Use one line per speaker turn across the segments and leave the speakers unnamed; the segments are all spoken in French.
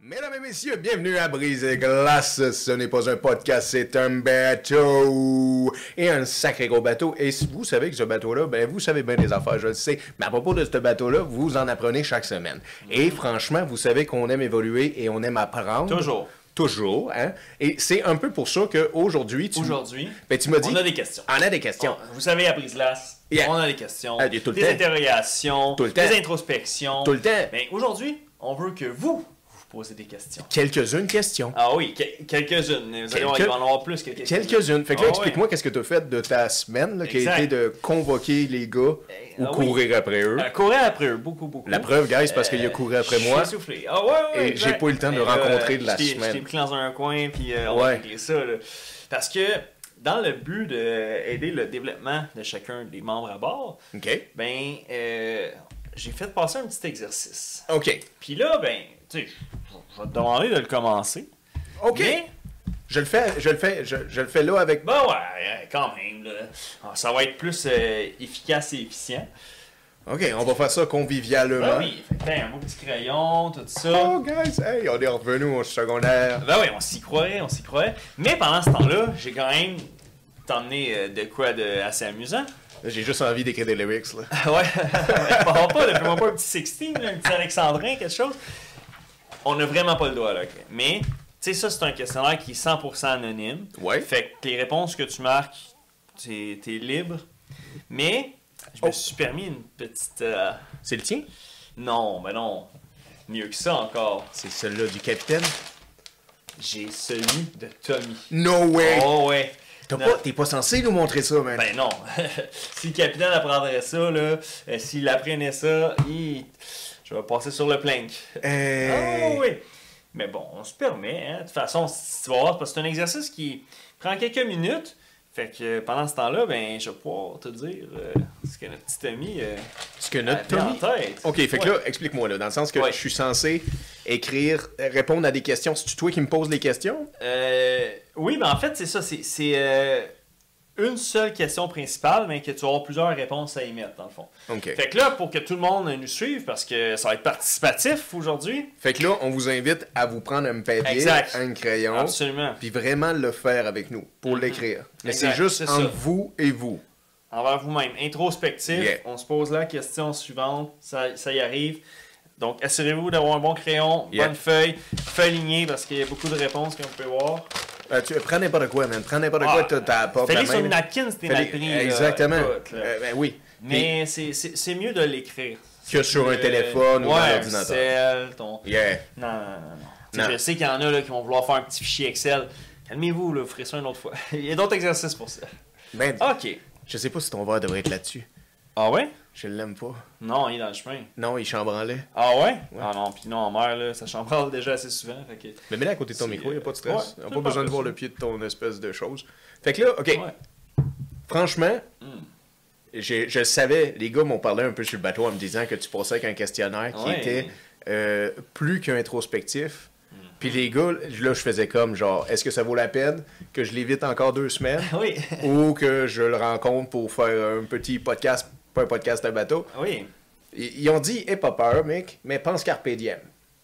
Mesdames et messieurs, bienvenue à Brise et Glace. Ce n'est pas un podcast, c'est un bateau. Et un sacré gros bateau. Et si vous savez que ce bateau-là, ben vous savez bien des affaires, je le sais. Mais à propos de ce bateau-là, vous en apprenez chaque semaine. Et franchement, vous savez qu'on aime évoluer et on aime apprendre.
Toujours.
Toujours, hein? Et c'est un peu pour ça qu'aujourd'hui, tu...
Aujourd'hui,
Ben, tu m'as dit...
on a des questions.
On a des questions.
Vous savez, à Brise-Glace,
Yeah.
on a des questions,
Ah, il y a tout le
des
temps.
interrogations,
Tout le
des
temps.
introspections.
Tout le temps.
Mais aujourd'hui, on veut que vous, vous posez des questions.
Quelques-unes questions.
Ah oui, que- quelques-unes. mais Vous allez voir,
Quelques-
il va en avoir plus que quelques-unes.
Quelques-unes. Fait que là,
Ah
explique-moi qu'est-ce que tu as fait de ta semaine, là, qui a
Exact.
été de convoquer les gars ou
ah oui.
courir après eux.
ouais. Euh, courir après eux, beaucoup, beaucoup.
La preuve, guys, parce qu'il a
Euh,
couru après
je suis
moi.
essoufflé. Ah ouais, ouais,
Et
exact.
j'ai pas eu le temps de
Et là,
rencontrer de la
je t'ai-
semaine.
Je t'ai pris dans un coin, puis euh, on
Ouais.
va régler ça. là. Parce que, dans le but d'aider le développement de chacun des membres à bord,
OK.
ben, euh, j'ai fait passer un petit exercice.
OK.
Puis là, ben, tu sais, je vais te demander de le commencer.
OK.
Mais,
Je le fais, je le fais, je, je le fais là avec.
ben ouais, ouais, quand même, là. Ah, ça va être plus euh, efficace et efficient.
OK, on va faire ça convivialement.
Ben oui, fait que, ben, un beau petit crayon, tout ça.
Oh, guys, hey, on est revenus au secondaire.
Ben oui, on s'y croirait, on s'y croirait. Mais pendant ce temps-là, j'ai quand même t'emmené euh, de quoi de assez amusant.
J'ai juste envie d'écrire des lyrics, là.
Ah ouais, parle pas, là, fais-moi pas un petit 16, là, un petit alexandrin, quelque chose. On n'a vraiment pas le doigt, là. ok. Mais, tu sais, ça, c'est un questionnaire qui est 100% anonyme.
Ouais.
Fait que les réponses que tu marques, t'es es libre. Mais, je me
Oh.
suis permis une petite. euh,
C'est le tien?
Non, mais non. Mieux que ça encore.
C'est celui-là du capitaine?
J'ai celui de Tommy.
No way!
Oh ouais.
T'as
Non.
pas- T'es pas, censé nous montrer ça, man.
Ben non. si le capitaine apprendrait ça, là, euh, s'il apprenait ça, il- je vais passer sur le plank. Ah
Hey.
oui. Mais bon, on se permet. hein. De toute façon, si tu vas voir, parce que c'est un exercice qui prend quelques minutes. Fait que euh, pendant ce temps-là, ben, je vais pouvoir te dire euh, ce que notre petit ami euh,
Ce que
a
notre
mis en
Tommy.
tête.
OK, fait que
Ouais.
là, explique-moi, là, dans le sens que
Ouais.
je suis censé écrire, répondre à des questions. C'est-tu toi qui me poses les questions?
Euh, oui, mais en fait, c'est ça. C'est c'est, euh, une seule question principale, mais que tu auras plusieurs réponses à y mettre, dans le fond.
OK.
Fait que là, pour que tout le monde nous suive, parce que ça va être participatif aujourd'hui.
Fait que là, on vous invite à vous prendre un papier,
Exact.
un crayon,
Absolument. Mm-hmm.
puis vraiment le faire avec nous pour l'écrire. Mais c'est
Exact,
juste
c'est
entre
ça.
vous et vous.
envers vous-même. Introspectif,
Yeah.
on se pose la question suivante, ça, ça y arrive. Donc, assurez-vous d'avoir un bon crayon,
Yeah.
bonne feuille, feuille lignée, parce qu'il y a beaucoup de réponses qu'on peut voir.
Euh, tu, prends n'importe quoi, man. Prends n'importe quoi,
Ah,
t'as t'as pas
Fais-les
ta
sur
main,
une
là.
napkin si t'es
Fais-les-
mal pris, là,
Exactement.
écoute, là.
Euh, ben oui.
Mais c'est- c'est c'est mieux de l'écrire.
Que sur un
Euh,
téléphone ou dans
ouais,
l'ordinateur.
un Excel, ton...
Puis- Yeah.
Non, non, non, non. Tu sais,
Non.
Je sais qu'il y en a là, qui vont vouloir faire un petit fichier Excel. Calmez-vous, là, vous ferez ça une autre fois. Il y a d'autres exercices pour ça.
Man,
OK.
je sais pas si ton verre devrait être là-dessus.
Ah ouais?
Je l'aime pas.
Non, il est dans le chemin.
Non, il chambranlait.
Ah ouais? Ah non, puis non, en mer, là, ça j'en parle déjà assez souvent. Fait que...
Mais mets-le à côté de ton
C'est, euh,
micro, y a pas de
ouais,
stress.
c'est
on a pas
pas
besoin de voir
possible.
le pied de ton espèce de chose. Fait que là, OK.
Ouais.
Franchement,
Mm.
j'ai- je savais, les gars m'ont parlé un peu sur le bateau en me disant que tu passais avec un questionnaire qui
Ouais.
était euh, plus qu'introspectif. Puis les gars, là, je faisais comme genre, est-ce que ça vaut la peine que je l'évite encore deux semaines
Ah Oui,
ou que je le rencontre pour faire un petit podcast, pas un podcast, un bateau?
Ah oui.
Ils ils ont dit, aie pas peur, mec, mais pense Carpe diem.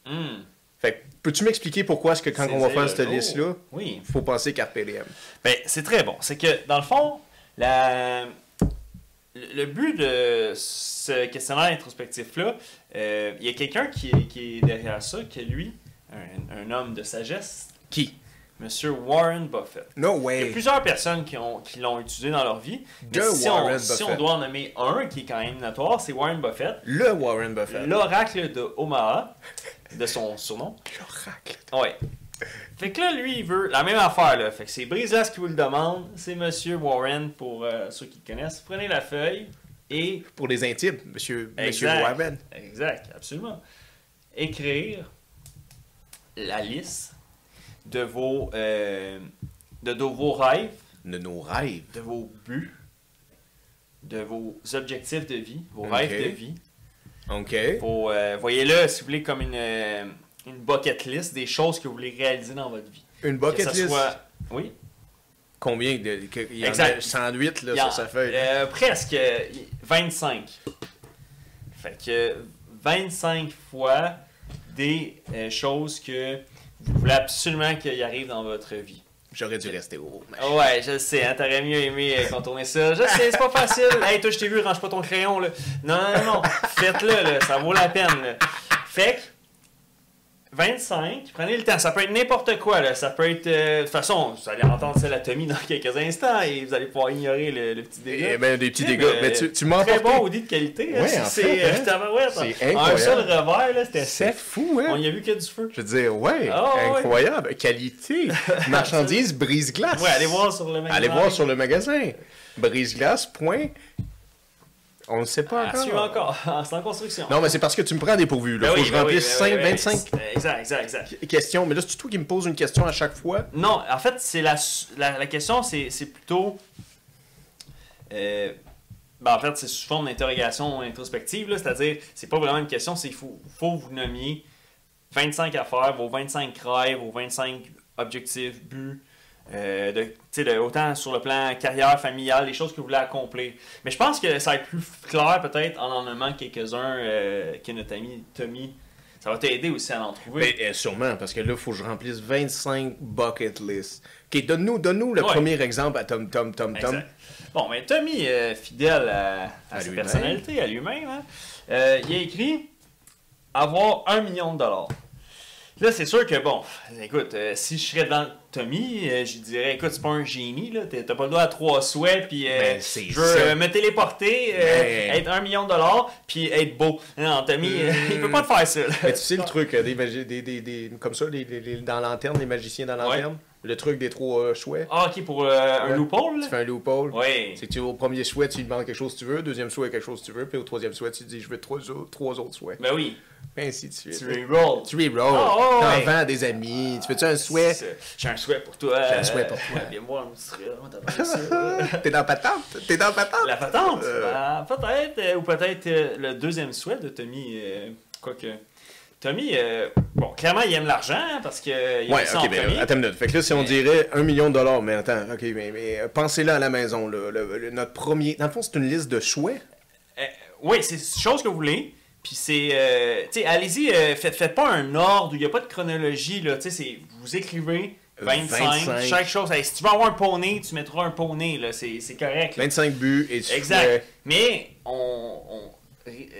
Mm.
Fait que, peux-tu m'expliquer pourquoi est-ce que quand on va
Saisir
faire
le
cette
jour.
liste-là,
Oui.
faut penser Carpe diem?
Ben, c'est très bon. C'est que, dans le fond, la... le le but de ce questionnaire introspectif-là, euh, il y a quelqu'un qui, est- qui est derrière ça, que lui, un, un homme de sagesse,
Qui?
Monsieur Warren Buffett.
No
Il y a
way!
plusieurs personnes qui, ont, qui l'ont utilisé dans leur vie. Mais
De
si, on,
Warren
si on
Buffett.
doit en nommer un qui est quand même notoire, c'est Warren Buffett.
Le Warren Buffett.
L'oracle de Omaha, de son surnom.
L'oracle.
Ouais. Fait que là, lui, il veut la même affaire, là. Fait que c'est Brislas qui vous le demande. C'est Monsieur Warren, pour euh, ceux qui le connaissent. Prenez la feuille et...
Pour les intimes, monsieur, monsieur
Exact.
Warren.
Exact, absolument. Écrire la liste de vos, euh, de, de vos rêves,
de nos rêves.
de vos buts, de vos objectifs de vie, vos
Ok.
rêves de vie.
OK.
Faut, euh, voyez-le, si vous voulez, comme une, euh, une bucket list des choses que vous voulez réaliser dans votre vie.
Une
que
bucket
ça
list.
soit- Oui,
Combien de. que- il y en
Exact.
a 108 là,
il y en-
sur sa feuille.
euh, presque euh, 25. Fait que 25 fois des euh, choses que vous voulez absolument qu'il arrive dans votre vie.
J'aurais dû rester au rouge.
Ah Ouais, je le sais, hein, t'aurais mieux aimé euh, contourner ça. Je sais, c'est pas facile. Hey, toi, je t'ai vu, range pas ton crayon, là. Non, non, non, non. faites-le, là, ça vaut la peine, là. Fait que, 25, prenez le temps. Ça peut être n'importe quoi, là. Ça peut être. euh, De toute façon, vous allez entendre celle à Tommy dans quelques instants et vous allez pouvoir ignorer le, le petit dégât.
Eh ben, des petits
Tu sais,
dégâts. Mais tu, tu m'as
Très
emporté.
bon audit de qualité. hein.
Ouais,
C'est-
en
c'est
fait, hein.
euh, tabarouette, hein.
C'est
Un
incroyable.
seul revers, là, c'était
C'est
sec.
fou,
On
hein?
y a vu que du feu.
Je veux dire, ouais,
Ah, ouais.
incroyable. Qualité. Marchandise, brise-glace.
Ouais, allez voir sur le magasin.
Allez voir sur le magasin. Brise-glace, point. On ne sait pas
Ah,
encore.
suis encore. C'est en construction.
Non, mais c'est parce que tu me prends des pourvus. Là.
Ben
Faut
oui,
que je
ben oui,
remplisse
ben
5,
oui, ben oui.
25
Exact, exact, exact.
questions. Mais là, c'est toi qui me poses une question à chaque fois.
Non, en fait, c'est la, su- la, la question, c'est c'est plutôt. euh, ben, en fait, c'est sous forme d'interrogation introspective, là, c'est-à-dire, c'est pas vraiment une question, c'est qu'il faut, faut vous nommiez 25 affaires, vos 25 rêves, vos 25 objectifs, buts, euh, de, tu sais, de- autant sur le plan carrière, familial, les choses que vous voulez accomplir. Mais je pense que ça va être plus clair, peut-être, en en nommant quelques-uns euh, que notre ami Tommy. Ça va t'aider aussi à en trouver.
Ben, euh, sûrement, parce que là, il faut que je remplisse 25 bucket lists. OK, donne-nous donne le
Ouais.
premier exemple à Tom Tom Tom Tom.
Exact. Bon, mais Tommy, euh, fidèle à, à
À
sa
lui-même.
personnalité, à lui-même, hein, euh, il a écrit avoir un million de dollars. Là, c'est sûr que, bon, écoute, euh, si je serais dans Tommy, euh, je dirais, écoute, c'est pas un génie, là, t'as t'as pas le droit à trois souhaits, puis euh,
Ben, c'est
je veux
ça.
euh, me téléporter, euh,
Ben.
être un million de dollars, puis être beau. Non, Tommy, euh, il peut pas te faire ça. là.
Mais tu sais le truc, euh, des, magi- des, des, des- comme ça, les, les- les- dans lanterne, les magiciens dans lanterne, le truc des trois euh, souhaits.
Ah, ok, pour euh, un
Ouais.
loophole, là?
Tu fais un loophole.
Oui.
C'est que tu, au premier souhait, tu lui demandes quelque chose que tu veux, deuxième souhait, quelque chose que tu veux, puis au troisième souhait, tu dis je veux trois, au- trois autres souhaits.
Ben oui,
Et ainsi de suite.
tu reroll.
Tu reroll.
Ah, ouais,
T'en
ouais.
vends à des amis. tu fais-tu un souhait?
C'est- J'ai un souhait pour toi.
J'ai un souhait pour toi.
Ouais, viens me voir, on se rire, on t'appelle ça.
T'es dans patente? T'es dans patente?
La patente.
Euh.
Ah, peut-être. euh, ou peut-être euh, le deuxième souhait de Tommy. euh, quoique. Tommy, euh, bon, clairement, il aime l'argent hein, parce que euh, il
Ouais,
aime ça
ok,
en
ben,
premier.
attends une minute. Fait que là, si on
Mais-
dirait un million de dollars, mais attends, ok, mais, mais euh, pensez-le à la maison, là, le- le- notre premier. Dans le fond, c'est une liste de souhaits.
Euh, oui, c'est chose que vous voulez. Puis c'est. euh, tu sais, allez-y, euh, faites, faites pas un ordre, il n'y a pas de chronologie. Là, tu sais, c'est- vous écrivez
Euh,
25,
25.
chaque chose. Hey, si tu veux avoir un poney, tu mettras un poney, là, c'est c'est correct. là.
25 buts et souhaits.
Exact. Mais on, on,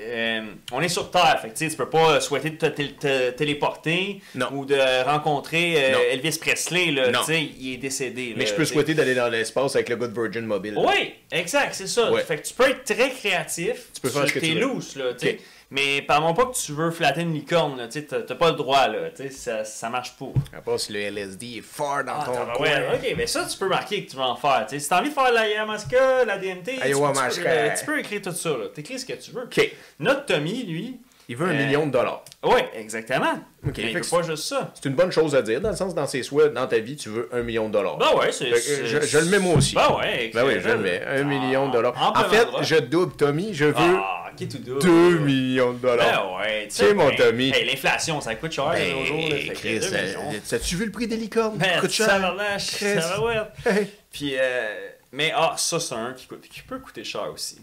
euh, on est sur Terre. Fait que, tu sais, tu peux pas souhaiter de te, tél- te téléporter
Non.
ou de rencontrer euh,
Non.
Elvis Presley. Là,
Non.
Tu sais, il est décédé.
Mais je peux souhaiter d'aller dans l'espace avec le gars de Virgin Mobile.
Oui, exact, c'est ça.
Ouais.
Fait que tu peux être très créatif.
peux faire ce que
t'es
tu veux.
loose, là, tu sais.
Ok.
Mais parlons pas que tu veux flatter une licorne, là, tu sais, t'as t'as pas le droit, là, tu sais, ça, ça marche pas.
À part si le LSD est fort dans
Ah,
ton
t'as-
coin.
ouais, ok, mais ça, tu peux marquer que tu vas en faire. tu sais. Si t'as envie de faire de la ayahuasca, la DMT, tu peux- tu peux,
Ayahuasca.
euh, tu peux écrire tout ça. là. T'écris ce que tu veux.
Ok.
Notre Tommy, lui.
Il veut un
Euh,
million de dollars.
Oui, exactement.
Ok,
mais
fait
il veut
que
pas juste ça.
C'est une bonne chose à dire, dans le sens, dans ses souhaits, dans ta vie, tu veux un million de dollars.
Ben ouais, c'est.
Fait que,
c'est-
je, je le mets moi aussi.
Ben ouais,
Ben oui, je
excellent.
le mets. Un
Ah,
million de dollars.
en
En,
plein
fait,
endroit.
je double, Tommy. Je veux
Ah, qui tout double.
2 millions de dollars.
Ben ouais, tu
C'est mon Tommy. Ben,
Hey, l'inflation, ça coûte cher de nos jours. là, fait que
Chris,
deux millions.
as tu vu le prix des licornes?
Ben,
Coûte cher.
tabarnache,
Chris.
tabarouette.
Hey.
Puis, euh, mais ah, ça, c'est un qui, coûte, qui peut coûter cher aussi.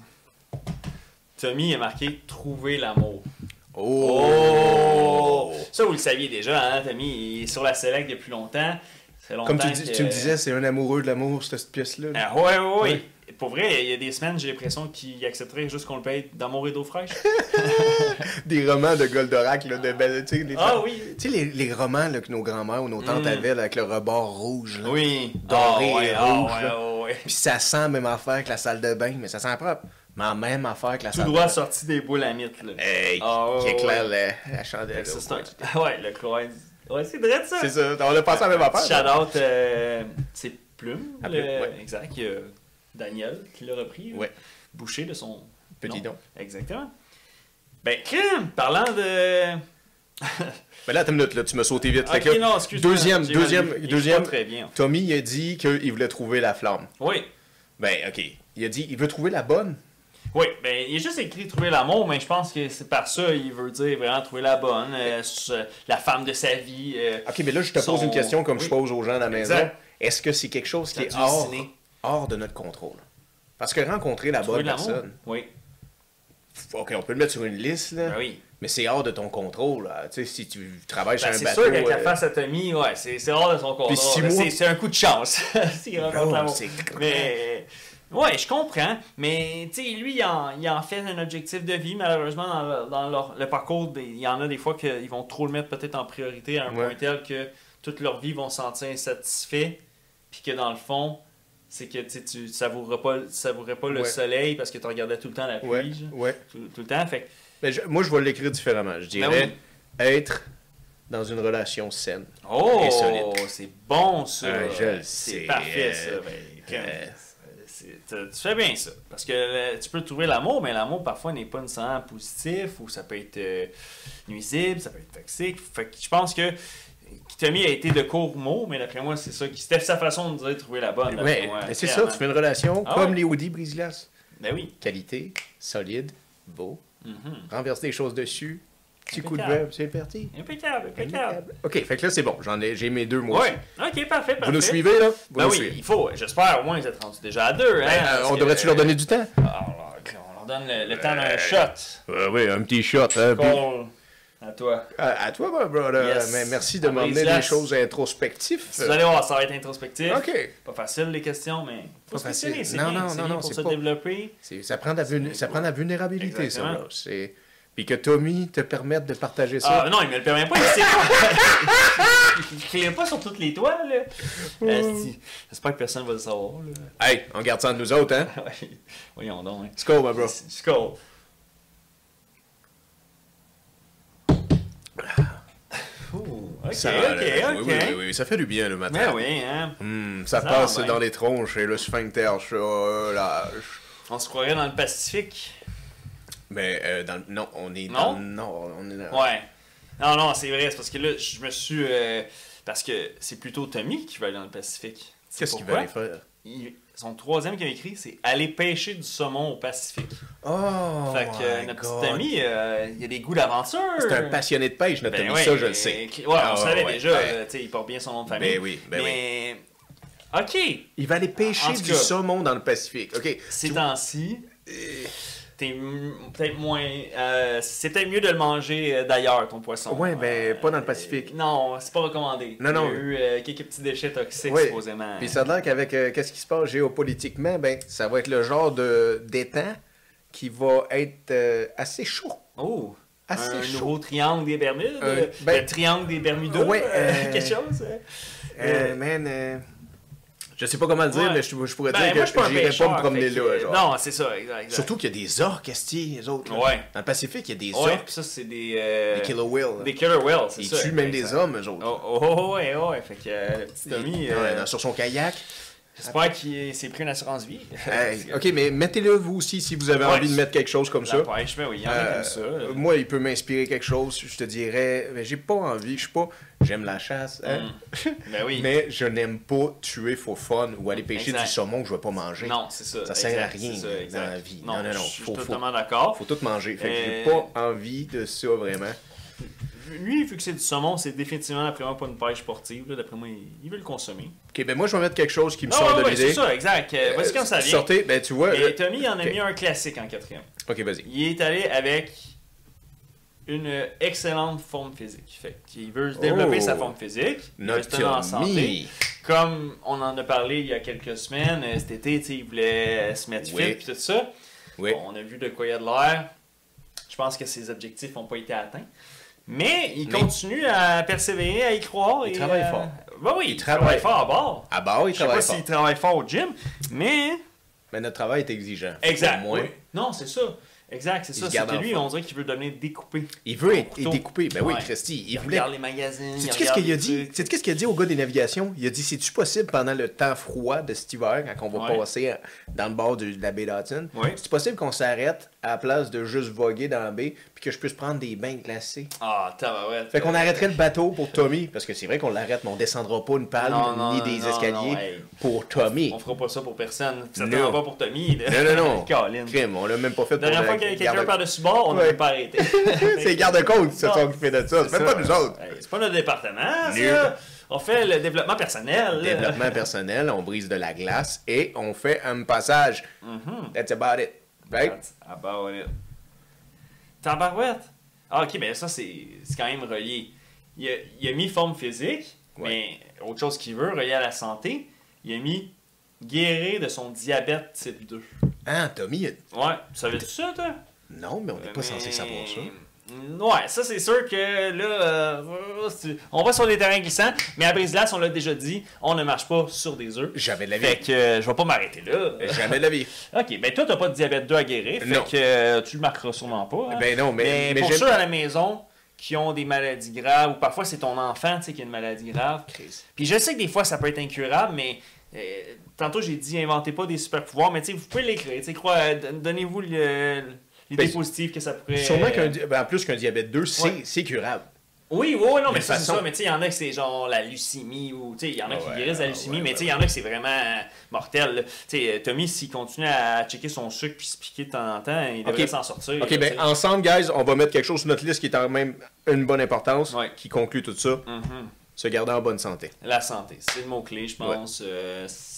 Tommy a marqué Trouver l'amour.
Oh!
Ça, vous le saviez déjà, hein, Tommy, il est sur la select depuis longtemps. Ça fait
Comme tu,
longtemps
dis-
que-
tu me disais, c'est un amoureux de l'amour, cette, cette pièce-là.
Ah, ouais, ouais, ouais.
Ouais.
Pour vrai, il y a des semaines, j'ai l'impression qu'il accepterait juste qu'on le paye dans mon rideau fraîche.
Des romans de Goldorak, là, de belle. Tu sais, les,
ah oui!
tu sais, les, les romans là, que nos grands-mères ou nos tantes
Mm.
avaient là, avec le rebord rouge. Là.
Oui!
Doré et
ah,
rouge,
ouais,
là.
ouais, ouais.
Puis ça sent même affaire que la salle de bain, mais ça sent propre. Mais même affaire que la
Tout
salle
droit
de
sorti des boules à mythe, là.
bain. Hey,
Ah, ouais,
qui
ouais,
éclaire la, la
Fait
chandelle.
que ça, c'est un- Ah ouais, le chloride. Ouais, c'est vrai ça!
C'est ça, on a passé la même affaire. là.
Shout-out, euh, c'est Plume,
À
le-
Plume, ouais.
exact, il y a Daniel qui l'a repris.
Ouais.
Boucher de son
Petit don.
Exactement. Ben, crime, parlant de... Ah,
Mais là, attends une minute, là, tu me sauté vite. Fait
Ok,
que là,
non, excuse-moi.
deuxième,
j'ai mal
deuxième,
lu. Il est
deuxième.
pas très bien.
Tommy il a dit qu'il voulait trouver la flamme.
Oui,
Ben, ok. Il a dit, il veut trouver la bonne.
oui. Ben, il est juste écrit trouver l'amour, mais je pense que c'est par ça il veut dire vraiment trouver la bonne, euh, s- euh, la femme de sa vie. euh,
Ok, mais là, je te pose
Son-
une question comme
oui.
je pose aux gens à la maison.
Exact.
Est-ce que c'est quelque chose qui
Quand
est
tu
hors,
dessines.
hors de notre contrôle? Parce que rencontrer la
trouver
bonne
de l'amour.
personne,
Oui.
OK, on peut le mettre sur une liste, là.
Ben oui.
Mais c'est hors de ton contrôle, là. Tu sais, si tu travailles
Ben,
sur un
c'est
bateau...
sûr qu'avec la
euh,
face à Tommy, ouais, c'est c'est hors de son contrôle.
six
là.
mois-
C'est- C'est un coup de chance. S'il rencontre
Oh,
l'amour.
c'est-
Mais euh, ouais, je comprends. Mais tu sais, lui, il en, il en fait un objectif de vie. Malheureusement, dans, le- dans leur- le parcours, des- il y en a des fois qu'ils vont trop le mettre peut-être en priorité à un
Ouais.
point tel que toute leur vie ils vont se sentir insatisfaits. Puis que dans le fond, c'est que tu sais, tu savoureras pas, tu savourerais pas le
Ouais.
soleil parce que tu regardais tout le temps la pluie.
Ouais,
genre.
ouais.
Tout, tout le temps. Fait que-
Mais je- moi, je vais l'écrire différemment. Je
Ben
dirais être dans une relation saine. Et
Oh,
solide.
c'est bon ça.
Ouais, je le
c'est
sais.
parfait ça.
Euh,
Ben, quand-
euh,
c'est- t'as- tu fais bien ça. Parce que euh, tu peux trouver l'amour, mais l'amour parfois n'est pas nécessairement positif ou ça peut être euh, nuisible, ça peut être toxique. Fait que je pense que Tommy a été de court mot, mais d'après moi, c'est ça. qui C'était sa façon de dire de trouver la bonne. d'après
Ouais,
moi,
mais c'est ça,
clairement.
tu fais une relation
Ah
comme
ouais.
les hoodies brise-glace.
Ben oui.
Qualité, solide, beau.
Mhm.
Renverse des choses dessus, petit coup de
Impeccable.
verbe, c'est parti.
Impeccable, impeccable.
Impeccable. OK, fait que là, c'est bon. J'en ai, j'ai mes deux mots.
Ouais, ok, parfait.
Vous nous
parfait.
suivez, là? Vous
Ben
nous
oui,
suivez.
il faut. J'espère au moins ils êtes rendus déjà à deux.
Ben,
hein,
euh,
parce
on
que-
devrait-tu leur donner du temps?
Ah, on leur- on leur donne le, le temps d'un shot.
Euh, oui, un petit shot. hein, puis-
Call à toi.
À, à toi, mon brother.
Yes.
Mais merci de
Ah,
m'emmener
brise-glace.
des choses introspectives.
Si Vous allez voir, ça va être introspectif.
OK.
Pas facile les questions, mais faut
Pas
se questionner.
facile.
C'est
Non,
bien,
non,
c'est
non,
bien
non,
pour
c'est
se
pas-
développer.
C'est- Ça prend, de la vulné- ça prend de la vulnérabilité, ça.
Exactement.
là. C'est- Puis que Tommy te permette de partager ça.
Ah non, il me le permet pas, il sait pas. il crie pas sur toutes les toiles. là. Asti. J'espère que personne va le savoir. Là.
Hey, on garde ça entre nous autres, hein?
Ouais. Voyons donc. Hein.
Score, ma bro.
Skull. Ouh, ok,
Ah. Ça,
ok,
là,
ok.
Oui, oui, oui, oui, ça fait du bien le
Mais
matin.
oui, hein.
Hmm, ça
Ça,
passe
ben.
dans les tronches et le sphincter euh, se relâche.
On se croirait dans le Pacifique.
Mais euh, dans le- non, on est
Non?
dans le nord. On est dans-
Ouais. Non, non, c'est vrai. C'est parce que là, je me suis. euh, parce que c'est plutôt Tommy qui va aller dans le Pacifique. Tu sais
Qu'est-ce qu'il va
pourquoi?
aller faire?
Il- Son troisième qu'il a écrit, c'est Aller pêcher du saumon au Pacifique.
Oh!
fait que euh,
my
notre
God.
petit Tommy, euh, il a des goûts d'aventure.
C'est un passionné de pêche, notre
Ben
Tommy,
ouais,
ça je le sais.
euh, Ouais,
Ah,
on savait
ouais,
déjà.
ouais.
euh, tu sais, il porte bien son nom de
Ben
famille.
oui, ben
mais... Ok,
Il va aller pêcher
En tout
du
cas-
saumon dans le Pacifique. OK.
ces
Tu-
temps-ci, t'es m- peut-être moins. euh, c'est peut-être mieux de le manger euh, d'ailleurs, ton poisson.
Ouais, ben,
Euh,
pas dans le Pacifique.
euh, non, c'est pas recommandé.
Non, non.
Il y a eu euh, quelques petits déchets toxiques,
Ouais.
supposément.
Puis ça a l'air qu'avec euh, qu'est-ce qui se passe géopolitiquement, ben ça va être le genre de d'étang qui va être euh, assez chaud.
Oh!
Assez
un
Ah, chaud.
nouveau triangle des Bermudes.
Euh,
euh,
ben-
le triangle des Bermudes.
Ouais, euh,
quelque chose. euh.
Euh, man, euh, je sais pas comment le dire,
Ouais.
mais je, je pourrais
Ben,
dire
moi, je suis
que
pas un
j'irais
pêcheur,
pas me promener
fait que,
là. Genre.
Non, c'est ça, exact. exact.
Surtout qu'il y a des orques, est les autres. là.
Ouais.
Dans le Pacifique, il y a des
Ouais,
orques,
ça, c'est des. euh,
des killer whales.
Des killer whales, c'est
Ils
ça.
tuent même des
exact.
hommes, eux autres.
Oh, oh, oh, ouais, ouais. Fait que, euh, le petit Tommy.
Ouais,
euh,
dans- sur son kayak.
J'espère qu'il s'est pris une assurance vie.
Hey, ok, mais mettez-le vous aussi si vous avez
Ouais.
envie de mettre quelque chose comme
La
ça.
pêche, ben oui, il y en a
Euh,
comme ça. là.
Moi, il peut m'inspirer quelque chose. Je te dirais, mais j'ai pas envie. Je suis pas. J'aime la chasse. hein.
Ben oui.
Mais je n'aime pas tuer for fun ou aller pêcher
Exact.
du saumon que je vais pas manger.
Non, c'est ça.
Ça sert à
exact,
rien
c'est ça,
dans
exact.
la vie. Non, non, non,
Je suis
faut- faut-
totalement d'accord.
Faut tout manger. Fait que
Euh,
j'ai pas envie de ça vraiment.
Lui, vu que c'est du saumon, c'est définitivement, d'après moi, pas une pêche sportive. là. D'après moi, il, il veut le consommer.
Ok, ben moi je vais mettre quelque chose qui me
Non,
sort
ouais,
de
ouais, c'est
l'idée.
ça, exact. Euh, Voici comme ça
Euh,
vient.
Sortez, ben tu vois.
Et
je-
Tommy en a
ok.
mis un classique en quatrième.
Ok, vas-y.
Il est allé avec une excellente forme physique. Fait qu'il veut développer
Oh.
sa forme physique. Il veut
Notre
se tenir en santé.
Tommy.
comme on en a parlé il y a quelques semaines, euh, cet été, tu sais, il voulait euh, se mettre
Oui.
fit puis tout ça.
Oui.
Bon, on a vu de quoi il y a de l'air. Je pense que ses objectifs n'ont pas été atteints. Mais il
Mais-
continue à persévérer, à y croire.
Il
et,
travaille
euh,
fort.
Ben oui, il,
Il
travaille,
travaille.
fort à bord.
À bord, il
Je sais pas
travaille fort.
s'il travaille fort au gym, mais.
Mais notre travail est exigeant.
Exact.
Au moins,
oui. Non, c'est ça. Exact, c'est
Il
ça.
se
C'est
garde
que
en
lui,
forme.
on dirait qu'il veut devenir découpé.
Il veut
Au
être
couteau.
être découpé. Ben oui,
Ouais.
Christy, il
Il
voulait.
regarde les magazines.
Sais-tu
il
qu'est-ce qu'il a
regarde les
dit?
trucs.
Sais-tu qu'est-ce qu'il a dit au gars des navigations? Il a dit, c'est-tu possible pendant le temps froid de cet hiver, quand on va
Ouais.
passer à- dans le bord du- de la baie d'Hudson,
Ouais.
c'est possible qu'on s'arrête à la place de juste voguer dans la baie, puis que je puisse prendre des bains glacés?
Ah, tabarouette.
Fait qu'on arrêterait le bateau pour Tommy, parce que c'est vrai qu'on l'arrête, mais on descendra pas une palme
Ah, Non, non,
ni des
non,
escaliers
non, hey.
pour Tommy.
On fera pas ça pour personne. Ça
Non.
ne pas pour Tommy. là.
Non, non, non.
Colin.
Crime, on l'a même pas fait
La dernière
pour
fois
la-
qu'il y avait quelqu'un
garde-
par-dessus bord, on
Ouais.
n'avait pas arrêté.
C'est les gardes-côtes qui se
Non.
sont occupés de ça, c'est même
ça.
pas nous autres.
Hey, C'est pas notre département,
Nul.
ça. On fait le développement personnel. là.
Développement personnel, on brise de la
Mhm.
glace et on fait un passage. That's about it. Right?
That's about it. Tabarouette! Ah, ok, mais ça, c'est c'est quand même relié. Il a, il a mis forme physique,
Ouais.
mais autre chose qu'il veut, relié à la santé, il a mis guérir de son diabète type 2.
Hein, Tommy? il-
Ouais, tu savais-tu ça, toi?
Non, mais on n'est pas censé savoir ça.
Mm, Ouais, ça c'est sûr que là, euh, euh, c'est- on va sur des terrains glissants, mais à Brise-Glace, on l'a déjà dit, on ne marche pas sur des œufs.
Jamais de la
Fait
vie.
que euh, je vais pas m'arrêter là. Euh,
euh, Jamais de la vie.
Ok, ben toi, t'as pas de diabète 2 à guérir,
Non.
fait que euh, tu le marqueras sûrement pas. hein.
Ben non, mais- mais
pour
j'aime-
ceux à la maison qui ont des maladies graves, ou parfois c'est ton enfant tu sais, qui a une maladie grave,
Chris.
puis je sais que des fois ça peut être incurable, mais euh, tantôt j'ai dit inventez pas des super pouvoirs, mais tu sais, vous pouvez l'écrire, tu sais, quoi, euh, don- donnez-vous le- l'idée
Ben,
positive que ça pourrait.
Sûrement qu'un di- ben, en plus qu'un diabète 2, c'est
Ouais.
c'est curable.
Oui, oui, oui, non,
Mais
mais ça, c'est
façon-
ça. Mais tu sais, il y en a que c'est genre la leucémie ou. Tu sais, il y en a qui
Ouais,
guérissent la
ouais,
leucémie,
ouais,
mais tu sais, il y en a que c'est vraiment euh, mortel. là. Tu sais, euh, Tommy, s'il continue à checker son sucre puis se piquer de temps en temps, il devrait s'en sortir.
OK,
là,
ben
tu sais.
ensemble, guys, on va mettre quelque chose sur notre liste qui est quand même une bonne importance,
Ouais.
qui conclut tout ça.
Mhm.
Se garder en bonne santé.
La santé, c'est le mot-clé, je pense. euh, c-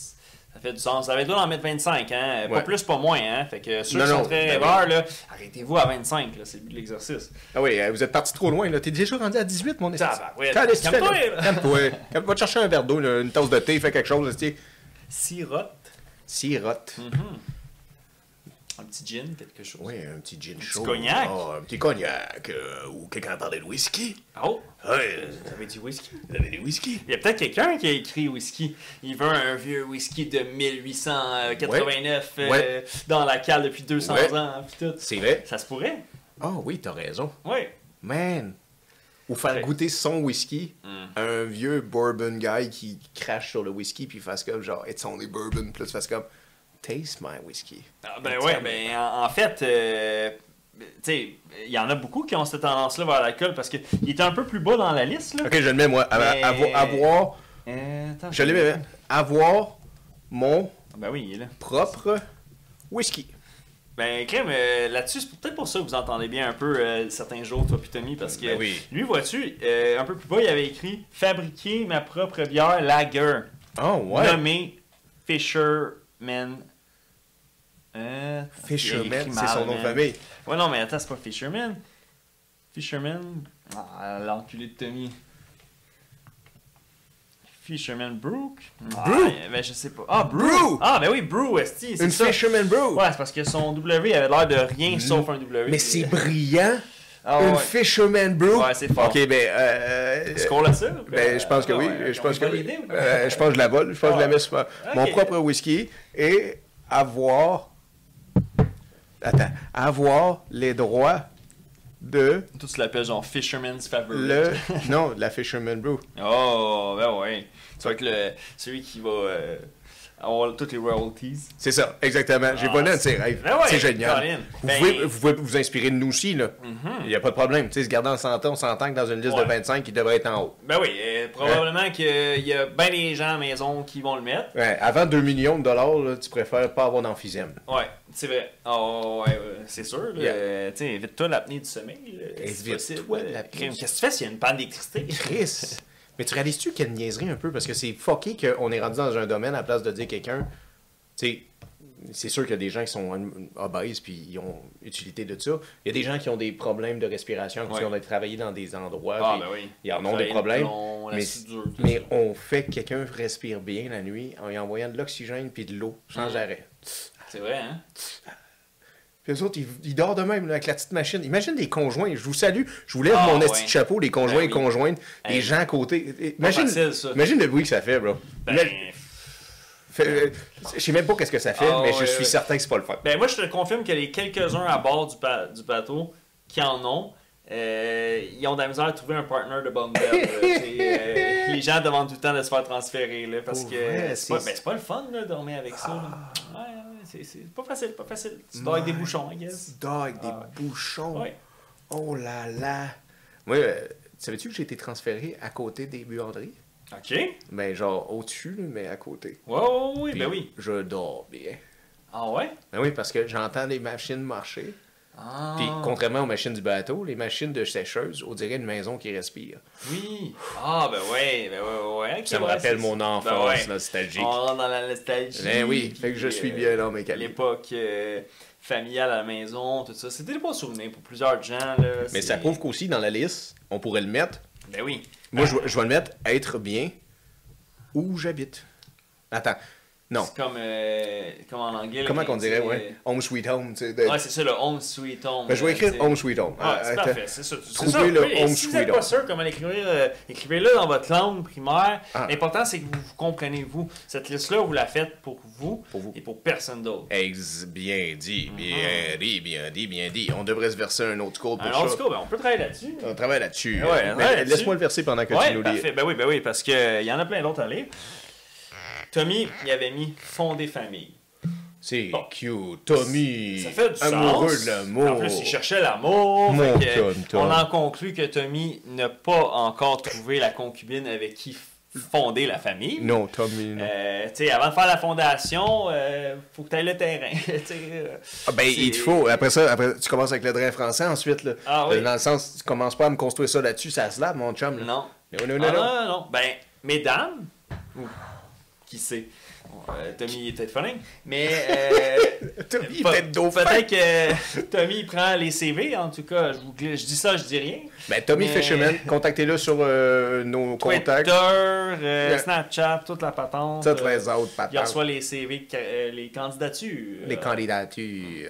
ça fait du sens. Ça va être là d'en mettre 25, hein. Pas
Ouais.
plus, pas moins, hein. Fait que ceux
Non,
qui sont
non,
très
ben
rêveurs, là, arrêtez-vous à 25, là. C'est le but de l'exercice.
Ah oui, euh, vous êtes parti trop loin, là. T'es déjà rendu à 18, mon espèce.
Tabarouette.
Quand est-ce que tu
Calme-toi,
fais, là?
là.
Calme-toi. Calme- Va te chercher un verre d'eau, là, une tasse de thé, fais quelque chose, là, tu sais.
Sirote.
Sirote.
Hmm. Un petit gin, quelque chose.
Oui, un petit gin
petit
chaud.
cognac.
Ah, un petit cognac. euh, ou quelqu'un a parlé de whisky.
Oh,
Ouais, euh,
vous avez du whisky?
vous avez du whisky.
Il y a peut-être quelqu'un qui a écrit whisky. Il veut un vieux whisky de 1889 euh,
Ouais.
dans la cale depuis 200
Ouais.
ans. puis tout.
C'est vrai.
Ça se pourrait.
Ah oui, t'as raison.
Oui.
Man. Ou faire
Ouais.
goûter son whisky
Mm.
à un vieux bourbon guy qui crache sur le whisky puis fasse comme genre, it's only bourbon, plus fasse comme, taste my whisky.
Ah, ben ouais, ben en, en fait, euh, tu sais, il y en a beaucoup qui ont cette tendance-là vers l'alcool parce qu'il était un peu plus bas dans la liste. Là.
Ok, je le mets moi. Avo-
Mais-
avo- Avoir,
Euh, attends,
je l'ai mis, hein. avoir mon
Ah, Ben oui, il est là.
propre whisky.
Ben, Crème, euh, là-dessus, c'est peut-être pour ça que vous entendez bien un peu euh, certains jours, toi puis Tommy, parce que
Ben oui.
lui, vois-tu, euh, un peu plus bas, il avait écrit Fabriquer ma propre bière lager,
Oh
nommé Fisherman. Euh, j'ai écrit
Fisherman, c'est
mal,
son nom de
man.
famille.
Ouais, non, mais attends, c'est pas Fisherman. Fisherman. Ah, l'enculé de Tommy. Fisherman Brook. Ah,
Brew?
ben, je sais pas. Ah, Brew.
Brew!
Ah, ben oui, Brew, Esti. c'est
Une
ça.
Fisherman Brew.
Ouais, c'est parce que son W avait l'air de rien sauf un W.
Mais c'est brillant.
Ah, ouais.
Une Fisherman Brew.
Ouais, c'est fort.
Ok, ben. euh,
Est-ce qu'on l'a ça? ou quoi?
Ben, je pense que
Ah,
oui.
ouais,
je
on
pense que
peut
oui.
l'aider ou quoi?
Euh, je pense que je la vole. Je pense que je la mets sur ma- mon
Ah, Ok.
propre whisky et avoir. Attends. Avoir les droits de
Tout se l'appelle genre Fisherman's Favorite.
le. non, de la Fisherman Brew.
Oh, ben ouais. Tu vas être le... celui qui va euh, avoir toutes les royalties.
C'est ça, exactement. J'ai
Ah,
volé un de
c'est-
ses rêves.
Ben ouais,
c'est génial.
Colin.
Vous,
Ben- Mhm.
pouvez, vous pouvez vous inspirer de nous aussi, là. Il n'y a pas de problème. Tu sais, se garder en santé, on s'entend que dans une liste
Ouais.
de 25, il devrait être en haut.
Ben oui, euh, probablement qu'il y a bien des gens à la maison qui vont le mettre.
Ouais, avant 2 millions de dollars, là, tu préfères pas avoir d'emphysème.
Ouais, c'est vrai. Oh, ouais, ouais, c'est sûr. là.
Yeah.
Euh, tu sais, évite-toi l'apnée du sommeil. là, si
Évite-toi
possible.
de l'apnée.
Crime, Qu'est-ce que tu fais s'il y a une panne d'électricité?
Chris! Mais tu réalises-tu qu'il y a une niaiserie un peu? Parce que c'est fucké qu'on est rendu dans un domaine à la place de dire quelqu'un. Tu sais, c'est sûr qu'il y a des gens qui sont obèses puis ils ont utilité de ça. Il y a des gens qui ont des problèmes de respiration, qui
Ouais.
ont travaillé dans des endroits.
Ah,
puis
ben oui.
Ils en ont
Travailler
des
le
problèmes.
plomb, la
mais,
soudure, tout
mais on fait que quelqu'un respire bien la nuit en lui envoyant de l'oxygène puis de l'eau sans
Ah.
arrêt.
C'est vrai, hein?
Puis eux autres, ils, ils dorment de même là, avec la petite machine. Imagine des conjoints. Je vous salue. Je vous lève
Ah,
mon
ouais.
esti de chapeau, les conjoints
Ben
et
oui.
conjointes, les
Hey.
gens à côté. Imagine,
facile, ça.
imagine le bruit que ça fait, bro.
Ben,
Imagine- fait- euh, je sais même pas qu'est-ce que ça fait,
Ah,
mais je
ouais,
suis
ouais.
certain que c'est pas le fun.
ben, moi, je te confirme que les quelques-uns à bord du, ba- du bateau qui en ont, euh, ils ont de la misère à trouver un partner de bonne belle. là. C'est, euh, les gens demandent tout le temps de se faire transférer là, parce
Pour
que
vrai,
c'est pas,
c'est- Ah.
ben, c'est pas le fun de dormir avec ça. là. Ouais, ouais, c'est- c'est pas facile, pas facile. Tu dors avec des bouchons, I guess.
Dog, des
Ah,
bouchons.
Ouais.
Oh là là. Moi, euh, savais-tu que j'ai été transféré à côté des buanderies?
Ok. Ouais,
Ben, genre au-dessus, là, mais à côté.
ouais, ouais,
Puis
ben oui.
Je dors bien.
Ah ouais?
Ben oui, parce que j'entends les machines marcher.
Ah,
Puis contrairement aux machines du bateau, les machines de sécheuse, on dirait une maison qui respire.
oui. Ah, ben ouais, ben ouais, ouais, ouais. ok,
Ça me
ouais,
rappelle
c'est-
mon
ben
enfance
ouais.
nostalgique.
On rentre dans la nostalgie.
Ben oui,
puis,
fait que je suis
euh,
bien dans mes
à
calmes.
l'époque euh, familiale à la maison, tout ça. C'était des bons souvenirs pour plusieurs gens. Là,
Mais ça prouve qu'aussi, dans la liste, on pourrait le mettre.
Ben oui.
Moi, je, je vais le mettre être bien où j'habite. Attends, non.
C'est comme, euh, comme en anglais. là,
Comment
quand
qu'on
il
dirait,
dit,
ouais? Home sweet home, tu sais. de-
euh, Ouais, c'est ça, le home sweet home.
Ben, je vais
là,
écrire
tu sais.
home sweet home.
Ah, c'est
Attends.
parfait, c'est ça. c'est
Trouvez
ça,
le
vous pouvez-
home
Si vous n'êtes
sweet
pas
home.
sûr comment l'écrire, euh, écrivez-le dans votre langue primaire.
Ah.
L'important, c'est que vous vous comprenez, vous. Cette liste-là, vous la faites pour vous,
Pour vous.
et pour personne d'autre.
Ex- bien dit,
Ah.
bien dit, bien dit, bien dit. On devrait se verser un autre code pour
Alors, en
ça.
tout cas, ben, on peut travailler là-dessus.
On travaille là-dessus.
Ouais, Eh ouais,
Mais
là-dessus.
Laisse-moi le verser pendant que tu
Ouais,
nous
parfait.
lis.
Ben oui, ben oui, parce qu'il y en a plein d'autres à lire. Tommy, il avait mis fonder famille.
C'est
Bon.
cute. Tommy,
Ça fait du
amoureux
sens.
de l'amour.
En plus, il cherchait l'amour.
Mon
fait que,
Tom, Tom.
On en conclut que Tommy n'a pas encore trouvé la concubine avec qui f- fonder la famille.
Non, Tommy, non.
Euh, tu sais, avant de faire la fondation, euh, faut que tu ailles le terrain. Tu sais, euh,
Ah, ben, il te
c'est-
faut. Après ça, après, tu commences avec le drain français ensuite. Là.
Ah, oui.
Euh, Dans le sens, tu commences pas à me construire ça là-dessus, ça se lave, mon chum. là.
Non.
Non, Euh, non, non.
Ah,
non.
non, non. Ben, mesdames, ou qui sait, Euh, Tommy est peut-être funny, mais euh,
Tommy, il
Pe-
était dauphin.
Peut-être que Tommy il prend les CV, en tout cas. Je, vous gl- je dis ça, je dis rien.
Ben, Tommy
Mais-
Fisherman, contactez-le sur euh, nos contacts.
Twitter, euh,
Yeah.
Snapchat, toute la patente.
Ça, très
euh,
autres,
Il
papa.
reçoit les CV, ca- euh, les candidatures.
Les
Euh,
candidatures.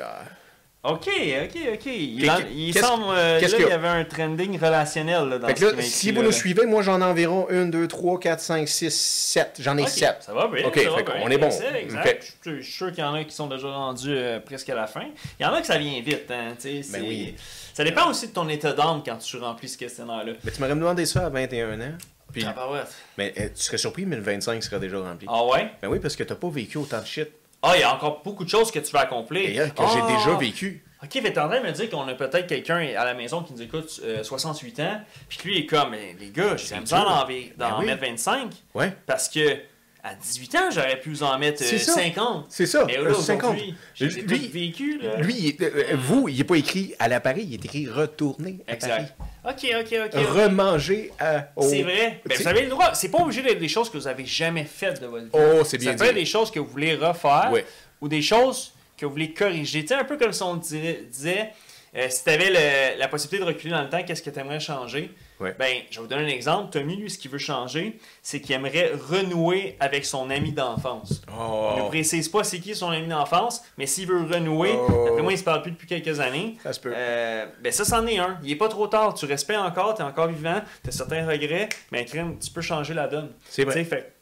OK, OK, OK. Il,
Qu'est-
en- il
qu'est-ce-
semble. euh,
qu'est-ce
là,
qu'il y
il y
a?
avait un trending relationnel. Là, dans
Fait que
ce
là,
qu'il m'a
si
écrit,
vous
là,
nous
là.
suivez, moi j'en ai environ 1, 2, 3, 4, 5, 6, 7. J'en ai
Ok,
7.
Ça va bien.
Ok,
ça va
fait
bien.
qu'on est bon.
Excellent, exact.
Ok.
Je suis- Je suis sûr qu'il y en a qui sont déjà rendus euh, presque à la fin. Il y en a que ça vient vite. Hein, tu sais,
Ben
c'est-
oui.
Ça dépend aussi de ton état d'âme quand tu remplis ce questionnaire-là.
Mais tu m'aurais demandé ça à 21 ans. Puis,
Ah, bah ouais.
mais euh, tu serais surpris, 1025 serait déjà rempli.
Ah ouais?
Ben oui, parce que t'as pas vécu autant de shit
Ah, il y a encore beaucoup de choses que tu vas accomplir.
d'ailleurs, hein, que
Ah!
j'ai déjà vécu.
Ok, fait t'es en train de me dire qu'on a peut-être quelqu'un à la maison qui nous écoute euh, 68 ans, puis que lui est comme, Eh, les gars, j'ai besoin
dur.
d'en, envi- d'en
Ben oui.
mettre 25,
Ouais,
parce que à 18 ans, j'aurais pu vous en mettre euh,
C'est ça.
50.
c'est ça.
Mais là,
euh, 50.
aujourd'hui, j'ai
Lui-
tout vécu, là.
Lui, il est- euh, euh, vous, il n'est pas écrit à l'appareil, il est écrit retourner à
Exact. Ok, ok, ok.
Paris. Remanger à. au-
C'est vrai. Ben,
Oh. Tu-
vous avez le droit. C'est pas obligé d'être des choses que vous avez jamais faites de votre vie.
Oh, c'est bien
ça peut être
dit.
des choses que vous voulez refaire
Ouais.
ou des choses que vous voulez corriger. Tu sais, un peu comme si on dirait- disait, euh, si tu avais la possibilité de reculer dans le temps, qu'est-ce que tu aimerais changer?
Ouais.
Ben, je vais vous donner un exemple. Tommy, lui, ce qu'il veut changer, c'est qu'il aimerait renouer avec son ami d'enfance. Il ne
Oh,
précise pas c'est qui son ami d'enfance, mais s'il veut renouer,
Oh.
après moi, il se parle plus depuis quelques années.
ça se peut.
Euh, ben ça, c'en est un. Il est pas trop tard. Tu respectes encore, t'es encore vivant, t'as certains regrets, mais crème, tu peux changer la donne.
c'est
Tu
vrai.
sais, fait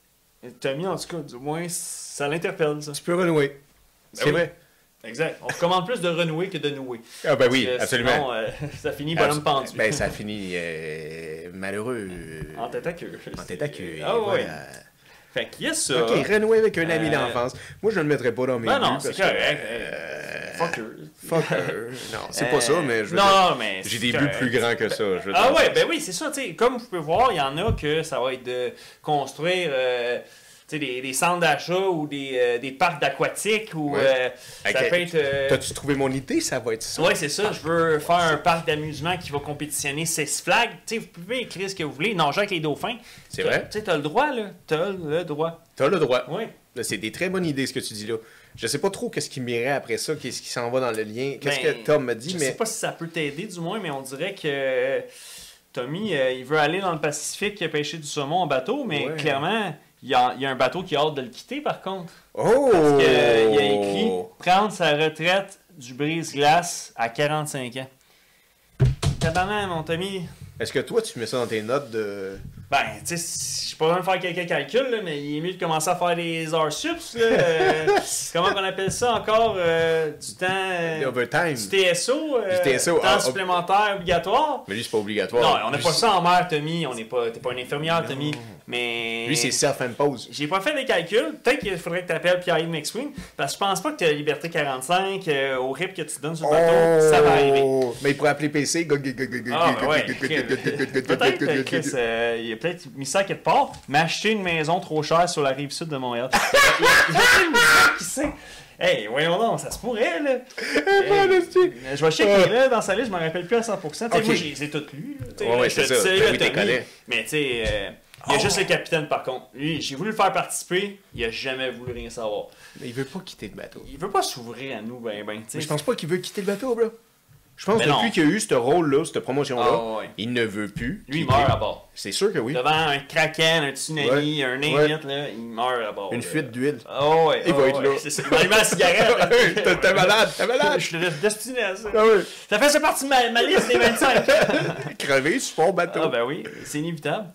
que Tommy, en tout cas, du moins, ça l'interpelle, ça.
Tu peux renouer. C'est
Ben oui.
vrai.
Exact. On recommande plus de renouer que de nouer.
Ah, ben
Parce
oui,
que
absolument.
Sinon, euh, ça finit bonhomme pendu.
Ben, ça finit euh, malheureux. euh,
En tête à queue.
En tête à queue.
Ah
et
ouais.
voilà.
Fait qu'il y a ça.
Ok, renouer avec un ami
Euh,
d'enfance. Moi, je ne le mettrais pas dans mes
Ben
buts
non, c'est
parce que,
correct.
euh,
Fuck eux.
fuck her. Non, c'est
Euh,
pas ça, mais je veux
Non,
dire,
non, mais.
j'ai
c'est
des buts
correct.
plus grands que ça. je veux
Ah
dire.
ouais, ben oui, c'est ça, tu sais, comme vous pouvez voir, il y en a que ça va être de construire euh, tu sais, des, des centres d'achat ou des, euh, des parcs d'aquatique ou
Ouais.
euh, ça
Ok.
peut être... euh,
T'as-tu trouvé mon idée? Ça va être ça.
Ouais, c'est ça, je veux faire un parc d'amusement qui va compétitionner Six Flags, tu sais, vous pouvez écrire ce que vous voulez, nager avec les dauphins.
C'est
T'as-
vrai.
Tu sais, t'as le droit, là, t'as le droit.
T'as le droit.
Oui.
Là, C'est des très bonnes idées, ce que tu dis là. Je sais pas trop qu'est-ce qui m'irait après ça, qu'est-ce qui s'en va dans le lien. Qu'est-ce
Ben,
que Tom m'a dit,
Je sais
mais.
pas si ça peut t'aider, du moins, mais on dirait que euh, Tommy, euh, il veut aller dans le Pacifique pêcher du saumon en bateau, mais
Ouais.
clairement, il y, a, il y a un bateau qui a hâte de le quitter, par contre.
Oh!
Parce que, euh, il a écrit prendre sa retraite du brise-glace à 45 ans. Tabarnak, mon Tommy.
Est-ce que toi, tu mets ça dans tes notes de.
Ben, tu sais, je pas besoin de faire quelques calculs, là, mais il est mieux de commencer à faire des heures sups. là. Euh, comment on appelle ça encore euh, Du temps. euh,
de overtime?
du TSO, euh,
Du TSO,
temps
ah, ob-
supplémentaire obligatoire.
Mais lui, c'est pas obligatoire.
Non, on n'a
Lui,
pas
c'est-
ça en mer, Tommy. On n'est pas, t'es pas une infirmière, Tommy. Mais
Lui, c'est self-imposed.
j'ai pas fait des calculs. Peut-être qu'il faudrait que tu appelles Pierre-Yves McSween. Parce que je pense pas que tu Liberté 45, euh, au RIP que tu donnes sur le bateau, ça va arriver.
Oh! Mais il pourrait appeler PC.
Ah, ben ouais. Peut-être que Chris, euh, il a peut-être mis ça quelque part, mais acheter une maison trop chère sur la rive sud de Montréal. Il y a- il y a- il y a une maison qui sait. Hey, voyons donc, ça se pourrait, là.
Eh, man,
Hey,
esti.
je vais checker, là, dans sa liste, je m'en rappelle plus à 100%. Tu sais,
Ok.
Moi, je les ai toutes lues, là. tu sais,
Ouais, ouais,
je te
c'est
dis,
ça. Ben
là,
Oui, t'es
Tommy.
collé.
Mais, tu sais, euh, il y a
Oh.
juste le capitaine, par contre. Lui, j'ai voulu le faire participer, il a jamais voulu rien savoir.
Mais il veut pas quitter le bateau.
Il veut pas s'ouvrir à nous, ben, ben, tu
Mais je
sais.
pense pas qu'il veut quitter le bateau, bro. Je pense
Mais
que
non.
depuis qu'il y a eu ce rôle-là, cette promotion-là,
Ah, ouais.
il ne veut plus.
Lui, il
quitter.
meurt à bord.
C'est sûr que oui.
Devant un kraken, un tsunami,
Ouais.
un
Ouais.
name it, là, il meurt à bord.
Une
là.
fuite d'huile.
Ah ouais.
Il
ah
va être
ouais,
là.
C'est ça. Il va allumer la cigarette.
T'es t'es malade, t'es malade.
Je suis destiné à ça.
Ah oui.
Ça fait ça partie de ma, ma liste des 25.
Crevé sur son bateau.
ah ben oui, c'est inévitable.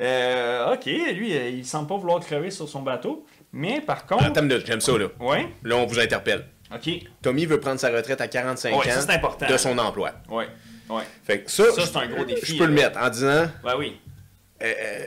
Euh, ok, lui, euh, il semble pas vouloir crever sur son bateau. Mais par contre.
Attends une minute, j'aime ça, là.
Ouais.
Là, on vous interpelle.
Ok.
Tommy veut prendre sa retraite à 45
Ouais, ça, c'est
ans
important.
de son emploi.
Ouais. Ouais.
Fait que ça,
Ça, c'est un gros défi,
Je peux le
là.
mettre en disant.
Ben oui.
euh, euh,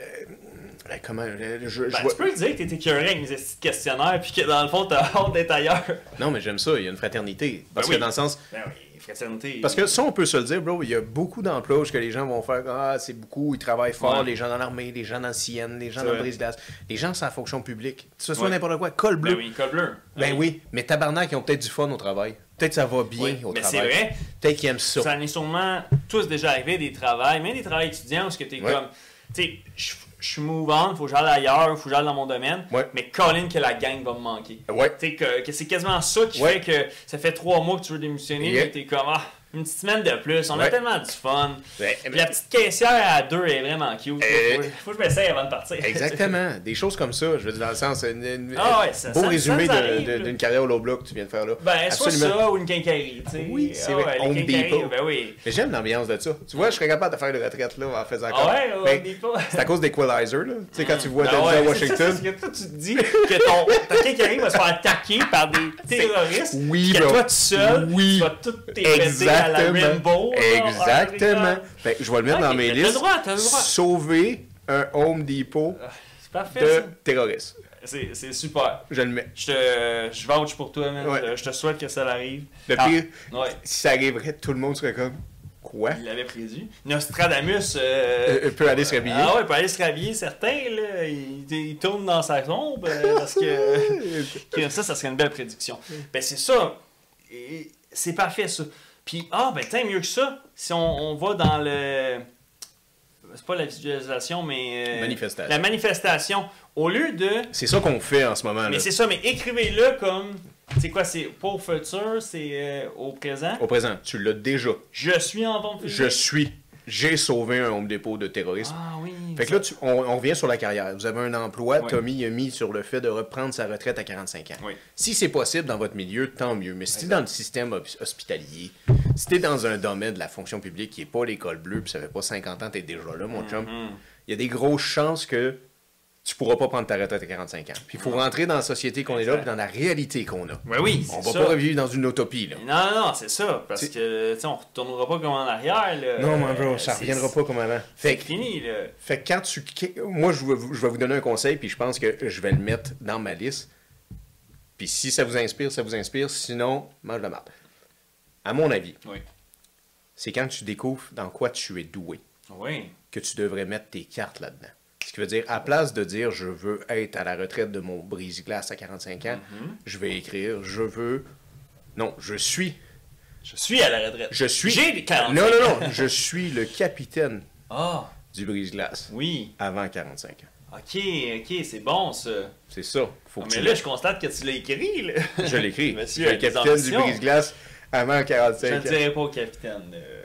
euh, comment. euh, je- je
Ben,
vois-
tu peux dire que t'es écœuré avec mes petits questionnaires puis que dans le fond t'as hâte d'être ailleurs.
Non, mais j'aime ça, il y a une fraternité. Parce
oui.
que dans le sens.
Ben oui, fraternité.
Parce que ça, on peut se le dire, bro, il y a beaucoup d'emplois où ce que les gens vont faire. Ah, c'est beaucoup, ils travaillent fort,
Ouais.
les gens dans l'armée, les gens dans le CN, les gens
C'est
dans le
vrai.
brise-glace, les gens sur la fonction publique. Que ce soit
Ouais.
n'importe quoi, col bleu.
Ben oui, col bleu.
Ben oui, mais tabarnak, ils ont peut-être du fun au travail. Peut-être que ça va bien
Ouais,
au
mais
travail.
c'est vrai.
Peut-être qu'ils aiment ça.
Ça en est sûrement tous déjà arrivé des travails, même des travails étudiants, parce que t'es
Ouais.
comme, tu sais, je je suis mouvant, faut que j'aille ailleurs, faut que j'aille dans mon domaine,
Ouais.
mais Colin que la gang va me manquer.
Ouais.
Tu sais, que, que c'est quasiment ça qui
Ouais.
fait que ça fait trois mois que tu veux démissionner,
Yeah.
mais t'es comme, ah, une petite semaine de plus, on a
Ouais.
tellement du fun.
Ouais,
Puis
mais-
la petite caissière à deux est vraiment cute.
Euh.
Faut, faut que je m'essaye avant de partir.
Exactement. Des choses comme ça, je veux dire, dans le sens, une, une-
Ah ouais, ça-
beau
ça-
résumé
ça nous
de-
arrive,
de-
là.
d'une carrière au low block que tu viens de faire là.
Ben, soit ça ou une quincaillerie, tu sais.
Oui, c'est
Ah
vrai.
ouais, les
Home
quincailleries,
Depot.
Ben oui.
Mais j'aime l'ambiance de ça. Tu vois, je serais capable de faire une retraite là en faisant
Ah
comme-
ouais, Home
Ben,
Depot.
C'est à cause d'Equalizer, là. Tu sais, quand tu vois
Ben
Denzel
ouais, c'est ça,
Washington.
c'est que toi, tu te dis que ton ta quincaillerie va se faire attaquer par des terroristes.
Oui,
puis que
bro.
toi, tout seul,
Oui.
tu vas tout t'écraser à la
Exactement.
Rainbow. là,
Exactement.
en
Fait que je vais le mettre
Ok,
dans mes
mais t'as
listes.
le droit, t'as le droit. Ah,
Sauver un Home Depot
arrivant. C'est parfait,
de
ça.
terroristes.
C'est c'est super.
Je le mets.
Je te je vouch pour toi, man.
Ouais.
Je te souhaite que ça l'arrive.
Le
Ah,
pire,
Ouais.
si ça arriverait, tout le monde serait comme. Quoi?
Il l'avait prévu. Nostradamus. euh,
Euh, peut aller se réveiller.
Ah ouais, il peut aller se rhabiller, certains, là. Il, il tourne dans sa tombe euh, parce que. Crime, ça, ça serait une belle prédiction. Ben, c'est ça. Et C'est parfait, ça. Puis, ah, ben, tant mieux que ça. Si on, on va dans le. C'est pas la visualisation, mais. euh,
Manifestation.
La manifestation. Au lieu de.
C'est ça qu'on fait en ce moment.
Mais
Ah, là.
c'est ça, mais écrivez-le comme. C'est quoi, c'est pas au futur, c'est euh, au présent.
Au présent, tu l'as déjà.
Je suis en vente
Oh. Je suis. J'ai sauvé un Home Depot de terrorisme.
Ah oui.
Fait que là, tu- on, on revient sur la carrière. Vous avez un emploi.
Ouais.
Tommy a mis sur le fait de reprendre sa retraite à 45 ans.
Oui.
Si c'est possible dans votre milieu, tant mieux. Mais si t'es dans le système hos- hospitalier, si t'es dans un domaine de la fonction publique qui n'est pas l'école bleue, puis ça fait pas 50 ans, t'es déjà là,
Mhm.
mon chum, il y a des grosses chances que tu pourras pas prendre ta retraite à 45 ans. Puis il faut rentrer dans la société qu'on est là,
Exact.
puis dans la réalité qu'on a.
Ben oui,
On
c'est
va
ça.
pas revivre dans une utopie, là.
Non, non, c'est ça. Parce
C'est-
que, tu sais, on retournera pas comme en arrière, là.
Non, mon bro, ça
Euh, C'est-
reviendra pas comme avant. Fait
C'est
que,
fini, là.
fait que quand tu. qui- Moi, je vais, vous- je vais vous donner un conseil, puis je pense que je vais le mettre dans ma liste. Puis si ça vous inspire, ça vous inspire. Sinon, mange la map. À mon avis,
Oui.
c'est quand tu découvres dans quoi tu es doué
Oui.
que tu devrais mettre tes cartes là-dedans. Ce qui veut dire, à place de dire je veux être à la retraite de mon brise-glace à 45 ans,
Mm-hmm.
je vais écrire je veux. Non, je suis.
Je suis à la retraite.
Je suis.
J'ai des 45
Non, non, non. je suis le capitaine
Ah,
du brise-glace
oui.
avant 45 ans.
Ok, ok, c'est bon, ça.
C'est ça. Faut
Ah,
que
mais
tu
là, je constate que tu l'as écrit, là.
Je l'écris.
Monsieur,
Je suis le
avec des
capitaine du
ambitions.
brise-glace avant
Je ne
45 ans.
dirai pas au capitaine. euh,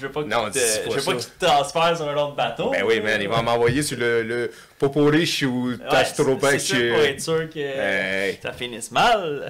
Je veux pas que
Non,
tu te,
dis pas
je veux
ça.
pas qu'il te transfère sur un autre bateau.
Ben oui, man, il va m'envoyer sur le, le Poporich ou
euh, Ouais, c'est-
Tastropec.
C'est sûr pour être sûr que
Hey.
ça finisse mal.
euh,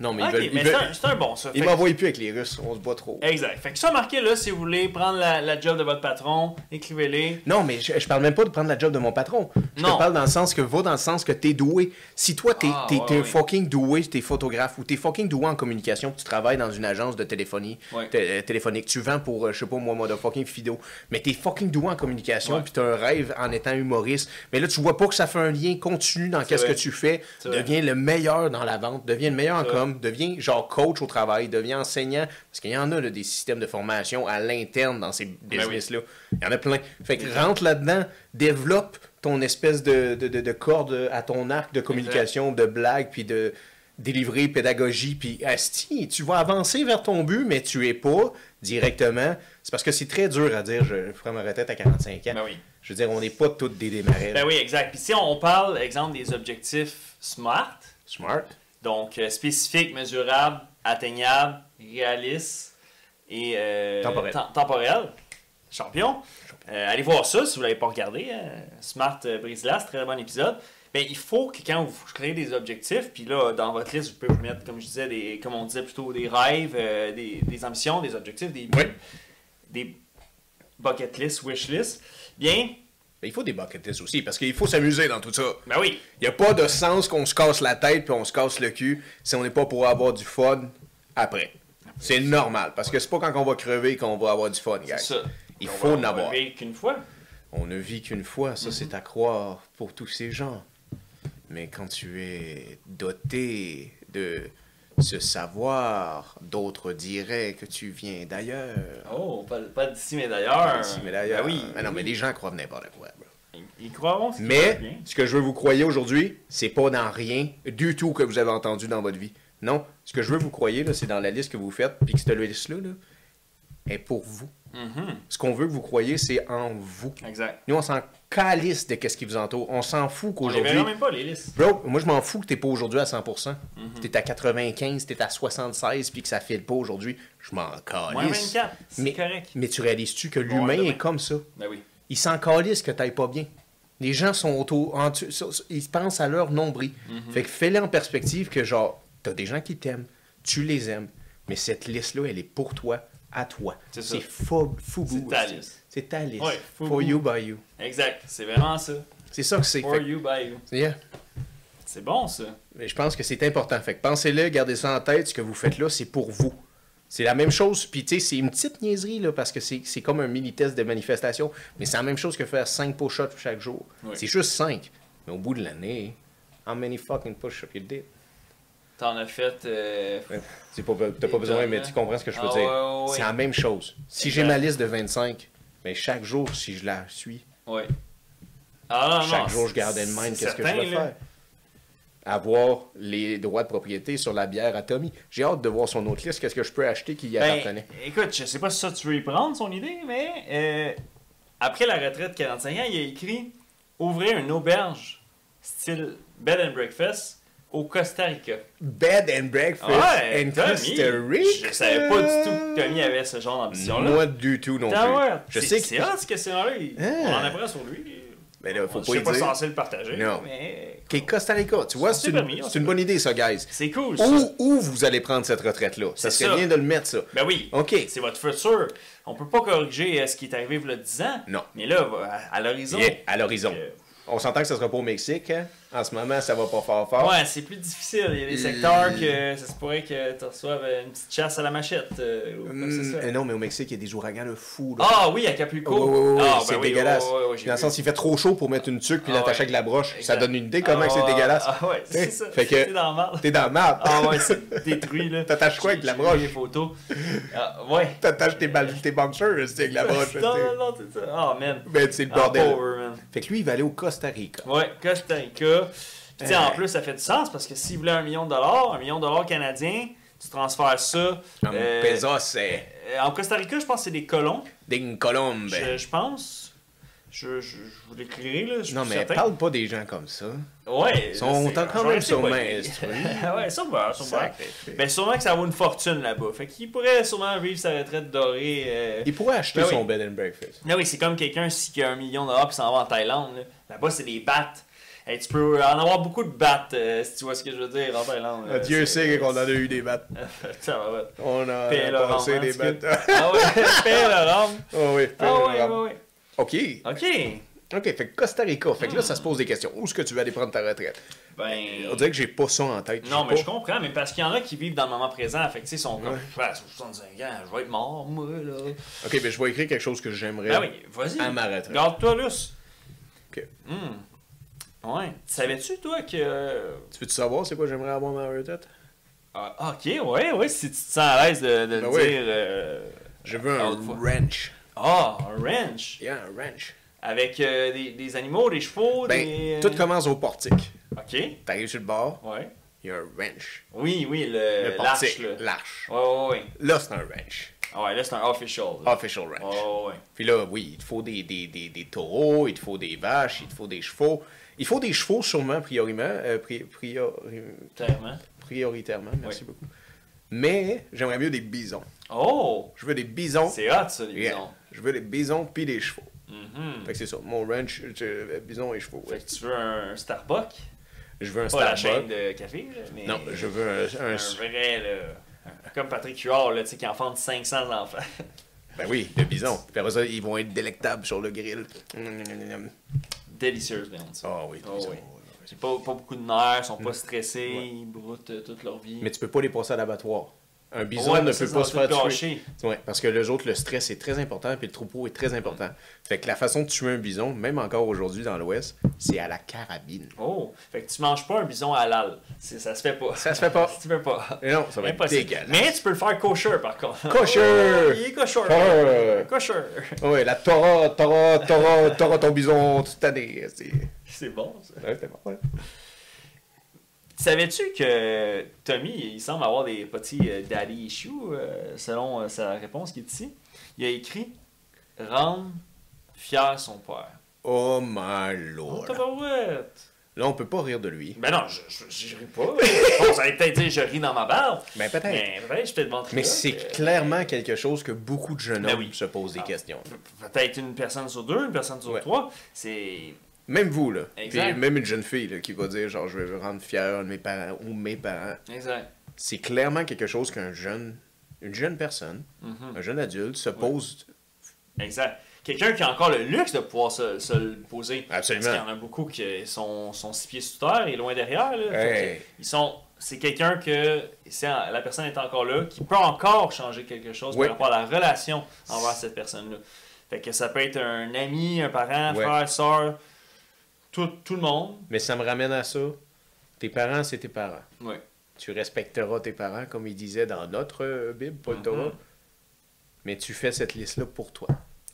Non, mais
Ah, ok,
ils veulent- ils
mais
veulent-
c'est un- c'est un bon, ça.
ils
Fait que-
m'envoient plus avec les Russes, on se bat trop.
Exact. Fait que ça, marquez-le si vous voulez prendre la, la job de votre patron. Écrivez-les.
Non, mais je, je parle même pas de prendre la job de mon patron. Je
Non.
te parle dans le sens que va dans le sens que t'es doué. Si toi t'es
Ah,
t'es-
ouais,
t'es
ouais.
fucking doué, t'es photographe ou t'es fucking doué en communication, puis tu travailles dans une agence de téléphonie
Ouais.
té- euh, téléphonique, tu vends pour euh, je sais pas moi moi de fucking Fido, mais t'es fucking doué en communication
Ouais.
puis t'as un rêve en étant humoriste, mais là tu vois pas que ça fait un lien continu dans qu'est-ce que
vrai.
tu fais,
C'est vrai.
deviens le meilleur dans la vente, deviens le meilleur en
vrai.
com, deviens genre coach au travail, deviens enseignant parce qu'il y en a là, des systèmes de formation à l'interne dans ces
Ben oui.
business-là. Il y en a plein. Fait que rentre là-dedans, développe ton espèce de, de, de- de corde à ton arc de communication, de blague, puis de. délivrer pédagogie, puis asti, tu vas avancer vers ton but, mais tu es pas directement. C'est parce que c'est très dur à dire, je prends ma retraite à 45 ans.
Ben oui.
Je veux dire, on n'est pas tous des démarrés.
Ben oui, exact. Puis si on parle, exemple, des objectifs SMART,
Smart.
donc euh, spécifiques, mesurables, atteignables, réalistes et euh,
Temporels.
tem- temporels. champion. Euh, allez voir ça si vous ne l'avez pas regardé. euh, Smart euh, Brise-Glace, très bon épisode. Mais il faut que quand vous créez des objectifs, puis là, dans votre liste, vous pouvez vous mettre, comme je disais, des, comme on disait plutôt, des rêves, euh, des, des ambitions, des objectifs, des,
Oui.
des bucket list, wish list. Bien,
Ben, il faut des bucket lists aussi, parce qu'il faut s'amuser dans tout ça.
ben oui,
Il n'y a pas de sens qu'on se casse la tête puis on se casse le cul si on n'est pas pour avoir du fun après. C'est normal, parce que c'est pas quand on va crever qu'on va avoir du fun,
c'est
guys.
ça.
Il
On va-
faut
on
en
va
avoir.
vivre qu'une fois.
On ne vit qu'une fois, ça c'est à croire pour tous ces gens. Mais quand tu es doté de ce savoir, d'autres diraient que tu viens d'ailleurs.
Oh, pas, pas d'ici, mais d'ailleurs.
Ici, mais d'ailleurs.
Ben oui.
Mais non, mais les gens croient n'importe quoi. bro.
Ils, ils croiront ce qu'ils
Mais
veulent bien.
ce que je veux vous croyez aujourd'hui, c'est pas dans rien du tout que vous avez entendu dans votre vie. Non, ce que je veux vous croyez, là, c'est dans la liste que vous faites, puis que cette liste-là là, est pour vous.
Mhm,
Ce qu'on veut que vous croyez, c'est en vous.
Exact.
Nous, on s'en calisse de qu'est-ce qui vous entoure. On s'en fout
On les
qu'aujourd'hui.
verra même pas, les listes.
Bro, moi, je m'en fous que t'es pas aujourd'hui à 100%.
Mhm.
T'es à 95, t'es à 76, puis que ça file pas aujourd'hui. Je m'en
Moins
calisse.
24, c'est
mais,
correct.
mais tu réalises-tu que
va
l'humain
demain.
est comme ça?
Ben oui.
Ils s'en calissent que t'ailles pas bien. Les gens sont auto... en- tu- sur- sur- ils pensent à leur nombril.
Mm-hmm.
Fait que fais-les en perspective que, genre, t'as des gens qui t'aiment, tu les aimes, mais cette liste-là, elle est pour toi, à toi.
C'est ça.
C'est fou, fou
C'est ta liste.
C'est ta liste.
Ouais,
For
fubu.
you, by you.
Exact, c'est vraiment ça.
C'est ça que c'est.
For
Fait
you, by you.
que- Yeah.
C'est bon, ça.
Mais je pense que c'est important. Fait que pensez-le, gardez ça en tête. Ce que vous faites là, c'est pour vous. C'est la même chose. Puis, tu sais, c'est une petite niaiserie, là, parce que c'est c'est comme un mini-test de manifestation. Mais c'est la même chose que faire 5 push-ups chaque jour.
Oui.
C'est juste 5. Mais au bout de l'année, how many fucking push-ups you did?
T'en as fait. euh,
C'est pas- T'as pas
Et
besoin,
t'en
mais
as.
tu comprends ce que je veux
Ah,
dire.
ouais, ouais, ouais.
C'est la même chose. Si j'ai
Exact.
ma liste de 25, mais chaque jour, si je la suis,
Ouais. Ah non,
chaque
non,
jour, je
c'est-
gardais de même
c'est
qu'est-ce que je
certain,
vais
là.
faire. Avoir les droits de propriété sur la bière à Tommy. J'ai hâte de voir son autre liste, qu'est-ce que je peux acheter qui y
Ben,
appartenait.
écoute, je sais pas si ça tu veux y prendre son idée, mais euh, après la retraite de 45 ans, il a écrit Ouvrez une auberge style bed and breakfast au Costa Rica.
Bed and breakfast and
Tommy,
Costa Rica.
Je savais pas du tout que Tommy avait ce genre d'ambition-là.
Moi, du tout non
Ah ouais,
plus. Je
c'est-
sais que.
C'est rare ce questionnaire-là. il-
Ah.
On en apprend sur lui.
Mais là, faut
je
pas y
suis pas
dire.
censé le partager.
Non.
Mais...
Ok, Costa Rica, tu vois,
C'est
c'est une,
permis, on
c'est une bonne idée, ça, guys.
C'est cool. ça.
Où, où vous allez prendre cette retraite-là? Ça
C'est
serait
ça.
bien de le mettre, ça.
Ben oui,
OK.
c'est votre futur. On peut pas corriger euh, ce qui est arrivé il y a 10 ans.
Non.
Mais là, à, à l'horizon.
Yeah, à l'horizon.
Euh,
On s'entend que ça sera pas au Mexique. hein? En ce moment, ça va pas fort fort.
Ouais, c'est plus difficile. Il y a des secteurs
Euh.
que ça se pourrait que tu reçoives euh, une petite chasse à la machette. euh, ou comme
Hum,
ça.
euh, non, mais au Mexique, il y a des ouragans de fou. Là.
Ah oui, Acapulco.
Ouais, ouais, ouais, ouais,
Ah, ben
oh, c'est
oui,
dégueulasse.
ouais, ouais, ouais, j'ai
Dans le
vu.
sens, il fait trop chaud pour mettre une tuque puis
Ah
l'attacher
ouais.
avec la broche. Ça
Exact.
donne une idée comment
Ah,
que c'est
ouais,
dégueulasse.
Ah ouais,
T'sais,
c'est ça.
Fait
C'est
que
dans la merde.
t'es dans le marbre.
Ah ouais, c'est détruit là.
T'attaches quoi avec la
J'ai- j'ai
broche?
vu les photos. Ah, ouais.
T'attaches tes, bal- tes bunchers c'est avec la broche.
Non, non,
t'sais.
non, c'est ça. Ah, man.
Ben, c'est le
Ah,
bordel.
pauvre, man.
Fait que lui, il va aller au Costa Rica.
Ouais, Costa Rica. Puis, tu sais, en
Ouais.
plus, ça fait du sens parce que s'il voulait un million de dollars, un million de dollars canadiens, tu transfères ça.
Comme
euh,
Bezos, c'est
euh, en Costa Rica, je pense que c'est des colons,
Ding Colombe.
je, je pense. Je, je, je vous l'écrirai, là. Je suis
Non, mais
certain.
parle pas des gens comme ça.
Ouais.
Ils sont
c'est-
quand
j'aurais
même
été
sûrement
poli.
instruits.
ouais, sûrement, sûrement.
Sacrifice.
Ben, sûrement que ça vaut une fortune là-bas. Fait qu'il pourrait sûrement vivre sa retraite dorée. euh,
Il pourrait acheter
Ben oui.
son bed and breakfast.
Non, Ah oui, c'est comme quelqu'un si qui a un million de dollars et s'en va en Thaïlande. là. Là-bas, c'est des battes. Hey, tu peux en avoir beaucoup de battes, euh, si tu vois ce que je veux dire, en Thaïlande. là.
Ah, Euh, Dieu
Euh, C'est-
sait qu'on en a eu des battes.
Ça va, ouais.
On a
Paix le
passé
rhum,
des
hein,
battes.
Ah ouais, paix le rhum.
Oh oui,
Ah ouais,
Paix le
ouais,
rhum.
ouais.
OK.
Ok.
OK, fait que Costa Rica. Fait que là, ça se pose des questions. Où est-ce que tu vas aller prendre ta retraite? On
Ben.
dirait que j'ai pas ça en tête.
Non, mais je
comprends.
comprends, mais parce qu'il y en a qui vivent dans le moment présent. Fait que, tu sais, ils sont comme, ouais, 65 ans, je vais être mort, moi, là.
OK, ben je vais écrire quelque chose que j'aimerais.
Ben oui, vas-y.
À ma retraite.
Garde-toi, Luce.
OK.
Hum. Ouais. Savais-tu, toi, que. euh,
Tu veux-tu savoir c'est quoi j'aimerais avoir ma retraite?
Ah, ok, ouais, ouais, si tu te sens à l'aise de, de le
Ben oui.
dire. euh,
Je veux
Ah,
un
autrefois.
ranch.
Ah, un ranch!
Yeah, un ranch.
Avec euh, des, des animaux, des chevaux, des.
Ben, tout commence au portique.
Ok,
T'arrives sur le bord,
ouais.
il y a un wrench.
Oui, oui, le,
Le
Euh, l'arche,
portique,
là.
l'arche.
Ouais, ouais, ouais.
Là, c'est un wrench.
Ah Ouais, là, c'est un official. là.
Official wrench.
Ouais, ouais, ouais.
Puis là, oui, il te faut des, des, des, des taureaux, il te faut des vaches, il te faut des chevaux. Il faut des chevaux sûrement, prioritairement. euh, pri- priori-
Clairement.
prioritairement, merci
Oui.
beaucoup. Mais j'aimerais mieux des bisons.
Oh!
Je veux des bisons.
C'est hot, ça, les
Yeah.
bisons.
Je veux des bisons puis des chevaux.
Mhm.
Fait que c'est ça, mon ranch, je- bisons et chevaux. ouais.
Fait que tu veux un Starbucks?
Je veux un
Pas la chaîne
Starbucks.
de café, là, mais...
Non, je veux un-
un...
un-
vrai, là... un- Comme Patrick Huard, là, tu sais, qui enfante 500 enfants.
Ben oui, le bison. Puis après ça, ils vont être délectables sur le grill. Mm.
Délicieuse viande, ça.
Ah oui, le
Oh,
bison.
oui. J'ai pas, pas beaucoup de nerfs, sont pas stressés, ils broutent euh, toute leur vie.
Mais tu peux pas les passer à l'abattoir. Un bison
Ouais,
ne
parce
peut
que
pas
ça
se
va
faire
tout
tuer.
gâcher.
Ouais, parce que les autres, le stress est très important, puis le troupeau est très important. Fait que la façon de tuer un bison, même encore aujourd'hui dans l'Ouest, c'est à la carabine.
Oh! Fait que tu manges pas un bison halal. C'est- Ça se fait pas.
Ça se fait pas.
tu peux pas.
Mais non, ça va être
Impossible.
dégueulasse.
Mais tu peux le faire kosher, par contre.
Kosher!
Oh, il est kosher!
Kosher!
Kosher!
Ouais, la Torah, Torah, Torah, Torah, ton bison toute l'année. C'est
C'est bon, ça.
ouais, c'est bon, ouais.
Savais-tu que Tommy, il semble avoir des petits euh, daddy issues, euh, selon euh, sa réponse qui est ici? Il a écrit « Rendre fier son père
Oh my lord.
Tabarouette!
Là, on peut pas rire de lui.
Ben non, je, je, je ris pas. Je pense, j'allais peut-être dire je ris dans ma barbe.
Ben, peut-être.
Mais peut-être, je suis peut-être ventriloque.
Mais c'est
Euh,
clairement quelque chose que beaucoup de jeunes
Ben
hommes
oui.
se posent des
Ah.
questions.
pe- Peut-être une personne sur deux, une personne sur
Ouais.
trois. C'est.
Même vous, là.
Exact.
Puis même une jeune fille là, qui va dire, genre, je vais rendre fier de mes parents ou mes parents.
Exact.
C'est clairement quelque chose qu'un jeune, une jeune personne, un jeune adulte se pose.
Mhm. Exact. Quelqu'un qui a encore le luxe de pouvoir se, se le poser.
Absolument.
Parce qu'il y en a beaucoup qui sont, sont six pieds sous terre et loin derrière. là. Fait
Hey.
que Ils sont. C'est quelqu'un que c'est en- la personne est encore là, qui peut encore changer quelque chose
Oui.
par rapport à la relation envers cette personne-là. Fait que ça peut être un ami, un parent,
Ouais.
frère, soeur, tout, tout le monde.
Mais ça me ramène à ça. Tes parents, c'est tes parents.
Oui.
Tu respecteras tes parents, comme il disait dans notre euh, Bible, Paul
Mhm.
Torah. Mais tu fais cette liste-là pour toi.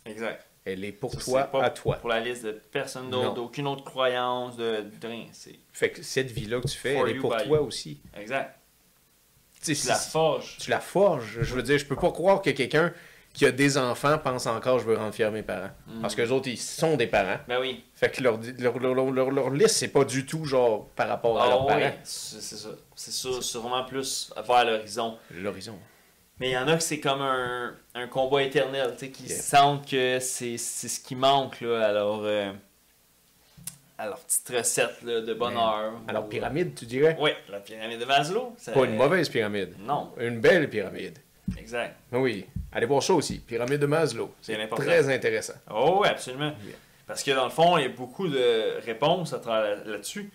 Exact.
Elle est pour
Ça,
toi,
c'est pas
à toi.
Pour la liste de personne
Non.
d'autre, d'aucune autre croyance, de, de rien. C'est
Fait que cette vie-là que tu fais,
For
elle est
you,
pour
by
toi
you.
aussi.
exact.
Tu sais,
Tu
si-
la forges.
tu la forges. Je veux dire, je peux pas croire que quelqu'un qui a des enfants pense encore je veux rendre fier mes parents.
Mm.
Parce que les autres, ils sont des parents.
Ben oui.
Fait que leur, leur, leur, leur, leur- leur liste, c'est pas du tout genre par rapport à
Ah
leurs
oui,
parents.
c'est c'est ça. C'est sûr, sûrement plus vers l'horizon.
L'horizon.
Mais il y en a que c'est comme un, un combat éternel, tu sais, qui
Yeah.
sentent que c'est c'est ce qui manque là, à, leur, euh, à leur petite recette là, de bonheur.
Alors, pyramide, tu dirais
Oui, la pyramide de Maslow. ça-
Pas une mauvaise pyramide.
Non,
Une belle pyramide.
exact.
Oui. Allez voir ça aussi. Pyramide de Maslow.
C'est
C'est
important.
très intéressant.
Oh, oui, absolument.
Yeah.
Parce que dans le fond, il y a beaucoup de réponses à travers- là-dessus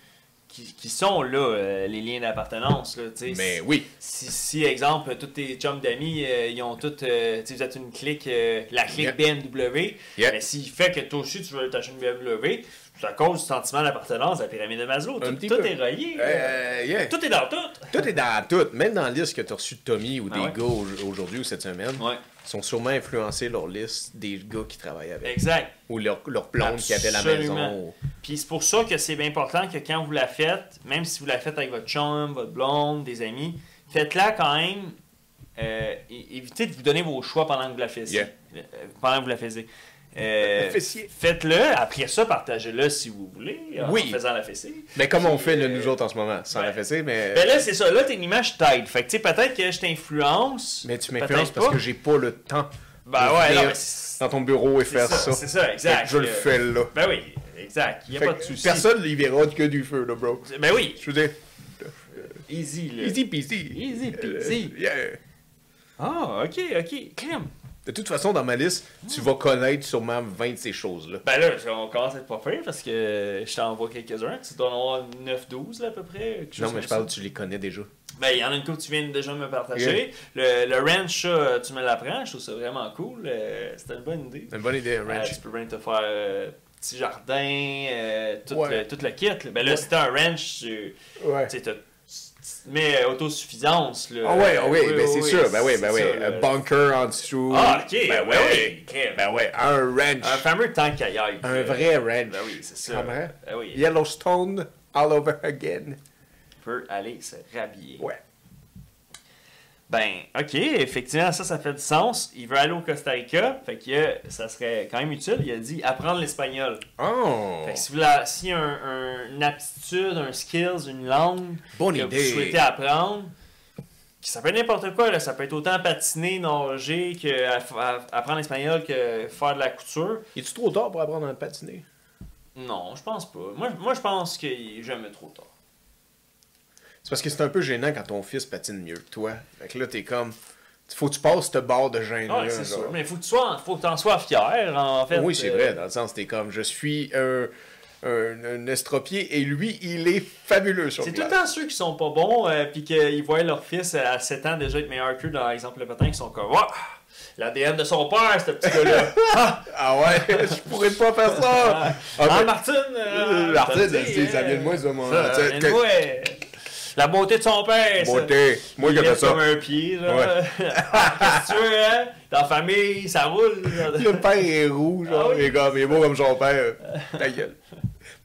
qui, qui sont là, euh, les liens d'appartenance. là, tu sais.
Mais oui.
Si, si, exemple, tous tes chums d'amis, euh, ils ont tous. euh, tu sais, vous êtes une clique, euh, la clique BMW.
Yeah.
Mais s'il fait que toi aussi, tu veux t'acheter une BMW, c'est à cause du sentiment d'appartenance à la pyramide de Maslow.
Un
Tout,
petit
tout
peu.
est relié.
Euh, yeah. tout...
Tout est dans tout.
est dans tout. Même dans la liste que tu as reçue de Tommy ou des
Ah ouais.
gars au- aujourd'hui ou cette semaine,
Ouais,
sont sûrement influencés leur liste des gars qui travaillent avec.
exact.
Ou leur, leur blonde qui avait la
Absolument.
maison.
Puis c'est pour ça que c'est bien important que quand vous la faites, même si vous la faites avec votre chum, votre blonde, des amis, faites-la quand même. euh, é- évitez de vous donner vos choix pendant que vous la faisiez.
Yeah.
Euh, pendant que vous la faisiez. Euh,
Fessier.
Faites-le, après ça, partagez-le si vous voulez, en
Oui.
faisant la fessée.
Mais comme on
Puis,
fait là,
euh,
nous autres en ce moment, sans
ouais.
la fessée, mais.
Ben là, c'est ça, là, t'es une image tête. Fait que, tu sais, peut-être que je t'influence.
Mais tu
peut-être
m'influences parce
pas.
que j'ai pas le temps
Ben
de
ouais,
venir
non, mais c'est-
dans ton bureau et
c'est
faire ça.
C'est ça, exact.
Fait que je le
Euh,
fais là.
Ben oui, exact. Y a
Fait
pas
que
de souci.
Personne n'y verra que du feu, là, bro.
Ben oui,
Je veux dire,
easy, là.
easy peasy.
Easy
Euh,
peasy.
yeah.
Ah, ok, ok. Crème.
De toute façon, dans ma liste, tu vas connaître sûrement 20 de ces choses-là.
Ben là, on commence à être pas fait parce que je t'envoie quelques-uns. Tu dois en avoir 9-12 là, à peu près. quelque
Non,
chose
mais
comme
je
ça.
parle, tu les connais déjà.
Ben, il y en a une coupe que tu viens déjà me partager. Le, le ranch, ça, tu me l'apprends, je trouve ça vraiment cool. Euh, C'était une bonne idée.
C'est une bonne idée, un
Euh,
ranch.
tu peux bien te faire euh, petit jardin, euh, tout,
Ouais.
le, tout le kit. là. Ben là,
Ouais.
si t'as un ranch, tu
Ouais.
tu sais, t'as- tu te mets euh, autosuffisance. là.
Ah ouais, ah ouais,
Euh, oui,
ben
oui,
c'est
oui,
sûr, ben oui, ben
c'est
oui.
ça, là.
Un bunker en dessous.
Ah, ok,
ben
ben
ouais.
oui, ok.
Ben ouais, un ranch.
Un fameux tank à yacht,
Un
là.
vrai ranch.
Ben oui, c'est ça.
Vraiment?
Ben oui.
Yellowstone all over again.
peut aller se rhabiller.
Ouais.
Ben, ok, effectivement, ça, ça fait du sens. Il veut aller au Costa Rica, fait que euh, ça serait quand même utile. Il a dit apprendre l'espagnol.
Oh!
Fait que si vous la- si un, un- une aptitude, un skills, une langue
Bonne
que
idée.
vous souhaitez apprendre, que ça peut être n'importe quoi, là. ça peut être autant patiner, nager, que à- à- apprendre l'espagnol, que faire de la couture.
Es-tu trop tard pour apprendre à patiner?
Non, je pense pas. Moi, je- moi je pense qu'il est jamais trop tard.
C'est parce que c'est un peu gênant quand ton fils patine mieux que toi. Fait que là, t'es comme. Faut que tu passes cette barre de gêne
Ouais, Ah, c'est sûr. Mais faut que tu sois, faut que t'en sois fier, en fait.
oui, c'est
Euh,
vrai, dans le sens, t'es comme, je suis un, un, un estropié et lui, il est fabuleux sur
C'est tout
glace.
le temps ceux qui sont pas bons, euh, puis qu'ils voient leur fils à 7 ans déjà être meilleur qu'eux, dans exemple le patin, qui sont comme Ah! Ouah, L'ADN de son père, ce petit gars-là. ah,
Ah ouais, je pourrais pas faire ça!
ah,
Ah, mais-
Martine!
Euh,
euh,
Martine,
je te le dis,
c'est- ça
euh,
vient de moi, ça, moi. Tu sais,
vient de
que-
moi, euh, La beauté de son père, ça.
Beauté, moi qui
Il
ai fait
lève
ça.
comme un pied, là.
Ouais.
Ah, Qu'est-ce que tu veux, hein? Dans la famille, ça roule. là.
Le père est rouge,
Ah
genre,
oui.
il est comme- il est beau comme son père. Ta gueule.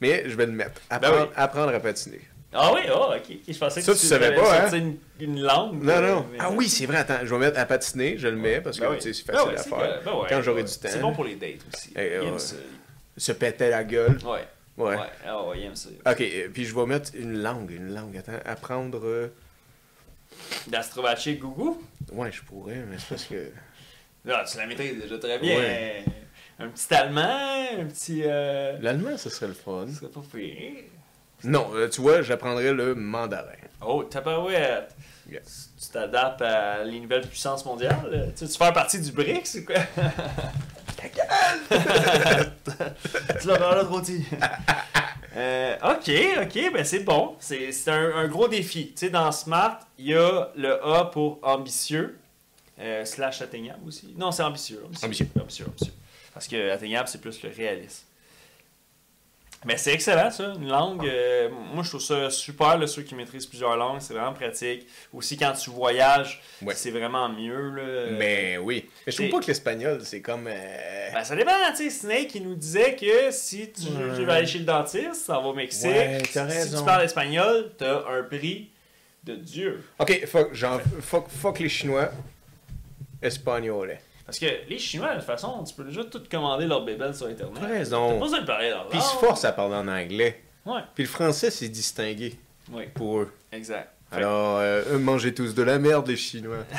Mais je vais le mettre. Apprendre,
Ben oui.
apprendre à patiner.
Ah oui, ah, ok. ok, Je pensais que
Ça, tu savais
t'avais
pas, hein?
sorti une, une langue.
Non,
euh,
non.
mais-
Ah oui, c'est vrai, attends, je vais mettre à patiner, je le mets parce que
Ben oui.
tu sais, c'est
Ben
facile
ouais,
à
c'est
faire.
que- ben ouais,
Quand j'aurai
ouais.
du temps,
C'est bon pour les dates aussi.
Eh,
il aime
ouais.
ça.
se péter la gueule.
Ouais.
Ouais.
Ouais. Ah ouais, il aime ça.
Ok, euh, puis je vais mettre une langue, une langue, attends, apprendre. euh,
D'Astrovaché Gougou.
Ouais, je pourrais, mais c'est parce que.
Là, tu la maîtrises déjà très bien.
Ouais.
Un petit allemand, un petit. Euh...
L'allemand, ce serait le fun.
Ce serait pas pire.
Non, euh, tu vois, j'apprendrais le mandarin.
Oh, tabarouette.
Yeah.
Tu t'adaptes à les nouvelles puissances mondiales. là. Tu veux faire partie du BRICS ou quoi? tu l'as parlé trop petit. Euh, ok, ok, ben c'est bon. C'est c'est un, un gros défi. Tu sais, dans Smart, il y a le A pour ambitieux, euh, slash atteignable aussi. Non, c'est ambitieux.
Ambitieux.
Ambitieux, ambitieux. Parce que atteignable, c'est plus le réaliste. Mais c'est excellent, ça. Une langue, euh, moi, je trouve ça super, là, ceux qui maîtrisent plusieurs langues. C'est vraiment pratique. Aussi, quand tu voyages,
Ouais.
c'est vraiment mieux. Là.
Mais oui. Euh, Mais je trouve
c'est-
pas que l'espagnol, c'est comme. euh,
Ben, ça dépend, tu sais, Snake, il nous disait que si tu,
Ouais.
tu vas aller chez le dentiste, ça va au Mexique,
Ouais,
si,
t'as
si
raison.
tu parles espagnol, t'as un prix de Dieu.
Ok, fuck, genre, fuck, fuck les Chinois. Espagnolais.
Parce que les Chinois, de toute façon, tu peux déjà tout commander leur bébelle sur Internet.
T'as
T'as
raison.
pas Ah. besoin de parler leur langue.
Puis ils se forcent à parler en anglais.
Ouais,
Puis le français, c'est distingué
oui,
pour eux.
exact. Fait
Alors, euh, eux mangez tous de la merde, les Chinois.
que,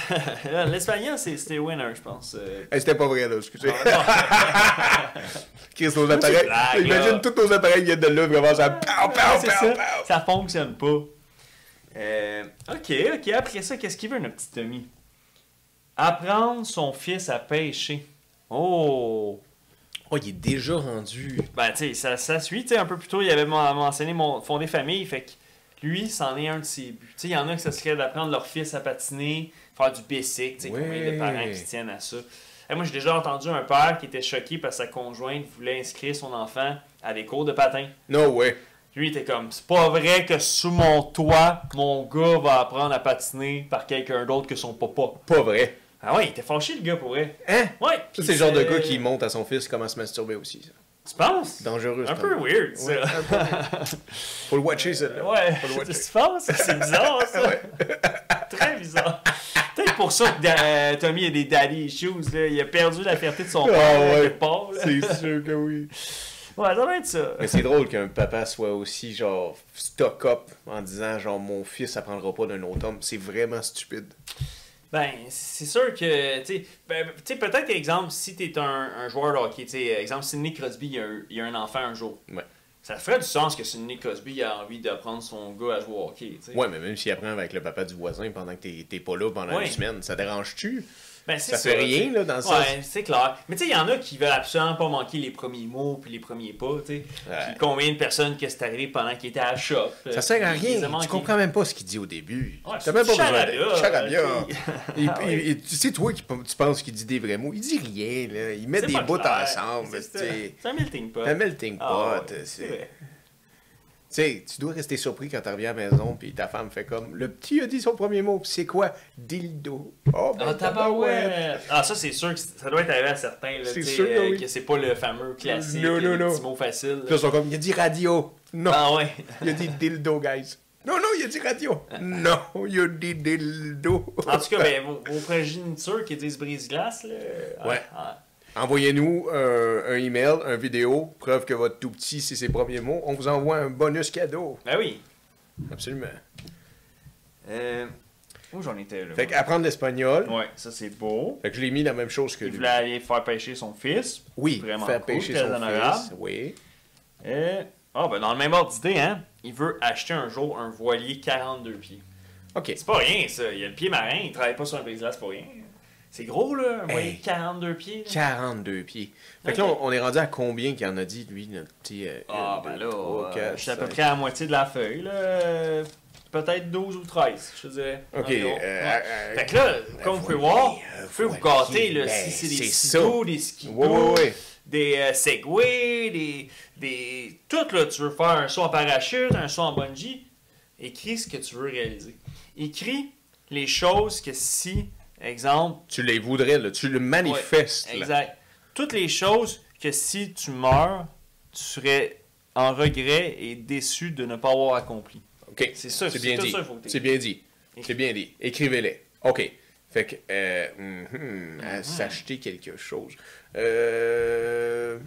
euh, L'espagnol, c'est c'était winner, je pense. euh.
Eh, C'était pas vrai, là, excusez. Chris, nos
Ah, c'est
appareils.
une blague,
Imagine
là.
tous nos appareils qui viennent de là, vraiment, ça. Pow, pow,
C'est
pow,
ça,
pow.
ça fonctionne pas. Euh, ok, ok. Après ça, qu'est-ce qu'il veut, notre petit Tommy? Apprendre son fils à pêcher. Oh!
Oh, il est déjà rendu.
Ben, tu sais, ça, ça suit. Tu sais, un peu plus tôt, il avait men- mentionné mon, fonder famille. Fait que lui, c'en est un de ses buts. Tu sais, il y en a que ce serait d'apprendre leur fils à patiner, faire du basic. Tu sais,
Ouais.
combien de parents qui se tiennent à ça? Eh, moi, j'ai déjà entendu un père qui était choqué parce que sa conjointe voulait inscrire son enfant à des cours de patin.
No way.
Lui, il était comme, c'est pas vrai que sous mon toit, mon gars va apprendre à patiner par quelqu'un d'autre que son papa.
Pas vrai.
Ah ouais, il était fâché, le gars, pour vrai.
Hein?
Ouais.
Ça,
puis
c'est le genre de gars qui monte à son fils comment se masturber aussi. ça.
Tu penses?
Dangereux.
Un
ça.
peu weird, ça.
Ouais, un peu. Faut le watcher, celle-là.
Ouais,
Faut le watcher.
qu'est-ce que tu penses? C'est bizarre, ça.
Ouais.
Très bizarre. Peut-être pour ça que da- euh, Tommy a des daddy issues, là. Il a perdu la fierté de son
Ah
père, là,
ouais.
quelque part, là.
C'est sûr que oui.
Ouais, ça doit être ça.
Mais c'est drôle qu'un papa soit aussi, genre, stock up en disant, genre, mon fils apprendra pas d'un autre homme. C'est vraiment stupide.
Ben, c'est sûr que, tu sais, ben, tu sais, peut-être, exemple, si t'es un, un joueur de hockey, tu sais, exemple, Sidney Crosby, il a, eu- il a un enfant un jour.
Ouais.
Ça ferait du sens que Sidney Crosby a envie d'apprendre son gars à jouer au hockey, tu sais.
Ouais, mais même s'il apprend avec le papa du voisin pendant que t'es- t'es pas là pendant
Ouais.
une semaine, ça dérange-tu?
Ben,
Ça
c'est
fait rien,
tu sais.
là, dans le sens-
Ouais, c'est clair. Mais tu sais, il y en a qui veulent absolument pas manquer les premiers mots puis les premiers pas, tu sais. Puis combien de personnes que c'est arrivé pendant qu'ils étaient à la shop. euh,
Ça sert à rien. Tu comprends même pas ce qu'il dit au début.
Ouais,
T'as même pas
Ah, c'est
besoin
charabia,
de- Charabia.
euh, puis-
Il-
Ah
il-
ouais.
il- Tu sais, toi, qui, tu penses qu'il dit des vrais mots. Il dit rien, là. Il met
C'est
des
pas
bouts
clair.
ensemble.
C'est-
tu sais.
C'est c'est un melting pot.
T'as melting pot.
Ah, ouais,
euh,
c'est
c'est-
vrai.
Tu sais, tu dois rester surpris quand tu reviens à la maison, puis ta femme fait comme Le petit a dit son premier mot, puis c'est quoi Dildo. Oh, ben,
Ah,
tabarouette.
tabarouette! Ah, ça, c'est sûr que c- ça doit être arrivé à certains, là,
C'est
tu sais,
sûr que
euh,
oui.
que c'est pas le fameux classique,
Non, non,
le
non.
petit mot facile.
Puis là, ils sont comme Il a dit radio. Non,
Ah ouais!
il a dit dildo, guys. Non, non, il a dit radio. non, il a dit dildo.
En tout cas, ben, vos, vos progénitures qui disent brise-glace, là. ah,
Ouais.
ah.
Envoyez-nous euh, un email, un vidéo, preuve que votre tout petit, c'est ses premiers mots. On vous envoie un bonus cadeau.
Ben oui.
Absolument.
Euh, où j'en étais, là?
Fait
moi?
qu'apprendre l'espagnol.
Ouais, ça, c'est beau.
Fait que je l'ai mis la même chose que
Il
lui.
voulait aller faire pêcher son fils.
Oui,
Vraiment
faire
cool,
pêcher
très
son
honorable.
fils. Oui.
Euh, Ah, ben dans le même ordre d'idée, hein, il veut acheter un jour un voilier 42 pieds.
OK.
C'est pas rien, ça. Il a le pied marin, il travaille pas sur un brise-glace pour rien. C'est gros, là, un voilier
Hey.
42 pieds. là.
42 pieds. Fait que là,
Ok.
on on est rendu à combien qu'il en a dit, lui, notre petit. euh,
Ah,
une,
ben
deux,
là,
trois,
euh,
quatre,
je suis à peu
cinq.
près à la moitié de la feuille, là. Euh, Peut-être 12 ou 13, je te dirais.
OK.
environ.
euh,
Ouais.
euh,
Fait que là, comme vous pouvez voir,
voilier,
vous pouvez vous
voilier,
gâter, là,
ben,
si c'est des
c'est
skidos, des skidos,
Ouais, ouais, ouais.
des euh, segways, des, des... Tout, là, tu veux faire un saut en parachute, un saut en bungee, écris ce que tu veux réaliser. Écris les choses que si, exemple...
tu les voudrais, là, tu le manifestes.
Ouais,
là.
exact. Toutes les choses que si tu meurs, tu serais en regret et déçu de ne pas avoir accompli.
OK.
C'est ça,
c'est
c'est
bien
tout
dit.
ça, faut que t'aies.
C'est bien dit.
Écri-
C'est bien dit. Écrivez-les. OK. Fait que, euh, mhm, à s'acheter quelque chose. Euh,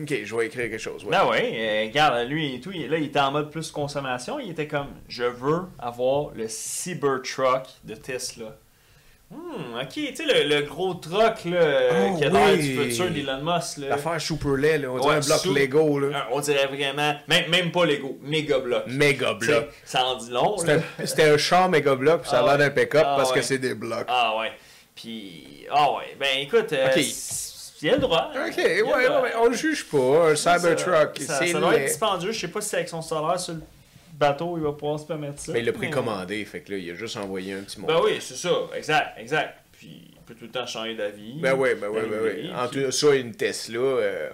OK, je vais écrire quelque chose. ouais.
Ben ouais, euh, regarde, lui et tout, il- là, il était en mode plus consommation. Il était comme, je veux avoir le Cybertruck de Tesla. Hmm, ok, tu sais, le, le gros truck là, euh,
Oh
qui a l'air
oui.
du futur d'Elon Musk. Là,
L'affaire super laid, là, on
euh, Ouais,
dirait un bloc
sous-
Lego, là.
Euh, on dirait vraiment, même, même pas Lego, méga bloc.
Méga
Tu sais,
bloc.
Ça en dit long.
C'était
là.
un- C'était un char méga bloc, puis ça a
Ah
l'air d'un pick-up
Ah
parce que
ouais.
c'est des blocs.
Ah ouais. Puis, ah ouais. Ben écoute, euh,
Ok.
s- il y a le droit.
OK,
Il y a
ouais,
le
ouais,
droit.
ouais, on le juge pas. Un
Ça-
Cybertruck,
ça,
c'est
ça doit être
laid.
dispendieux. Je sais pas si avec son salaire sur le bateau, il va pouvoir se permettre ça.
Mais il l'a précommandé, fait que là, il a juste envoyé un petit mot.
Ben oui, c'est ça, exact, exact. Puis il peut tout le temps changer d'avis.
Ben oui, ben oui, ben
d'arriver,
oui. En
puis- Hmm.
tout ça, une Tesla. euh,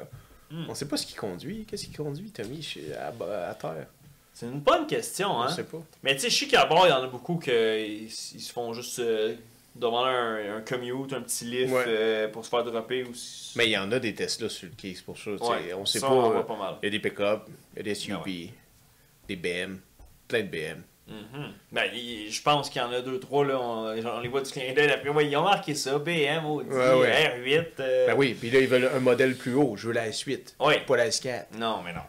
On sait pas ce qu'il conduit. Qu'est-ce qu'il conduit, Tommy, chez- à, à terre?
C'est une bonne question,
On
hein.
sait pas.
Mais tu sais, je sais qu'à bord, il y en a beaucoup qui se font juste euh, demander un, un commute, un petit lift
Ouais.
euh, pour se faire dropper ou si-
Mais il y en a des Tesla sur le quai, c'est pour ça. tu sais,
Ouais,
on sait
ça,
pas.
on en
euh,
voit pas Ben mal.
Il y a des pick-up, il y a des SUV, des BM, plein de BM.
Mhm. Ben, il- je pense qu'il y en a deux, trois, là. On, on les voit du clin d'œil. Après, ouais, ils ont marqué ça. BM, Audi,
Ouais, ouais.
R8. euh,
Ben oui, puis là, ils veulent un modèle plus haut. Je veux la S8,
Ouais.
pas la S4.
Non, mais non.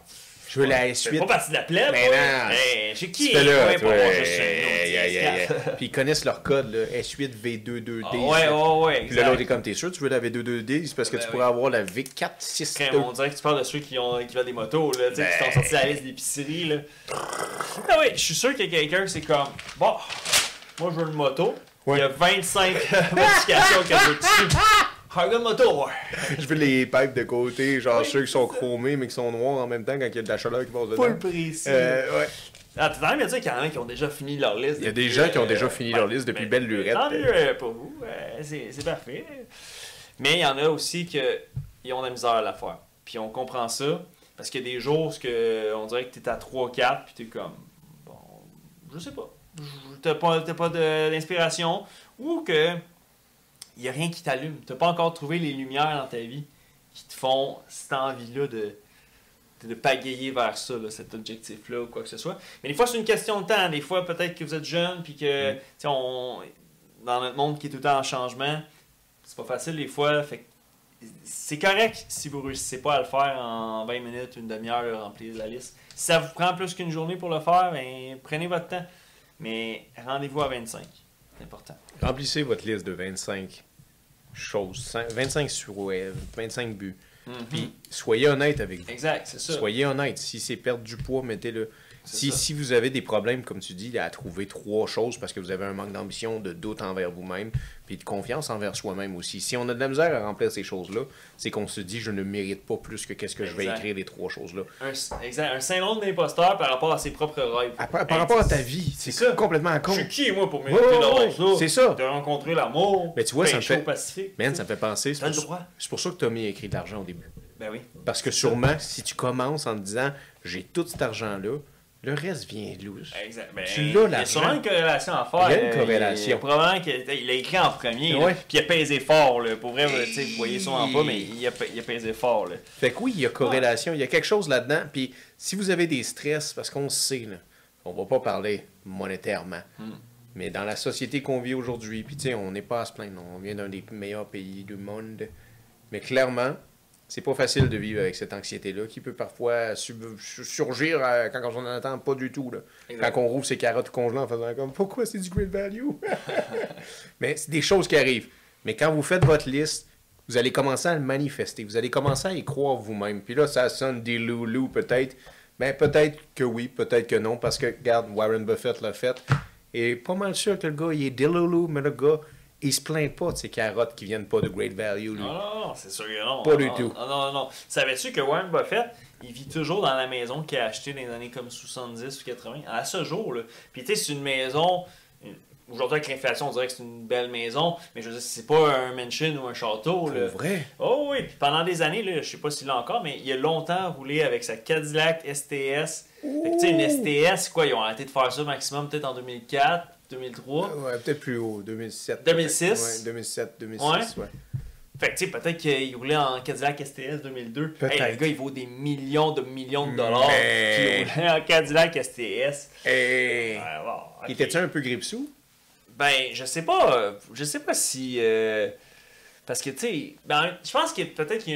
Je veux la
C'est
S8.
pas partie de la plèbe.
Mais
ouais.
Ben non.
Hey, Ben, j'ai qui
Fais-le,
Ouais,
toi.
bon,
Hey,
je sais, non,
hey,
c'est
hey, hey,
escale.
hey. Puis ils connaissent leur code, là, S8 V222D.
Ah, ouais, ouais, ouais.
Puis là, l'autre est
exact.
comme, t'es sûr, tu veux la V222D? C'est parce que
Ben
tu
oui.
pourrais avoir la V462.
Crème, on dirait que tu parles de ceux qui ont qui vendent des motos, là, tu sais, qui
Ben.
sont sortis de la liste d'épicerie, là. Ah ouais, je suis sûr qu'il y a quelqu'un qui c'est comme, bon, moi je veux une moto.
Ouais.
Il y a 25 modifications que je veux dessus. Un gars de moto, ouais.
Je veux les pipes de côté, genre
Oui,
ceux qui sont
c'est ça.
chromés mais qui sont noirs en même temps quand il y a de la chaleur qui passe dedans.
Pas le précis.
Euh, ouais.
Ah, t'es quand même bien dire qu'il y en a qui ont déjà fini leur liste.
Il y a des
depuis, euh,
gens qui ont déjà fini leur liste depuis
ben,
belle lurette.
Tant mieux euh, pour vous, euh, c'est c'est parfait. Mais il y en a aussi qui ont de la misère à la faire. Puis on comprend ça, parce qu'il y a des jours où on dirait que t'es à 3-4, puis t'es comme, bon, je sais pas, Je- t'as pas, t'as pas de- d'inspiration, ou que il y a rien qui t'allume. T'as pas encore trouvé les lumières dans ta vie qui te font cette envie-là de, de, de pagayer vers ça, là, cet objectif-là ou quoi que ce soit. Mais des fois, c'est une question de temps. Des fois, peut-être que vous êtes jeune, puis
Mm.
que, tu sais, on, dans notre monde qui est tout le temps en changement, c'est pas facile des fois. Fait que c'est correct si vous réussissez pas à le faire en 20 minutes, une demi-heure, là, remplir la liste. Si ça vous prend plus qu'une journée pour le faire, ben, prenez votre temps. Mais rendez-vous à 25. C'est important.
Remplissez votre liste de 25 choses, cin- 25 souhaits, 25 buts. Puis soyez honnête avec vous.
Exact, c'est ça.
Mm-hmm. Soyez honnête. Si c'est perdre du poids, mettez-le.
C'est
Si,
ça.
si vous avez des problèmes, comme tu dis, à trouver trois choses parce que vous avez un manque d'ambition, de doute envers vous-même, puis de confiance envers soi-même aussi. Si on a de la misère à remplir ces choses-là, c'est qu'on se dit je ne mérite pas plus que qu'est-ce que je vais
Exact.
écrire les trois choses-là.
Un, exact, un syndrome d'imposteur par rapport à ses propres rêves.
À par, par
Hey,
rapport à ta vie, c'est
ça.
complètement à
Je
con.
suis qui, moi, pour mériter
Ouais, ouais,
d'avoir
ouais,
ça?
c'est ça.
De rencontrer l'amour.
Mais tu vois, ça me
pêcher
fait-
au Pacifique.
Man, ça me fait penser. C'est
T'as le
pour-
droit.
c'est pour ça que Tommy a écrit de l'argent au début.
Ben oui.
Parce que sûrement, si tu commences en te disant j'ai tout cet argent-là, le reste vient loose.
Exact. Ben,
Tu l'as,
il y a
l'argent.
sûrement une corrélation à faire.
Il y a une
Euh,
corrélation.
il- probablement qu'il a écrit en premier. là,
Ouais.
Puis il a pesé fort. Là. Pour vrai, tu sais, vous voyez sûrement pas, mais il a, pe- il a pesé fort. Là.
Fait que oui, il y a corrélation, il y a quelque chose là-dedans. Puis si vous avez des stress, parce qu'on le sait, là, on va pas parler monétairement. Mais dans la société qu'on vit aujourd'hui, puis tu sais, on n'est pas à se plaindre. On vient d'un des meilleurs pays du monde. Mais clairement, c'est pas facile de vivre avec cette anxiété-là qui peut parfois sub- surgir euh, quand on n'en attend pas du tout. là.
Exact.
Quand on rouvre ses carottes congelées en faisant comme pourquoi c'est du great value Mais c'est des choses qui arrivent. Mais quand vous faites votre liste, vous allez commencer à le manifester. Vous allez commencer à y croire vous-même. Puis là, ça sonne des loulous peut-être. Mais peut-être que oui, peut-être que non. Parce que, regarde, Warren Buffett l'a fait. Et pas mal sûr que le gars, il est des loulous, mais le gars, il se plaint pas de ses carottes qui viennent pas de great value. Lui.
Non, non, non, c'est sûr que non.
Mm. Pas
Non,
du
non,
tout.
Non, non, non. Savais-tu que Warren Buffett, il vit toujours dans la maison qu'il a achetée dans les années comme 70 ou 80, à ce jour, là. Puis tu sais, c'est une maison... une- Aujourd'hui, avec l'inflation, on dirait que c'est une belle maison, mais je veux dire, c'est pas un mansion ou un château, là.
Pour vrai.
Oh oui, puis pendant des années, là, je sais pas s'il l'a encore, mais il a longtemps roulé avec sa Cadillac STS. Fait que, tu sais, une STS, quoi, ils ont arrêté de faire ça maximum peut-être en 2004, 2003.
Ouais, peut-être plus haut, 2007.
2006?
Ouais, 2007, 2006,
Ouais.
ouais.
Fait que, tu sais, peut-être qu'il roulait en Cadillac STS 2002.
Peut-être.
Hey, le gars, il vaut des millions de millions de dollars.
Mais-
Puis il roulait en Cadillac STS.
Et...
Ouais, bon,
Il
ok.
était-tu un peu grippe-sous?
Ben, je sais pas. euh, Je sais pas si. euh, Parce que, tu sais, ben, je pense que peut-être que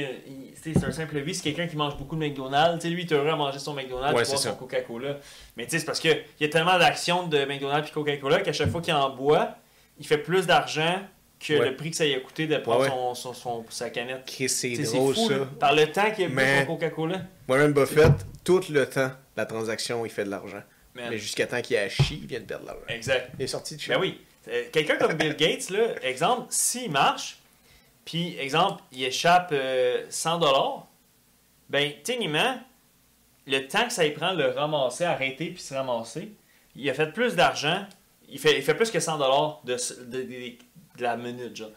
c'est un simple lui, c'est quelqu'un qui mange beaucoup de McDonald's. Tu sais, lui, il est heureux à manger son McDonald's,
Ouais,
et boire
c'est
son
ça.
Coca-Cola. Mais tu sais, c'est parce qu'il y a tellement d'actions de McDonald's et Coca-Cola qu'à chaque fois qu'il en boit, il fait plus d'argent que
Ouais.
le prix que ça lui a coûté de prendre
Ouais, ouais.
Son, son, son- sa canette.
Chris, c'est
Tu sais,
drôle ça.
là. Par le temps qu'il a bu
Mais-
son Coca-Cola.
Warren Buffett, tout le temps, la transaction, il fait de l'argent.
Man.
Mais jusqu'à temps qu'il a chi, il vient de perdre de l'argent.
Exact.
Il est sorti de chez
Ben oui. Euh, Quelqu'un comme Bill Gates, là, exemple, s'il marche, puis exemple, il échappe euh, 100 dollars, ben, techniquement, le temps que ça y prend de le ramasser, arrêter puis se ramasser, il a fait plus d'argent, il fait, il fait plus que 100 dollars de, ce- de, de- de la minute, genre.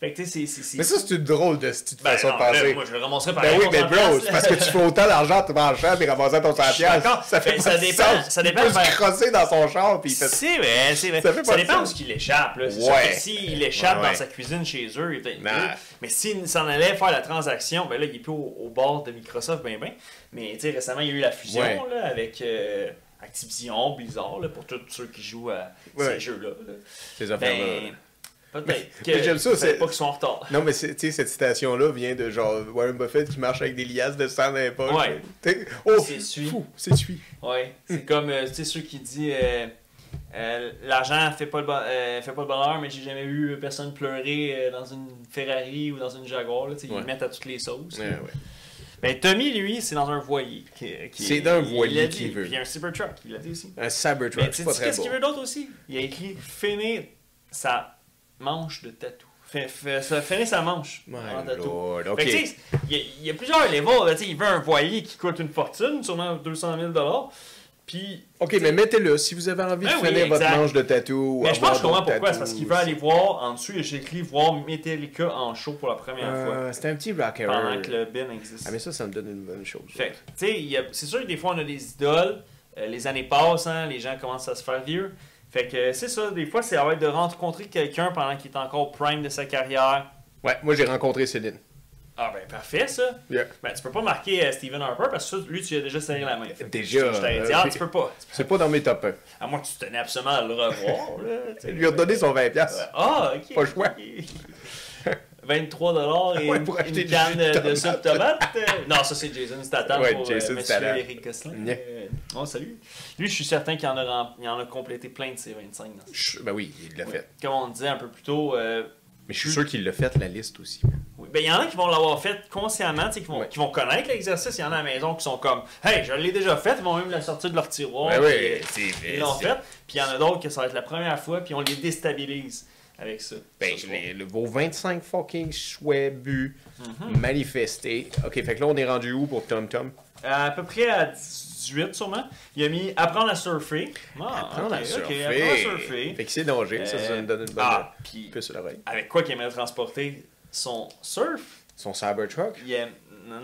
Fait que, tu sais, c'est- c'est... c'est-
Mais ça, c'est une drôle de petite
Ben
façon
non,
de
là,
penser.
moi, je le ramasserais par
Ben oui,
exemple,
mais
100
bro,
piastres,
c'est
là.
parce que tu fais autant d'argent en te marchant puis ramassant ton 100$.
d'accord.
Ça fait
Mais
pas
ça
de
dépend-
sens.
ça dépend
Il peut
ben-
se crosser dans son char puis il fait
C'est vrai, c'est vrai.
Ça
Ça,
fait pas de
dépend où
sens.
il échappe. Là. C'est sûr
Ouais.
que s'il échappe
Ouais.
dans sa cuisine chez eux, il est peut-être
Non.
mieux. Mais s'il s'en allait faire la transaction, ben là, il est plus au, au bord de Microsoft, ben ben. Mais tu sais, récemment, il y a eu la fusion
Ouais.
là, avec euh, Activision, Blizzard, là, pour tous ceux qui jouent à
Ouais.
ces jeux-là. là.
ces
Ben, peut-être
hein. mais
que
j'aime ça, c'est-
peut-être pas qu'ils sont en retard.
Non, mais c'est- tu sais, cette citation-là vient de genre Warren Buffett qui marche avec des liasses de sang dans les poches.
Ouais.
T'sais, Oh,
C'est suit.
fou, c'est suit.
Ouais, c'est comme euh, tu sais ceux qui disent euh, euh, l'argent fait pas le bon- euh, fait pas le bonheur, mais j'ai jamais vu personne pleurer euh, dans une Ferrari ou dans une Jaguar. Là, tu sais, Ils
Ouais.
le mettent à toutes les sauces.
Ouais, ouais.
Ben Tommy lui, c'est dans un voilier. qui- qui-
C'est dans un
il
voilier
l'a
qu'il
dit.
veut.
Puis il y a un Cybertruck, il l'a dit aussi.
Un
Mais
Cybertruck,
Ben,
c'est
tu sais
pas très
qu'est-ce
bon.
qu'il veut d'autre aussi Il a écrit finir sa manche de tatou. Fait- fait- ça- Finir sa manche en
My
tatou.
lord,
Fait que, tu
ok.
sais, il y, a- il y a plusieurs levels. là, tu sais, il veut un voilier qui coûte une fortune, sûrement 200 000 Puis
Ok, mais mettez-le. Si vous avez envie de
Ah oui,
finir votre
exact.
manche de tatou. ou
Mais je
avoir
pense que je comprends
d'autres
pourquoi.
tatous,
C'est parce qu'il veut aller voir en dessous et j'ai écrit voir Metallica en show pour la première fois.
Euh, C'était un petit rocker.
Pendant que le bin existe.
Ah, mais ça, ça me donne une bonne chose.
Fait que, tu sais, il y a- c'est sûr que des fois on a des idoles, euh, les années passent, hein, les gens commencent à se faire vieux. Fait que euh, c'est ça, des fois c'est avoir de rencontrer quelqu'un pendant qu'il est encore prime de sa carrière.
Ouais, moi j'ai rencontré Céline.
Ah ben parfait ça.
Yeah.
Ben tu peux pas marquer euh, Stephen Harper parce que ça, lui tu lui as déjà serré la main. Fait que
Déjà,
Je t'avais
euh,
dit, ah
puis-
tu peux pas.
C'est pas dans mes top 1.
À moins que tu tenais absolument à le revoir. là, tu sais.
Il lui a donné son 20$. piastres.
Ah, ok.
Pas le choix.
ok. 23 dollars et
Ouais,
une-
pour
une,
acheter du
canne
jus de
de, de soupe tomate. Euh, non, ça c'est Jason Statham
Ouais,
pour
Jason
euh, Monsieur
Statham.
Eric Gosselin.
Yeah.
Euh, on salue. Lui, je suis certain qu'il en, a rem- il en a complété plein de ses 25 dans ce-
Chut, Ben oui, il l'a fait.
Comme on disait un peu plus tôt, euh,
Mais je suis sûr qu'il l'a fait, la liste aussi.
oui. ben, il y en a qui vont l'avoir fait consciemment, tu sais, qui vont,
Ouais.
qui vont connaître l'exercice. Il y en a à la maison qui sont comme Hey, je l'ai déjà fait, ils vont même la sortir de leur tiroir.
Ben oui,
puis, euh,
c'est
ils l'ont fait. Puis il y en a d'autres que ça va être la première fois, puis on les déstabilise avec ça.
Ben,
Ça,
les- le- vos 25 fucking souhaits bu
Mhm.
manifestés. Ok, fait que là, on est rendu où pour Tom Tom
Euh, À peu près à 18 sûrement. Il a mis apprendre à surfer. Ah,
Apprendre
ok,
à
ok,
surfer.
apprendre à surfer.
Fait que c'est danger, ça, ça
Euh,
nous donne une bonne
ah, puis
puce à l'oreille.
avec quoi qu'il aimerait transporter son surf
Son Cybertruck.
il aime-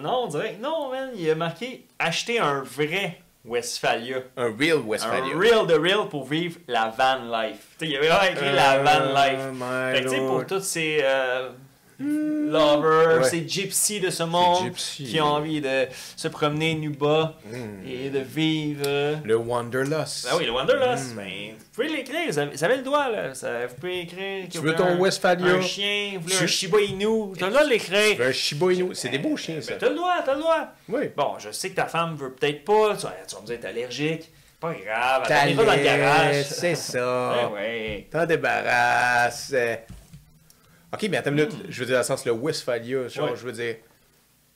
Non, on dirait que non, man. Il a marqué acheter un vrai Westphalia.
Un real
Un
Westphalia.
real de real pour vivre la van life. Tu sais, il avait vraiment écrit la
Euh,
van life.
my
Fait que tu sais,
lord.
pour toutes ces euh, lovers,
Ouais.
ces gypsies de ce monde
gypsies. Hmm.
qui ont envie de se promener nu bas et de vivre. euh,
Le Wanderlust.
Ben oui, le
Hmm.
Wanderlust, ben, vous pouvez l'écrire, vous avez, vous avez le droit, là. ça- vous pouvez écrire. que
Tu
vous
veux
voulez
ton
un-
Westphalia?
Un chien, vous voulez
Tu-
un Shiba Inu, t'as le droit de l'écrire.
Un Shiba Inu. C'est des beaux chiens, ça.
Ben, T'as le droit, t'as le droit.
Oui.
Bon, je sais que ta femme veut peut-être pas, tu vas, tu vas me dire t'es allergique. Pas grave,
T'as
elle t'en dans le garage.
C'est
Ben
ça.
ouais.
T'en débarrasses. Ok, mais attends une minute. Je veux dire, dans le sens, le Westphalia, genre,
Ouais.
je veux dire.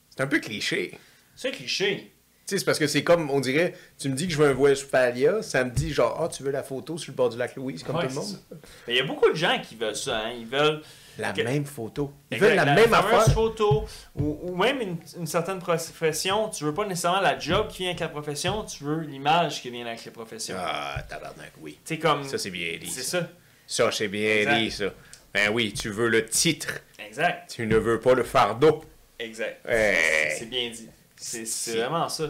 C'est un peu cliché.
C'est un cliché.
Tu sais, c'est parce que c'est comme, on dirait, tu me dis que je veux un Westphalia, ça me dit genre, ah, tu veux la photo sur le bord du lac Louise, comme tout
Ouais,
le
c'est
monde.
ça. Mais il y a beaucoup de gens qui veulent ça, hein. Ils veulent.
La
que-
même photo. Ils
Exact,
veulent la, même
fameuse
affaire.
photo ou, ou même une, une certaine profession. Tu veux pas nécessairement la job qui vient avec la profession, tu veux l'image qui vient avec la profession.
Ah, tabarnak, oui.
C'est comme.
Ça, c'est bien dit.
C'est
ça.
ça.
Ça, c'est bien
Exact.
dit, ça. Ben oui, tu veux le titre.
Exact.
Tu ne veux pas le fardeau. Eh,
Exact.
Hey.
C'est bien dit. C'est c'est
Si.
vraiment ça.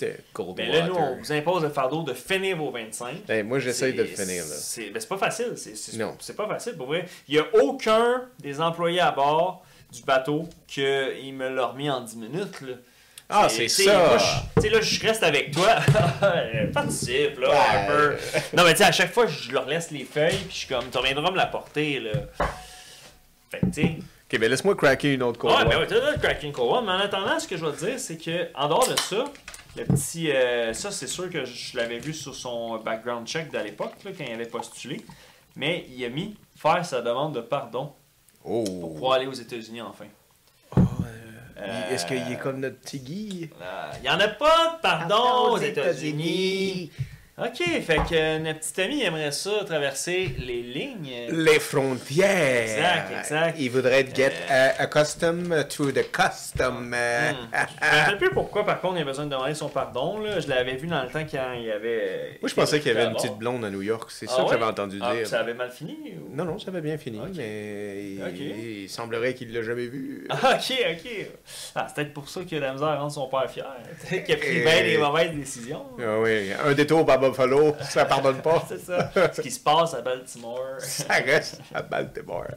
De Cold
Mais là, nous, on
water.
vous impose Ben, le fardeau de finir vos 25.
Hey, Ben, moi, j'essaye de le
C'est-
finir, là.
C'est ben, c'est pas facile. c'est- c'est-
Non.
C'est pas facile, pour vrai. Il y a aucun des employés à bord du bateau qu'il me l'a remis en 10 minutes, là.
Ah,
Et,
c'est
tu sais,
ça.
moi, je- Tu sais, là, je reste avec toi. Participe, là, un
Ouais.
peu. Non, mais tu sais, à chaque fois, je leur laisse les feuilles, puis je suis comme, tu reviendras me la porter, là. Fait que, tu sais.
Ok, ben laisse-moi craquer une autre cold
Ouais, ben
water.
ouais, t'as le cracking cold one, mais en attendant, ce que je vais te dire, c'est que en dehors de ça, le petit. euh, ça, c'est sûr que je l'avais vu sur son background check d'à l'époque, là, quand il avait postulé, mais il a mis faire sa demande de pardon pour
Oh.
pouvoir aller aux États-Unis enfin.
Il- Est-ce qu'il est comme notre petit Guy?
Euh, Il n'y en a pas de pardon aux États-Unis. Ok, fait que euh, notre petit ami aimerait ça traverser les lignes. Hmm.
Les frontières.
Exact, exact.
Il voudrait get
Euh.
uh, accustomed to the custom. euh.
Hmm. Je ne sais plus pourquoi, par contre, il a besoin de demander son pardon. Là. Je l'avais vu dans le temps quand il y avait.
Moi, je pensais qu'il y avait une
Ah,
petite blonde à New York. C'est
Ah
ça que
ouais?
j'avais entendu
Ah,
dire.
Ça avait mal fini ou-
Non, non, ça avait bien fini,
Ok.
mais il,
Ok.
il semblerait qu'il l'a jamais vu.
Ah, ok, ok. Ah, c'est peut-être pour ça qu'il a de la misère à rendre son père fier. Peut-être qu'il a pris
Et-
bien des mauvaises décisions.
Ah oui, un détour par Buffalo, ça pardonne pas.
C'est ça. Ce qui se passe à Baltimore.
ça reste à Baltimore.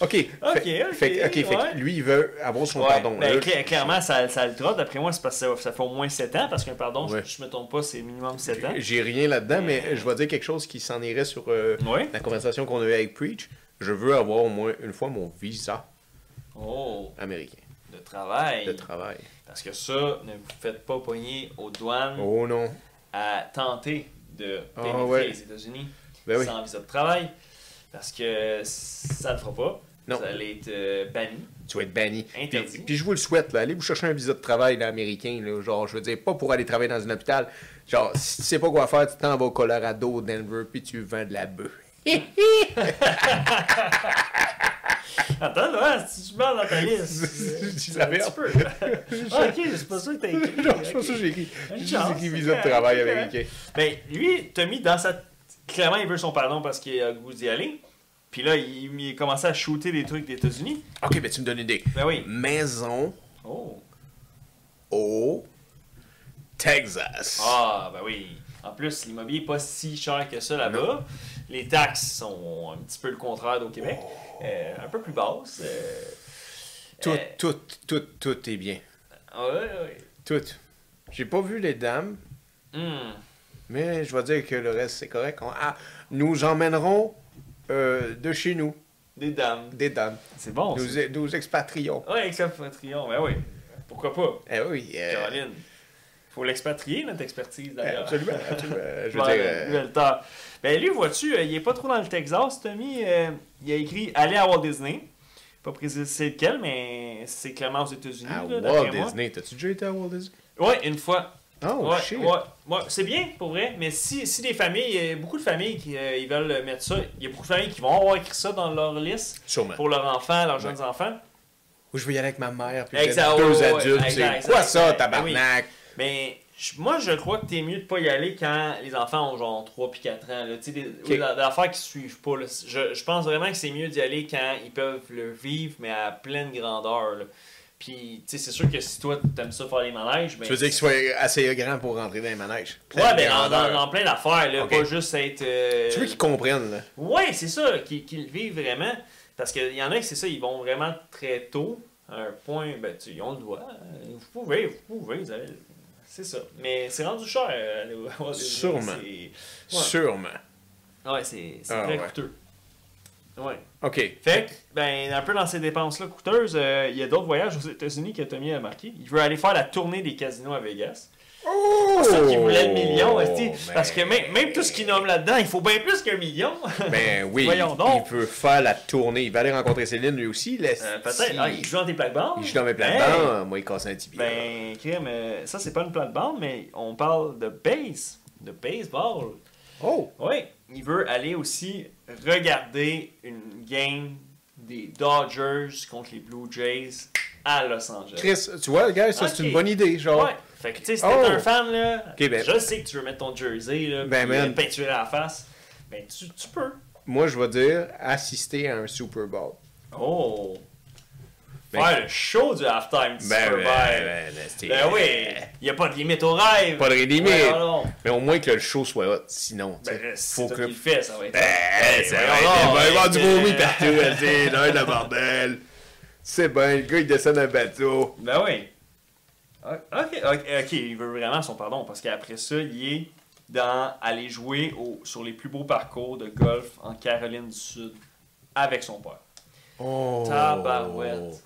OK. Fait-
Ok,
fait-
ok,
fait que
ouais.
lui, il veut avoir son
Ouais,
pardon. Euh,
ben,
Là,
cla- clairement, ça, ça le trotte. D'après moi, c'est parce que ça, ça fait au moins 7 ans. Parce qu'un pardon,
Ouais.
je, je me trompe pas, c'est minimum 7 ans.
J'ai rien là-dedans, mais je vais dire quelque chose qui s'en irait sur euh,
Ouais.
la conversation qu'on a eue avec Preach. Je veux avoir au moins une fois mon visa
Oh,
américain
de travail.
de travail.
Parce que ça, ne vous faites pas pogner aux douanes
Oh non.
à tenter de
Ah,
pénétrer
ouais.
les États-Unis
Ben oui.
sans visa de travail. Parce que ça ne le fera pas.
Non.
Vous allez être euh, banni.
Tu vas être banni. Puis,
Interdit.
puis je vous le souhaite, là, allez vous chercher un visa de travail là, américain. Là, genre, je veux dire, pas pour aller travailler dans un hôpital. Genre, si tu sais pas quoi faire, tu t'en vas au Colorado, Denver, puis tu vends de la bœuf.
Attends, là, si tu parles dans ta liste. euh,
Je
tu
la merde.
Ah, ok, c'est pas ça que t'as écrit.
Genre, c'est pas
ok.
ça que j'ai écrit.
Une
J'ai juste
chance,
écrit
c'est
visa de
correct,
travail
c'est correct.
américain.
Ben, lui, Tommy, dans sa. Clairement, il veut son pardon parce qu'il a le goût d'y aller. Puis là, il, il a commencé à shooter des trucs des États-Unis.
Ok, ben tu me donnes une idée.
Ben oui.
Maison
Oh.
au Texas.
Ah, ben oui. En plus, l'immobilier n'est pas si cher que ça là-bas. Les taxes sont un petit peu le contraire au Québec.
Oh.
Euh, un peu plus basses. euh,
Tout,
euh,
tout, tout, tout est bien.
ah, ouais, ouais.
Tout. J'ai pas vu les dames,
Hmm.
mais je vais dire que le reste, c'est correct. On- ah, nous emmènerons euh, de chez nous
Des dames.
des dames.
C'est bon. ça.
Nous, nous expatrions.
Ouais, expatrions, ben oui. Pourquoi pas,
Eh oui, euh,
Caroline? Faut l'expatrier, notre expertise,
euh,
d'ailleurs.
absolument. absolument. Euh, Je veux
Ouais,
dire,
la
euh,
nouvelle terre. Ben lui, vois-tu, euh, il est pas trop dans le Texas, Tommy. euh, il a écrit « Aller à Walt Disney ». Pas précisé lequel, mais c'est clairement aux États-Unis,
à
là,
Walt
d'après moi.
Disney, t'as-tu déjà été à Walt Disney?
Ouais, une fois.
Oh,
ouais,
shit.
ouais, ouais. C'est bien, pour vrai, mais si, si des familles, il y a beaucoup de familles qui euh, ils veulent mettre ça, il y a beaucoup de familles qui vont avoir écrit ça dans leur liste
Sûrement.
pour leurs enfants, leurs
Ouais.
jeunes enfants.
Ou je veux y aller avec ma mère, puis
Exact,
vous êtes deux
ouais, ouais,
adultes.
ouais, exact,
c'est quoi
exact, Ben
ça,
exact.
tabarnak?
Mais je- moi, je crois que t'es mieux de pas y aller quand les enfants ont genre 3 puis 4 ans. Là. Tu sais, Des, ou des- des affaires qui suivent pas. là. Je, je pense vraiment que c'est mieux d'y aller quand ils peuvent le vivre, mais à pleine grandeur. là. Puis, tu sais, c'est sûr que si toi, t'aimes ça faire les manèges, ben,
Tu veux dire qu'il soit assez grand pour rentrer dans les manèges?
Ouais, ben, dans,
Grandeur.
dans, dans plein d'affaires, là.
Ok.
Pas juste être. euh,
Tu veux qu'ils comprennent, là?
Ouais, c'est ça, qu'ils qu'ils le vivent vraiment. Parce qu'il y en a qui, c'est ça, ils vont vraiment très tôt, à un point, ben, tu, ils ont le doigt. euh, Vous pouvez, vous pouvez, vous avez. le- C'est ça. Mais c'est rendu cher. euh, aller au- au-
Sûrement.
c'est-
Sûrement.
Ouais, c'est c'est
Ah,
très
ouais.
coûteux. Ouais.
OK.
Fait que, ben, un peu dans ces dépenses-là coûteuses, euh, il y a d'autres voyages aux États-Unis que Tommy a marqué. Il veut aller faire la tournée des casinos à Vegas.
Oh!
C'est pour ça qu'il voulait le million, esti.
man.
parce que même, même tout ce qu'il nomme là-dedans, il faut bien plus qu'un million.
Ben oui,
Voyons
il-
donc.
il peut faire la tournée. Il va aller rencontrer Céline lui aussi. l'esti.
Euh, Peut-être. Ah, il joue dans des plaques-bandes.
Il joue dans mes plans
Hey!
Moi, il casse un tibia.
Ben, crime, euh, ça, c'est pas une plate-bande, mais on parle de base, de baseball.
Oh!
Oui, il veut aller aussi regarder une game des Dodgers contre les Blue Jays à Los Angeles.
Chris, tu vois, gars, ça, c'est
Ok.
une bonne idée. Genre,
Ouais, fait que tu sais, si t'es
Oh.
un fan, là,
Ok, ben-
je sais que tu veux mettre ton jersey, là,
Ben,
puis,
man.
euh, peinturer la face, ben tu, tu peux.
moi, je vais dire assister à un Super Bowl.
Oh!
Ben-
Faire le show du halftime du Super Bowl. Ben,
l'esti.
oui, il a pas de limite au rêve.
Pas de limite.
Ouais, non, non.
Mais au moins que le show soit hot. Sinon, tu sais,
Ben,
faut
c'est toi
que.
qui le fais, ça va être...
Ben, ça va être-
voyons
il
donc,
va y avoir du
ben,
vomi
ben,
partout. esti, dans le bordel. C'est bien, le gars, il descend d'un bateau.
Ben oui. Ok, ok, ok, il veut vraiment son pardon parce qu'après ça, il est dans aller jouer au- sur les plus beaux parcours de golf en Caroline du Sud avec son père.
Oh!
Tabarouette.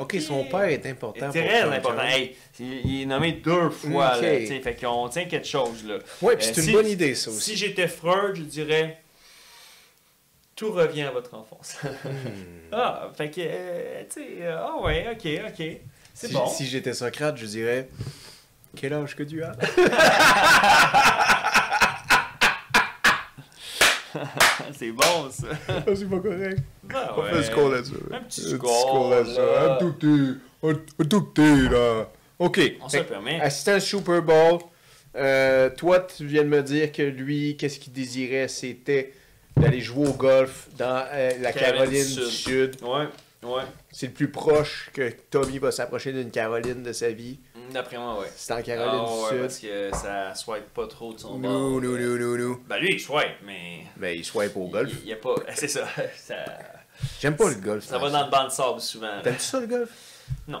Ok, son père est important.
est
pour
très
Tom
important.
Jones.
Hey, il il est nommé deux fois.
Ok.
là, tu sais, fait qu'on tient quelque chose. Là.
Ouais, puis
Euh,
c'est une
si-
bonne idée, ça aussi.
Si j'étais Freud, je dirais tout revient à votre enfance.
Hmm.
ah, fait que, euh, tu sais, euh, ah ouais, ok, ok. C'est
Si,
bon.
si j'étais Socrate, je dirais Quel âge que tu as
C'est bon ça.
Ah, C'est pas correct.
Ah
On fait
ouais.
un score là-dessus.
Un petit
score
score,
là-dessus.
là.
Un tout petit. Un un tout petit, là. Ok.
On se le permet.
Assistant Super Bowl. euh, toi, tu viens de me dire que lui, qu'est-ce qu'il désirait C'était d'aller jouer au golf dans euh, la Caroline du Sud.
Ouais, ouais.
C'est le plus proche que Tommy va s'approcher d'une Caroline de sa vie.
D'après moi, ouais.
C'est en Caroline
Ah
du
ouais, parce
Sud.
que ça swipe pas trop de son
Nous,
bord.
nous, nous, nous, nous.
Ben lui, il swipe, mais.
Mais il swipe au golf. Ah,
Il il y a pas. C'est ça. Ça,
J'aime pas le golf.
ça va dans le banc de sable souvent.
T'aimes-tu ça le golf?
Non.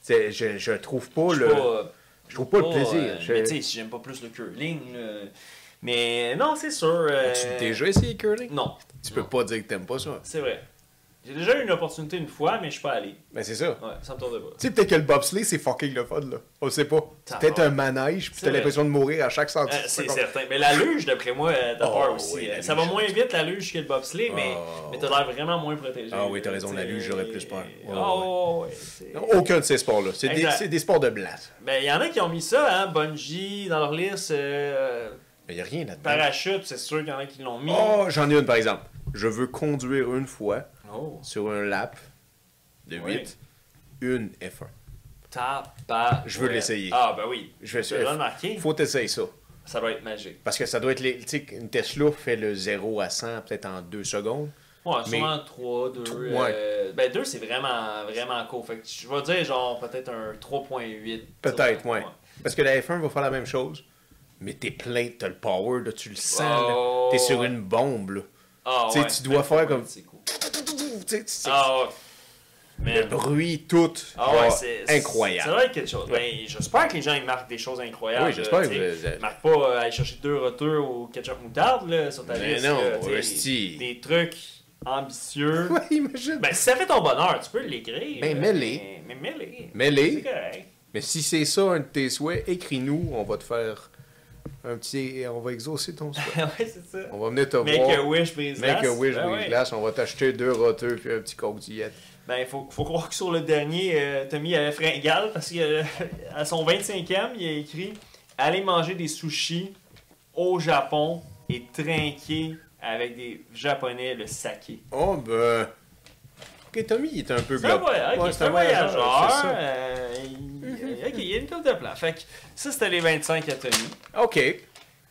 C'est- je, je trouve pas
Je suis
le.
pas,
je trouve pas le plaisir.
euh,
Je-
Mais tu sais, si j'aime pas plus le curling. là. Mais non, c'est sûr. euh,
As-tu déjà essayé le curling?
Non,
Tu peux pas dire que t'aimes pas ça.
c'est vrai. J'ai déjà eu une opportunité une fois, mais je suis pas allé.
Mais Ben, c'est ça.
Ouais, ça me tourne pas.
Tu sais, peut-être que le bobsleigh, c'est fucking le fun, là. On le sait pas. C'est
Ça
peut-être
va.
un manège, puis
C'est
t'as
vrai.
l'impression de mourir à chaque
Euh,
centimètre.
c'est certain. Mais la luge, d'après moi, euh, t'as
Oh,
peur aussi.
oui,
Euh,
la
ça
luge.
va moins vite la luge que le bobsleigh, mais,
Oh.
mais t'as l'air vraiment moins protégé.
Ah oui, t'as
là,
raison, la
t'sais.
luge, j'aurais plus peur. Ouais,
Oh, ouais, c'est-
Aucun de ces sports-là. C'est des,
Exact.
c'est des sports de blast.
Ben, il y en a qui ont mis ça, hein, bungee, dans leur liste, euh,
Mais y a rien là-dedans.
parachute, c'est sûr qu'il y en a qui l'ont mis.
Oh, j'en ai une, par exemple. Je veux conduire une fois
Oh,
sur un lap de 8,
Oui.
une F1.
tabarouette.
Je veux l'essayer.
Ah, ben oui.
Je vais
Tu l'as remarqué?
Faut t'essayer ça.
Ça doit être magique.
Parce que ça doit être. les- Tu sais, une Tesla fait le 0 à 100 peut-être en 2 secondes.
Ouais,
Mais-
sûrement 3, 2.
Ouais.
ben, 2, c'est vraiment, vraiment court. Fait que je vais dire, genre, peut-être un 3.8.
Peut-être,
sûrement.
ouais. Parce que la F1 va faire la même chose. Mais t'es plein, t'as le power, là, tu le sens. là.
Oh,
T'es sur
ouais.
une bombe, là.
Ah,
Tu sais,
ouais,
tu dois faire comme-
c'est cool.
Tu sais, tu sais,
Ah, ouais.
Le
Man.
bruit, tout.
Ah ouais,
genre,
c'est Ça
incroyable.
doit être quelque chose. Ben, j'espère que les gens ils marquent des choses incroyables.
Oui, j'espère
là,
que
tu sais.
vous- vous-
Ils marquent pas euh, aller chercher deux retours au ketchup moutarde là, sur ta
Mais
liste.
non,
là, tu sais,
Rusty.
Des trucs ambitieux.
Ouais, imagine.
Ben, si ça fait ton bonheur, tu peux l'écrire.
Ben,
là,
mets-les.
Mais, mais mets-les.
Mets-les.
C'est correct.
Mais si c'est ça, un de tes souhaits, écris-nous. On va te faire un petit. On va exaucer ton souhait.
ouais, c'est ça.
On va venir te
Make
voir.
a wish, brise
Make a wish,
ben,
brise
ouais.
glace. On va t'acheter deux roteux puis un petit coke diète.
Ben, faut, faut croire que sur le dernier, euh, Tommy avait fringale parce qu'à son 25e, il a écrit Allez manger des sushis au Japon et trinquer avec des Japonais le saké.
Oh, ben. Ok, Tommy, il est un peu
C'est un,
glauque.
voyage,
Ouais,
c'est un voyageur.
c'est ça.
euh, il- ok, il y a une coupe de plans. Fait que ça, c'était les 25 à Tommy.
Ok.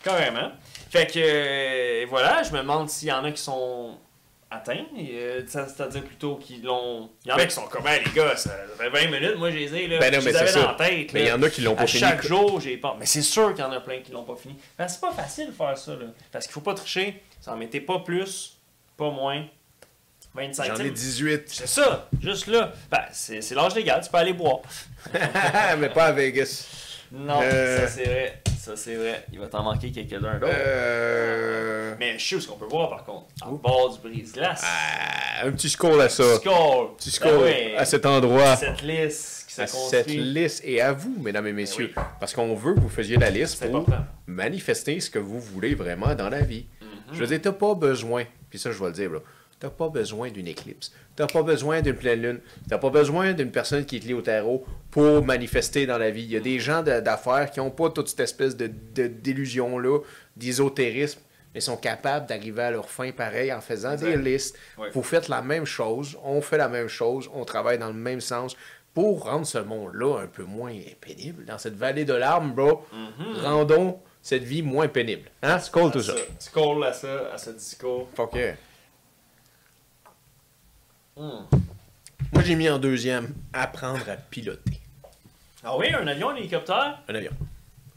Carrément. Fait que euh, voilà, je me demande s'il y en a qui sont atteints. et, euh, ça- C'est-à-dire plutôt qu'ils l'ont. Il y en a
Ben-
qui sont comme Hey, les gars, ça fait 20 minutes, moi j'ai les ai, là.
Ben non,
je
mais
les
c'est
avais
ça.
dans la tête.
Mais il y
là.
en a qui l'ont pas
à
fini.
chaque jour, j'ai pas. Mais c'est sûr qu'il y en a plein qui l'ont pas fini. Ben, c'est pas facile de faire ça, là. Parce qu'il faut pas tricher. Ça en mettez pas plus, pas moins. 25
J'en ai
types.
18.
C'est ça, juste là. Ben, c'est c'est l'âge légal, tu peux aller boire.
mais pas à Vegas.
Non,
Euh.
ça c'est vrai. Ça c'est vrai. Il va t'en manquer quelques-uns d'autres.
Euh...
Mais je sais où ce qu'on peut voir par contre. En
Où?
bord du brise-glace.
Ah, un petit score à ça.
Score.
Petit score
Ben oui.
à cet endroit.
Cette liste qui se
à cette
construit.
liste et à vous, mesdames et messieurs.
Eh oui.
Parce qu'on veut que vous faisiez la liste
C'est
pour
important.
manifester ce que vous voulez vraiment dans la vie. Je veux dire, t'as pas besoin, puis ça je vais le dire, là, t'as pas besoin d'une éclipse, t'as pas besoin d'une pleine lune, t'as pas besoin d'une personne qui est liée au tarot pour manifester dans la vie. Il y a des gens de- d'affaires qui n'ont pas toute cette espèce de, de- d'illusion-là, d'ésotérisme, mais sont capables d'arriver à leur fin pareil en faisant des
Exact.
listes.
Oui.
Vous faites la même chose, on fait la même chose, on travaille dans le même sens pour rendre ce monde-là un peu moins pénible. Dans cette vallée de larmes, bro, rendons cette vie moins pénible. Hein? Mhm. C'est cool tout ça.
Score à ça, à ce discours.
Fuck yeah.
Hmm.
Moi, j'ai mis en deuxième apprendre à piloter
Ah oui, un avion, un hélicoptère,
un avion.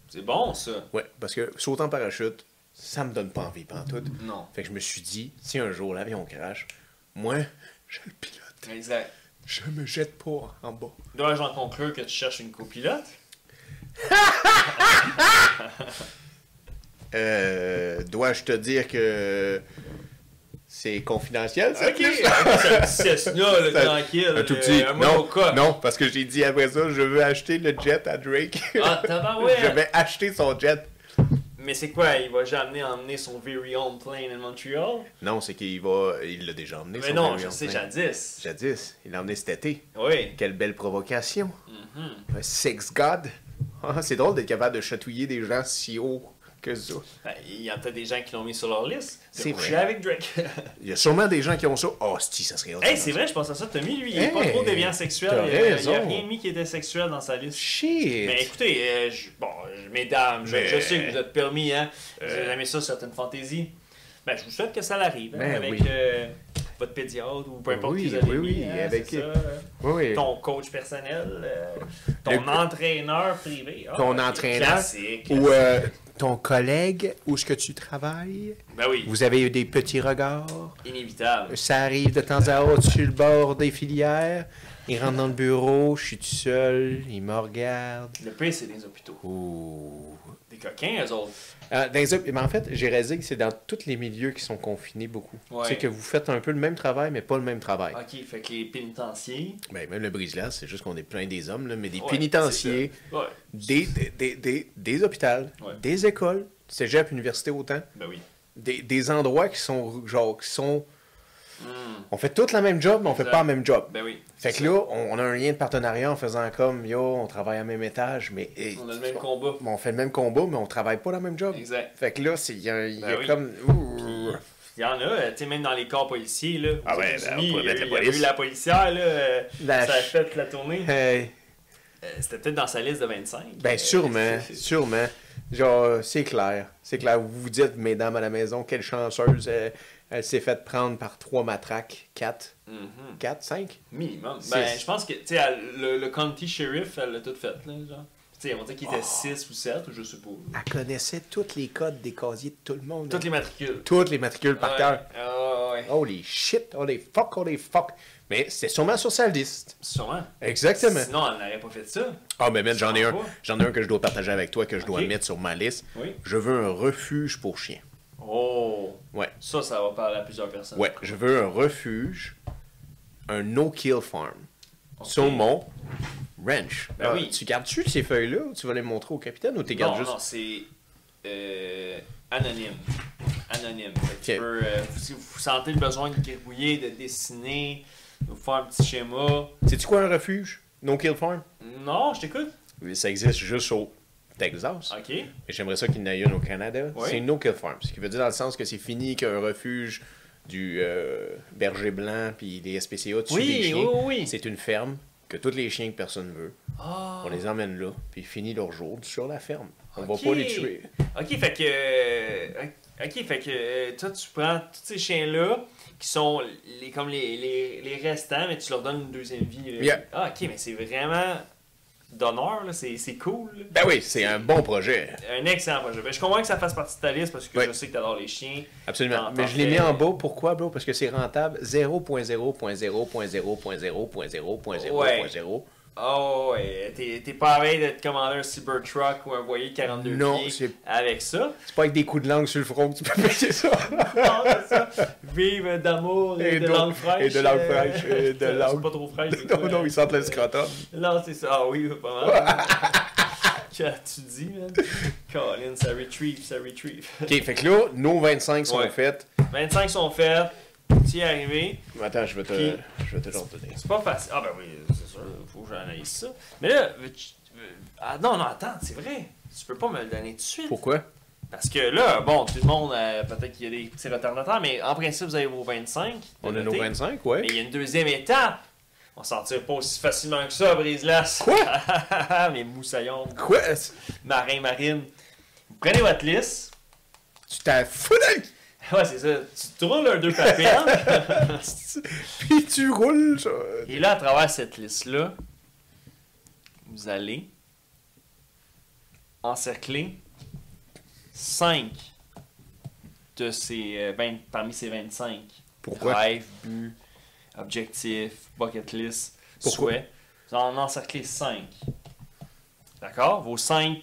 c'est bon ça.
Ouais, parce que sauter en parachute, ça me donne pas envie, pantoute.
Non.
Fait que je me suis dit, si un jour l'avion crash, moi, je le pilote.
Exact.
Je me jette pas en bas.
Dois-je en conclure que tu cherches une copilote?
Euh, dois-je te dire que c'est confidentiel, ça?
Ok! C'est Cessna, là,
Ça-
tranquille.
Un tout
euh,
petit.
un
non,
monocoque.
non, parce que j'ai dit après ça, je veux acheter le jet à Drake.
Ah, tabarouette.
Je vais acheter son jet.
Mais c'est quoi? Il va jamais emmener son very own plane à Montreal?
Non, c'est qu'il va. Il l'a déjà emmené.
Mais
son
non,
avion.
je sais,
Ouais.
jadis.
Jadis, il l'a emmené cet été.
Oui.
Quelle belle provocation.
Mhm.
Un sex god. Ah, c'est drôle d'être capable de chatouiller des gens si haut que ça.
Ben, Il y a peut-être des gens qui l'ont mis sur leur liste.
C'est
C'est couché
vrai.
avec Drake.
Il y a sûrement des gens qui ont ça. Oh, si, ça serait hot,
hey,
ça.
c'est vrai, je pense à ça. Tommy, lui, il est
Hey,
pas trop déviant sexuel.
t'as
Il y a- Il y a
raison.
rien mis qui était sexuel dans sa liste.
Shit.
Mais écoutez, euh, je- bon, je- mesdames, je,
Mais-
je sais que vous êtes permis, hein. Vous
Euh.
avez aimé ça, certaines fantaisies. Ben, je vous souhaite que ça l'arrive, hein,
Ben
avec
oui.
euh, votre pédiatre ou peu importe
Oui,
qui vous
oui,
avez mis,
oui,
hein,
avec-
c'est ça, euh,
Oui, oui.
ton coach personnel, euh, ton
Le-
entraîneur privé. Ah,
Ton
ok,
entraîneur.
Classique.
Ou euh, ton collègue, où est-ce que tu travailles.
Ben oui,
Vous avez eu des petits regards.
inévitable.
Ça arrive de temps à autre sur le bord des filières. Il rentre dans le bureau, je suis tout seul, il me regarde.
Le pire, c'est les hôpitaux.
Ouh.
Des coquins, eux autres.
Ah, dans les autres- mais en fait, j'ai réalisé que c'est dans tous les milieux qui sont confinés beaucoup.
Ouais.
C'est que vous faites un peu le même travail, mais pas le même travail.
Ok, fait que les pénitenciers.
Ben, même le brise-glace, c'est juste qu'on est plein des hommes, là, mais des
ouais,
pénitenciers,
c'est ça. Ouais,
des, des, des, des, des hôpitaux,
Ouais.
des écoles, cégep, université autant,
ben oui.
des, des endroits qui sont, genre, qui sont...
Hmm,
On fait tous la même job, mais on fait
Exact.
pas le même job.
ben oui.
Fait que là, on, on a un lien de partenariat en faisant comme, yo, on travaille au même étage, mais... eh,
On a le même combat.
on fait le même combo, mais on travaille pas la même job.
Exact.
Fait que là, c'est- il y a, il y a
Ben oui.
comme... Ouh.
Il y en a, euh, tu sais, même dans les corps policiers, là.
Ah
aux
ouais, ben,
États-Unis,
on
euh,
pourrait
il y a
mettre
eu-
la
il y a
police. Ben,
eu la policière, là. euh,
La
ça a
ch-
fait la tournée.
Hey.
Euh, C'était peut-être dans sa liste de 25.
Ben
Euh,
sûrement,
c'est- c'est-
sûrement. Genre, euh, c'est clair. C'est clair. Vous vous dites, mesdames à la maison, quelle chanceuse. euh, elle s'est faite prendre par trois matraques. Quatre.
Mhm.
Quatre, cinq?
Minimum.
Six.
Ben, je pense que, tu sais, elle- le, le county sheriff, elle l'a tout fait, là, genre. Tu sais, on dirait qu'il
Oh.
était 6 ou 7, ou je sais pas.
Elle connaissait tous les codes des casiers de tout le monde.
Toutes les
hein.
matricules.
Toutes les matricules par
Ouais.
cœur.
Ah ouais.
Holy shit, holy fuck, holy fuck. Mais c'est sûrement sur sa liste.
Sûrement.
Exactement.
Sinon, elle n'aurait pas fait ça.
Ah, mais man, j'en ai un.
Sûrement pas.
J'en ai un que je dois partager avec toi, que je dois
Ok.
mettre sur ma liste.
Oui.
Je veux un refuge pour chiens.
Oh.
Ouais.
Ça, ça va parler à plusieurs personnes.
Ouais, je veux un refuge, un no-kill farm.
Ok.
Sur mon ranch.
Ben
Ah,
oui.
Tu gardes-tu ces feuilles-là ou tu vas les montrer au capitaine ou tu les gardes
Non,
juste.
non, c'est euh, anonyme. Anonyme. Fait que tu
Ok.
peux, euh, si vous sentez le besoin de gribouiller, de dessiner, de vous faire un petit schéma.
Sais-tu quoi un refuge? No-kill farm?
Non, je t'écoute.
Ça existe juste au Texas.
Ok.
Et J'aimerais ça qu'il n'y en ait une au Canada.
Oui.
C'est no-kill farm. Ce qui veut dire dans le sens que c'est fini qu'un refuge du euh, berger blanc puis des SPCA tue
Oui,
des chiens.
oui, oui.
C'est une ferme que tous les chiens que personne ne veut.
Ah.
On les emmène là puis finit leur jour sur la ferme. On
Ok.
va pas les tuer.
Ok, fait que. euh, Ok, fait que euh, toi, tu prends tous ces chiens-là qui sont les, comme les, les, les restants, mais tu leur donnes une deuxième vie. là.
Yeah.
Ah, ok, mais c'est vraiment d'honneur, là, c'est c'est cool. là.
Ben oui, c'est un bon projet.
Un excellent projet. Ben, je comprends que ça fasse partie de ta liste parce que
Oui.
je sais que t'adores les chiens.
Absolument.
Tant-
Mais
tant
je l'ai
que-
mis en bas. Pourquoi, bro? Parce que c'est rentable. 0.0.0.0.0.0.0.0.0.
Oh, ouais. T'es t'es pas à l'aise de te commander un Cybertruck ou un voilier 42
Non,
pieds
c'est-
avec ça.
C'est pas avec des coups de langue sur le front que tu peux payer ça.
Non, c'est ça. Vive d'amour et,
Et
de
d'eau-
langue fraîche.
et de langue fraîche,
Euh,
et de
c'est
langue-
pas trop fraîche. des
non,
fois.
non, ils sentent le scrotum.
Non, c'est ça. Ah oui, pas mal. Qu'as-tu dit, man? Colin, ça retrieve, ça retrieve.
OK, fait que là, nos 25 sont
Ouais.
faites.
25 sont faits. Tu y es arrivé.
Attends, je vais te,
Puis-
je vais te leur donner.
C'est pas facile. Ah ben oui, c'est sûr, faut que j'analyse ça. Mais là, veux-tu- veux- ah non, non, attends, c'est vrai. Tu peux pas me le donner tout de suite.
Pourquoi?
Parce que là, bon, tout le monde, euh, peut-être qu'il y a des petits retardataires, mais en principe, vous avez vos 25. de
On a nos
noter.
25,
Mais
ouais.
il y a une deuxième étape. On s'en tire pas aussi facilement que ça, Brise-Glace. Quoi? Mes moussaillons,
Quoi?
marin, marine. Vous prenez votre liste.
Tu t'en fous de...
Ouais, c'est ça. Tu troules un deux hein? papels.
Puis tu roules, ça.
Et là, à travers cette liste-là, vous allez encercler 5 de ces euh, 20 parmi ces 25.
Pourquoi?
Rêve, but, objectif, bucket list,
Pourquoi?
souhait. Vous en encerclez 5. D'accord? Vos 5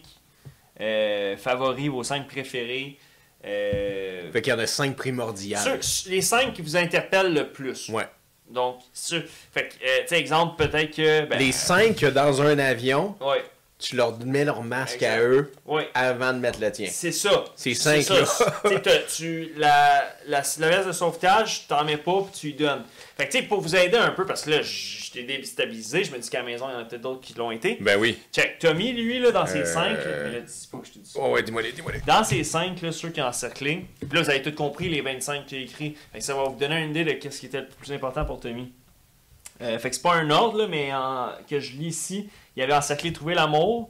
favoris, vos 5 préférés. euh,
Fait qu'il y en a 5 primordiales.
ceux- les 5 qui vous interpellent le plus.
Ouais.
Donc, sûr. Fait que, euh, tu sais, exemple, peut-être que. Ben,
Les 5 dans un avion,
Ouais,
tu leur mets leur masque à
Exact.
eux
ouais.
avant de mettre le tien.
C'est ça.
Ces cinq,
ça.
là.
Tu sais, t'as- tu, la, la, la veste de sauvetage, t'en mets pas, puis tu lui donnes. Fait que, tu sais, pour vous aider un peu, parce que là, j- j'étais déstabilisé, je me dis qu'à la maison, il y en a peut-être d'autres qui l'ont été.
Ben oui.
Check, Tommy, lui, là, dans ces
Euh.
cinq, là, mais là, dis pas que je te dis ça.
Oh ouais, dis-moi les, dis-moi les.
Dans ces cinq, là, ceux qui ont encerclé, puis là, vous avez tout compris, les 25 qu'il a écrit. Fait que ça va vous donner une idée de qu'est-ce qui était le plus important pour Tommy. Euh, fait que c'est pas un ordre, là, mais en- que je lis ici, il avait encerclé trouver l'amour,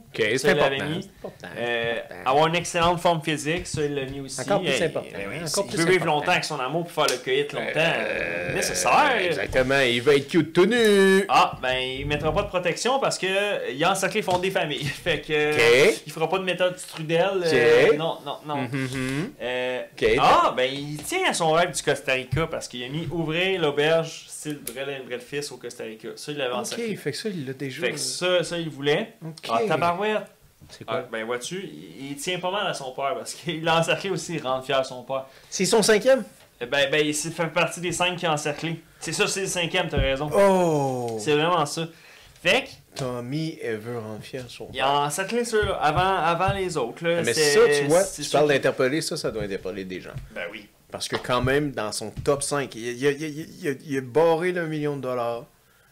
OK, c'est
Ça, il l'avait
important.
mis.
C'est important.
euh, avoir une excellente forme physique, ça il l'a mis aussi.
Encore plus
Eh,
important,
eh oui,
encore
s'il
plus
veut vivre
important.
longtemps avec son amour pour faire le cueillette longtemps,
Euh,
euh, nécessaire.
Exactement, il va être cute tout nu.
Ah, ben il mettra pas de protection parce que euh, il a encerclé fond des familles. fait que euh,
Ok.
il fera pas de méthode Strudel. euh,
Ok.
non, non, non.
Mhm.
Euh,
Ok.
Ah, ben il tient à son rêve du Costa Rica parce qu'il a mis ouvrir l'auberge style Brel et Brel fils au Costa Rica. Ça, il l'avait encerclé.
Ok, fait que ça, il l'a déjà.
Fait que ça, ça, il voulait.
Ok.
Ah, tabarouette.
C'est
Ah,
quoi?
ben vois-tu, il, il tient pas mal à son père parce qu'il l'a encerclé aussi, il rend fier à son père.
C'est son cinquième?
Eh Ben, ben il s'est fait partie des cinq qui ont encerclé. C'est ça, c'est le cinquième, t'as raison.
Oh!
C'est vraiment ça. Fait que,
Tommy, elle veut rendre fier son.
il a encerclé ceux-là avant, avant les autres. Là,
Mais
C'est-
ça, tu vois,
c'est
tu
ceux
parles
qui-
d'interpeller, ça, ça doit interpeller des gens.
Ben oui.
Parce que quand même, dans son top 5, il a, il a- il a- il a- il a barré le million de dollars.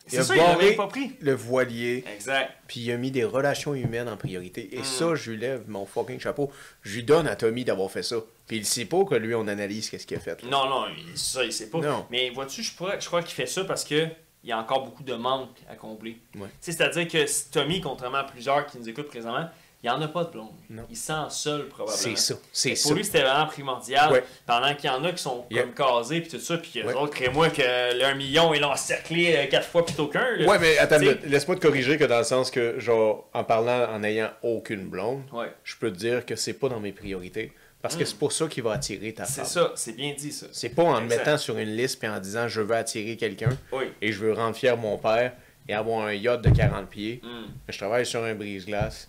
Il
C'est
a
ça, il l'a
barré
même pas pris.
le voilier,
Exact.
puis il a mis des relations humaines en priorité.
Hmm.
Et ça, je lui lève mon fucking chapeau. Je lui donne à Tommy d'avoir fait ça. Puis il sait pas que lui, on analyse qu'est-ce qu'il a fait. là.
Non, non, il- ça, il sait pas.
Non.
Mais vois-tu, je, pourrais- je crois qu'il fait ça parce que il y a encore beaucoup de manques à combler.
Ouais.
Tu sais, C'est-à-dire que si Tommy, contrairement à plusieurs qui nous écoutent présentement, il n'y en a pas de blonde.
Non.
Il se sent seul, probablement.
C'est ça, c'est
Pour
ça.
lui, c'était vraiment primordial.
Ouais.
Pendant qu'il y en a qui sont
Yeah.
comme casés, puis tout ça, puis que
Ouais.
les autres, crée-moi que l'un million, ils l'ont encerclé euh, quatre fois plutôt qu'un. là.
Ouais, mais attends,
Tu sais-
minute. laisse-moi te corriger que dans le sens que, genre, en parlant, en n'ayant aucune blonde,
Ouais.
je peux te dire que c'est pas dans mes priorités. Parce que c'est pour ça qu'il va attirer ta
Hmm. C'est
femme.
ça, c'est bien dit, ça.
Ah, C'est pas en me
Exact.
mettant sur une liste et en disant je veux attirer quelqu'un
Oui.
et je veux rendre fier mon père et avoir un yacht de 40 pieds.
Hmm.
Je travaille sur un brise-glace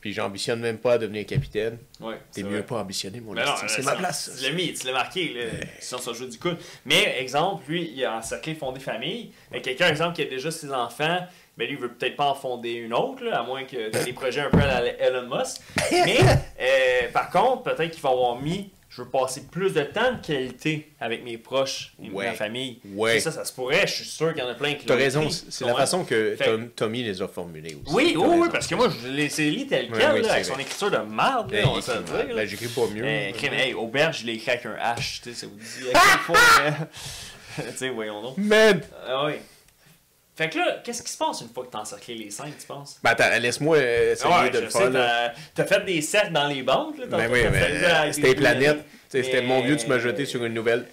puis j'ambitionne même pas à devenir capitaine.
Ouais,
T'es
c'est
mieux
vrai.
pas ambitionné, mon
Mais Ben non, euh,
esti, C'est
ça,
ma place.
Tu l'as mis, tu l'as marqué, là. Sinon, ça joue du coup. Mais, exemple, lui, il a encerclé fondé famille. Mais quelqu'un, exemple, qui a déjà ses enfants, mais lui, il veut peut-être pas en fonder une autre, là, à moins que tu des projets un peu à la Elon Musk. Mais, euh, par contre, peut-être qu'il va avoir mis. Je veux passer plus de temps de qualité avec mes proches et
Ouais.
ma famille.
Ouais.
C'est Ça, ça se pourrait. Je suis sûr qu'il y en a plein qui
T'as
l'ont
raison,
écrit.
c'est
Tu
la
comprends?
façon que
Fait-
Tom- Tommy les a formulés aussi.
Oui,
T'as
oui, oui,
raison.
parce que moi, je l'ai c'est lit tel
Ouais,
quel,
oui,
là,
c'est
avec
vrai.
son écriture de marde, là,
Eh,
on se le dit, là.
ben, j'écris pas mieux.
Eh, crime, hey, auberge, je l'ai écrit avec un H, tu sais, ça vous dit à quel point. hein? tu sais, voyons donc.
Man!
Ah oui. Fait que là, qu'est-ce qui se passe une fois que t'as encerclé les cinq, tu penses?
Ben attends, laisse-moi euh, essayer
Ouais,
de
je
le
sais,
faire. là.
t'as- t'as fait des cercles dans les banques, là.
Ben
tantôt,
oui,
t'as fait
mais
ça
euh,
avec
c'était
des
planète.
planètes.
Tu sais, C'était
Mais-
mon
euh,
vieux, tu m'as jeté sur une nouvelle.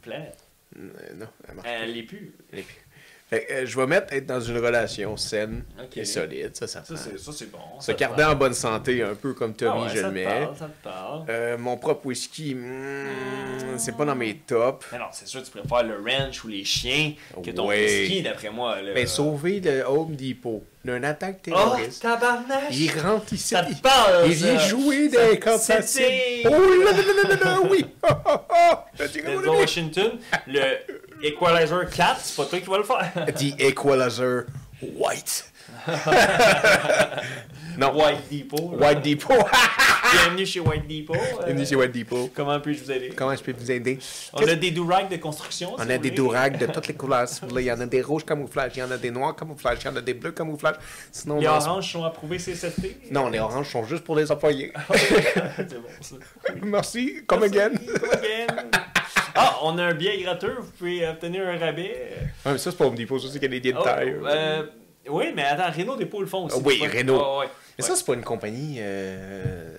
Planète.
Euh, non, elle marche.
Elle est plus.
Et puis- Fait que, euh, je vais mettre être dans une relation saine
Ok.
et solide. Ça, ça,
Ça,
prend.
c'est ça, c'est bon.
Se
ça te
garder en bonne santé, un peu comme
parle.
Tommy,
Ah ouais,
je le
ça te
mets.
parle, ça te parle.
Euh, mon propre whisky, hmm, c'est pas dans mes tops.
Mais non, c'est sûr, tu préfères le ranch ou les chiens que ton
Ouais. Ben,
whisky, d'après moi. Là.
Mais sauver le Home Depot d'une attaque
Euh. Oh,
terroriste.
tabarnak!
il rentre ici.
Ça te parle,
Il
ça.
vient jouer des
Ça-
capacités.
c'était-
Oh là là là là là, oui! Ah, ah, ah. Je dirais
Denzel
mon ami.
Washington, le Equalizer 4, c'est pas toi qui vas le faire.
The Equalizer White. non,
White Depot. là.
White Depot.
Bienvenue chez White Depot. euh,
Bienvenue chez White Depot.
Comment puis-je vous aider?
Comment je peux vous aider?
On a des durags de construction. si
On
vous
a des
voulez.
dourags de toutes les couleurs, si vous voulez. Il y en a des rouges camouflage, il y en a des noirs camouflage, il y en a des bleus camouflage. Sinon,
Les
on en-
oranges sont approuvés CSFT.
non, les oranges sont juste pour les employés.
c'est bon, ça.
Merci, come again.
Come again. Ah, on a un billet gratteux, vous pouvez obtenir un rabais.
Ah, mais ça, c'est pas Home Depot, ça, c'est Canadien
Oh,
Tire.
euh, oui, mais attends, Renault Dépôt le font aussi.
Ah oui,
Des fois.
Renault.
Ah, ouais.
Mais ça, c'est pas une compagnie. euh,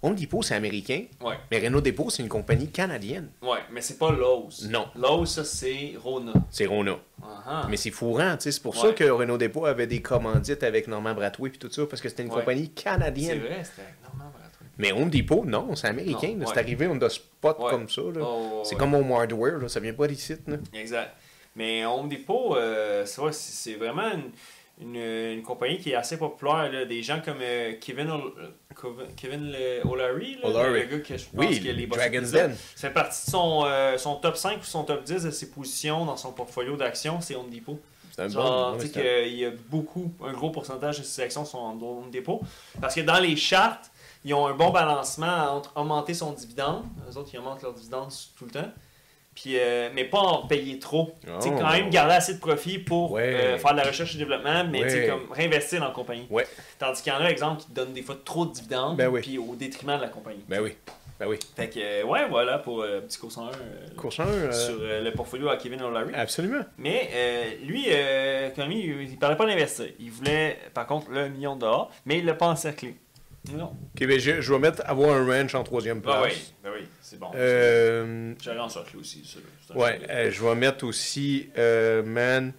Home Depot, c'est américain.
Ouais.
Mais Renault Depot, c'est une compagnie canadienne.
Ouais, mais c'est pas Lowe's.
Non.
Lowe's, ça, c'est Rona.
C'est Rona.
Ah, ah.
Mais c'est fourrant, tu sais. C'est pour
Ouais.
ça que Renault Dépôt avait des commandites avec Normand Bratway puis tout ça, parce que c'était une
Ouais.
compagnie
C'est
canadienne.
vrai, c'était énormément barato.
Mais Home Depot, non, c'est américain.
Non,
là.
ouais.
C'est arrivé on the spot
Ouais.
comme ça. là.
Oh,
c'est
ouais.
comme Home Hardware, là, ça vient pas d'ici. là.
Exact. Mais Home Depot, euh, c'est ouais, c'est- c'est vraiment une, une- une compagnie qui est assez populaire. là. Des gens comme euh, Kevin, Ol- euh, Cov- Kevin Le- O'Leary, là,
O'Leary.
le gars que je pense
Oui,
que les Boston
Dragon's
Pizza,
Den.
C'est partie de son, euh, son top 5 ou son top 10 de ses positions dans son portfolio d'actions, c'est Home Depot.
C'est un
Genre,
bon.
Ah,
ouais,
tu sais
c'est un-
qu'il y a beaucoup, un gros pourcentage de ces actions sont en Home Depot. Parce que dans les chartes, ils ont un bon balancement entre augmenter son dividende. Eux autres, ils augmentent leur dividende tout le temps. Puis, euh, mais pas en payer trop. Tu sais,
Oh.
quand même garder assez de profit pour
Ouais.
euh, faire de la recherche et développement, mais tu sais,
Ouais.
comme réinvestir dans la compagnie.
Ouais.
Tandis qu'il y en a, exemple, qui te donnent des fois trop de dividendes,
Ben oui.
puis au détriment de la compagnie.
Ben oui. Ben oui.
Fait que, euh, ouais, voilà pour euh, Petit Cours 101 euh,
Course 1, euh,
sur euh, le portfolio à Kevin O'Leary.
absolument.
Mais euh, lui, euh, Konami, il, il parlait pas d'investir. Il voulait, par contre, le million de dollars, mais il l'a pas encerclé. Non.
Ok, ben, je, je vais mettre avoir un ranch en troisième place.
Ben oui, ben oui, c'est bon.
Euh,
J'allais encercler aussi, ça. c'est un
ouais,
jeu.
euh, je vais mettre aussi euh, Man,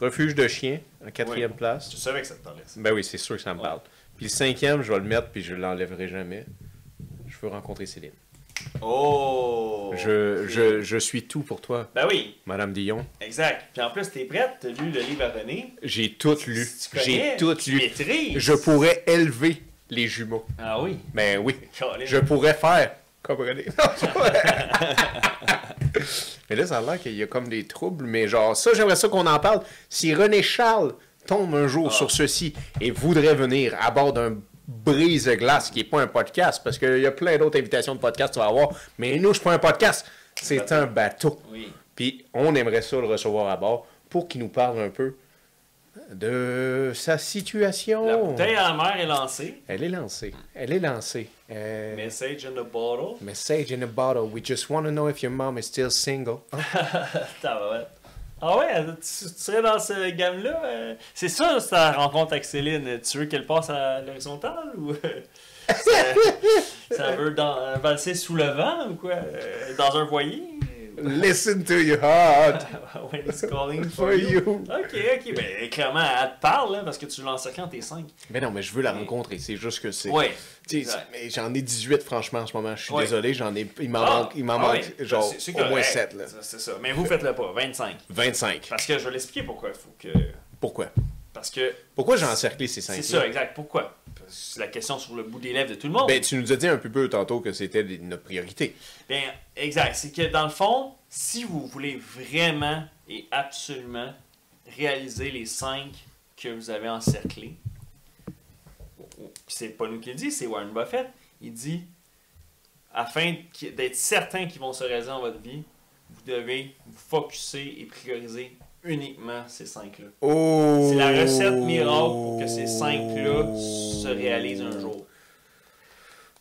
Refuge de chiens en quatrième place.
Je savais que ça te parlait. ça.
Ben oui, c'est sûr que ça me
Ouais.
parle. Puis le cinquième, je vais le mettre, puis je l'enlèverai jamais. Je veux rencontrer Céline.
Oh!
Je,
Ok.
je, je suis tout pour toi,
Ben oui,
Madame Dion.
exact. Puis en plus, t'es prête, t'as lu le livre à René.
J'ai tout lu.
Si tu connais,
J'ai tout
tu
lu.
maîtrises.
Je pourrais élever les jumeaux.
Ah oui.
Ben oui.
Colin.
Je pourrais faire comme René. mais là, ça a l'air qu'il y a comme des troubles, mais genre, ça, j'aimerais ça qu'on en parle. Si René Charles tombe un jour
Ah.
sur ceci et voudrait venir à bord d'un brise-glace qui n'est pas un podcast, parce qu'il y a plein d'autres invitations de podcasts que tu vas avoir, mais nous, je pas un podcast, c'est un bateau.
Oui.
Puis on aimerait ça le recevoir à bord pour qu'il nous parle un peu de sa
La
situation.
bouteille à la mer est lancée.
Elle est lancée. Elle est lancée. Euh,
Message in the bottle.
Message in a bottle. We just want to know if your mom is still single. Hein?
Tabarouette. Ah ouais, tu, tu serais dans cette gamme-là? euh, c'est ça, ta rencontre avec Céline. Tu veux qu'elle passe à l'horizontale ou euh, ça, ça veut dans, euh, valser sous le vent ou quoi? euh, dans un voilier?
Listen to your heart.
When it's calling for
For
you.
you.
Ok, ok, ben clairement, elle te parle là, parce que tu l'encercles quand t'es 5.
Mais non, mais je veux la rencontrer. C'est juste que c'est.
Ouais.
Tu sais,
exact.
mais j'en ai 18 franchement en ce moment. Je suis
Ouais.
désolé, j'en ai. Il m'en
Ah,
manque, il m'en
ah
manque
ouais,
genre
c'est- c'est
au moins
correct.
7 là.
Ça, C'est ça, mais vous faites-le pas, 25.
25.
Parce que je vais l'expliquer pourquoi. il Faut que...
Pourquoi?
Parce que
Pourquoi j'ai encerclé ces 5
c'est ça, exact. Pourquoi? Parce que C'est la question sur le bout des lèvres de tout le monde.
Ben, tu nous as dit un peu peu tantôt que c'était des- notre priorité.
Bien, Ben, exact. C'est que dans le fond, si vous voulez vraiment et absolument réaliser les cinq que vous avez encerclés, c'est pas nous qui le dit, c'est Warren Buffett. Il dit afin qu'- d'être certain qu'ils vont se réaliser dans votre vie, vous devez vous focusser et prioriser uniquement ces cinq-là.
Oh!
C'est la recette miracle pour que ces cinq-là se réalisent un jour.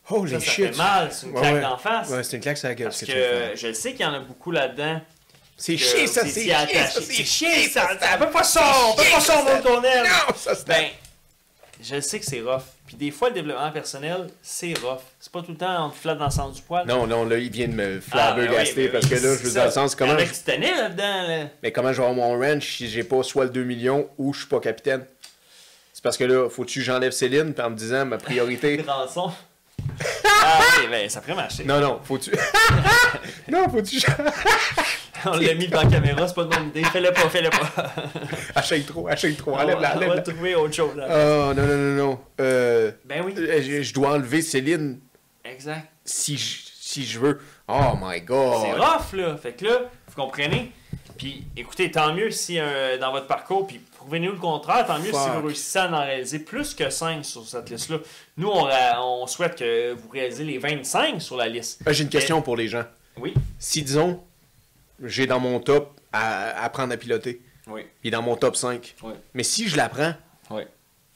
Holy
Ça, ça
shit!
fait mal, c'est une
Ouais,
claque
Ah ouais.
d'en face.
Ouais, c'est une claque, ça gueule.
parce
ce que tu me fais.
que je sais qu'il y en a beaucoup là-dedans
C'est
que
chier, ça,
vous
c'est
étiez
chier, ça,
attaché.
c'est chier, ça,
On peut pas ça, on peut
chier,
pas ça,
ça.
mon tournel.
Non, ça, c'est
Ben, je sais que c'est rough. Puis des fois, le développement personnel, c'est rough. C'est pas tout le temps on te flatte dans le sens du poil.
Non, non, là, il vient de me
Ah, ben oui,
flabbergaster
ben
parce
oui,
que là,
c'est
je veux
ça. Ben
dans le sens, comment
Il y en a
je-
qui se tenaient là-dedans, là.
mais comment je vais avoir mon ranch si j'ai pas soit le 2 millions ou je suis pas capitaine? C'est parce que là, faut-tu que j'enlève Céline par me disant ma priorité?
Rançon. ah oui, ben ça pourrait marcher.
non, non, faut-tu. non, faut-tu.
On l'a mis devant la caméra, c'est pas de bonne idée. Fais-le pas, fais-le pas.
achète trop, achète trop,
On
enlève la,
va, on va
enlève la.
trouver autre chose. là.
Oh, non, non, non, non. Euh,
Ben oui,
euh, je je dois enlever Céline
exact.
si je, si je veux. Oh my god.
C'est rough, là. Fait que là, vous comprenez. Puis écoutez, tant mieux si euh, dans votre parcours, puis prouvez-nous le contraire, tant mieux si
Fuck.
vous réussissez à en réaliser plus que 5 sur cette liste-là. Nous, on, ra- on souhaite que vous réalisez les 25 sur la liste.
Ah, J'ai une question pour les gens.
Oui.
Si, disons, j'ai dans mon top à apprendre à piloter,
Oui.
il est dans mon top 5.
Oui.
Mais si je l'apprends,
Oui.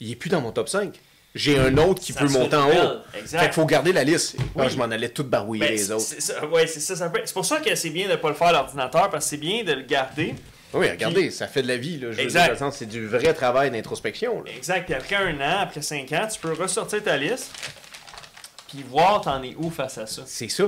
il est plus dans mon top 5. J'ai un autre qui
Ça
peut
se
monter en
renouvelle.
haut.
Exact.
Fait qu'il faut garder la liste. Ah,
Oui.
je m'en allais tout barouiller
Ben,
les
c'est-
autres.
c'est ça, ouais, c'est ça, ça peut- c'est pour ça que c'est bien de ne pas le faire à l'ordinateur, parce que c'est bien de le garder.
Oui, regardez, ça fait de la vie. Là. Je veux
Exact.
dire, dans le sens, c'est du vrai travail d'introspection. là.
Exact. Puis après un an, après cinq ans, tu peux ressortir ta liste, puis voir t'en es où face à ça.
C'est ça.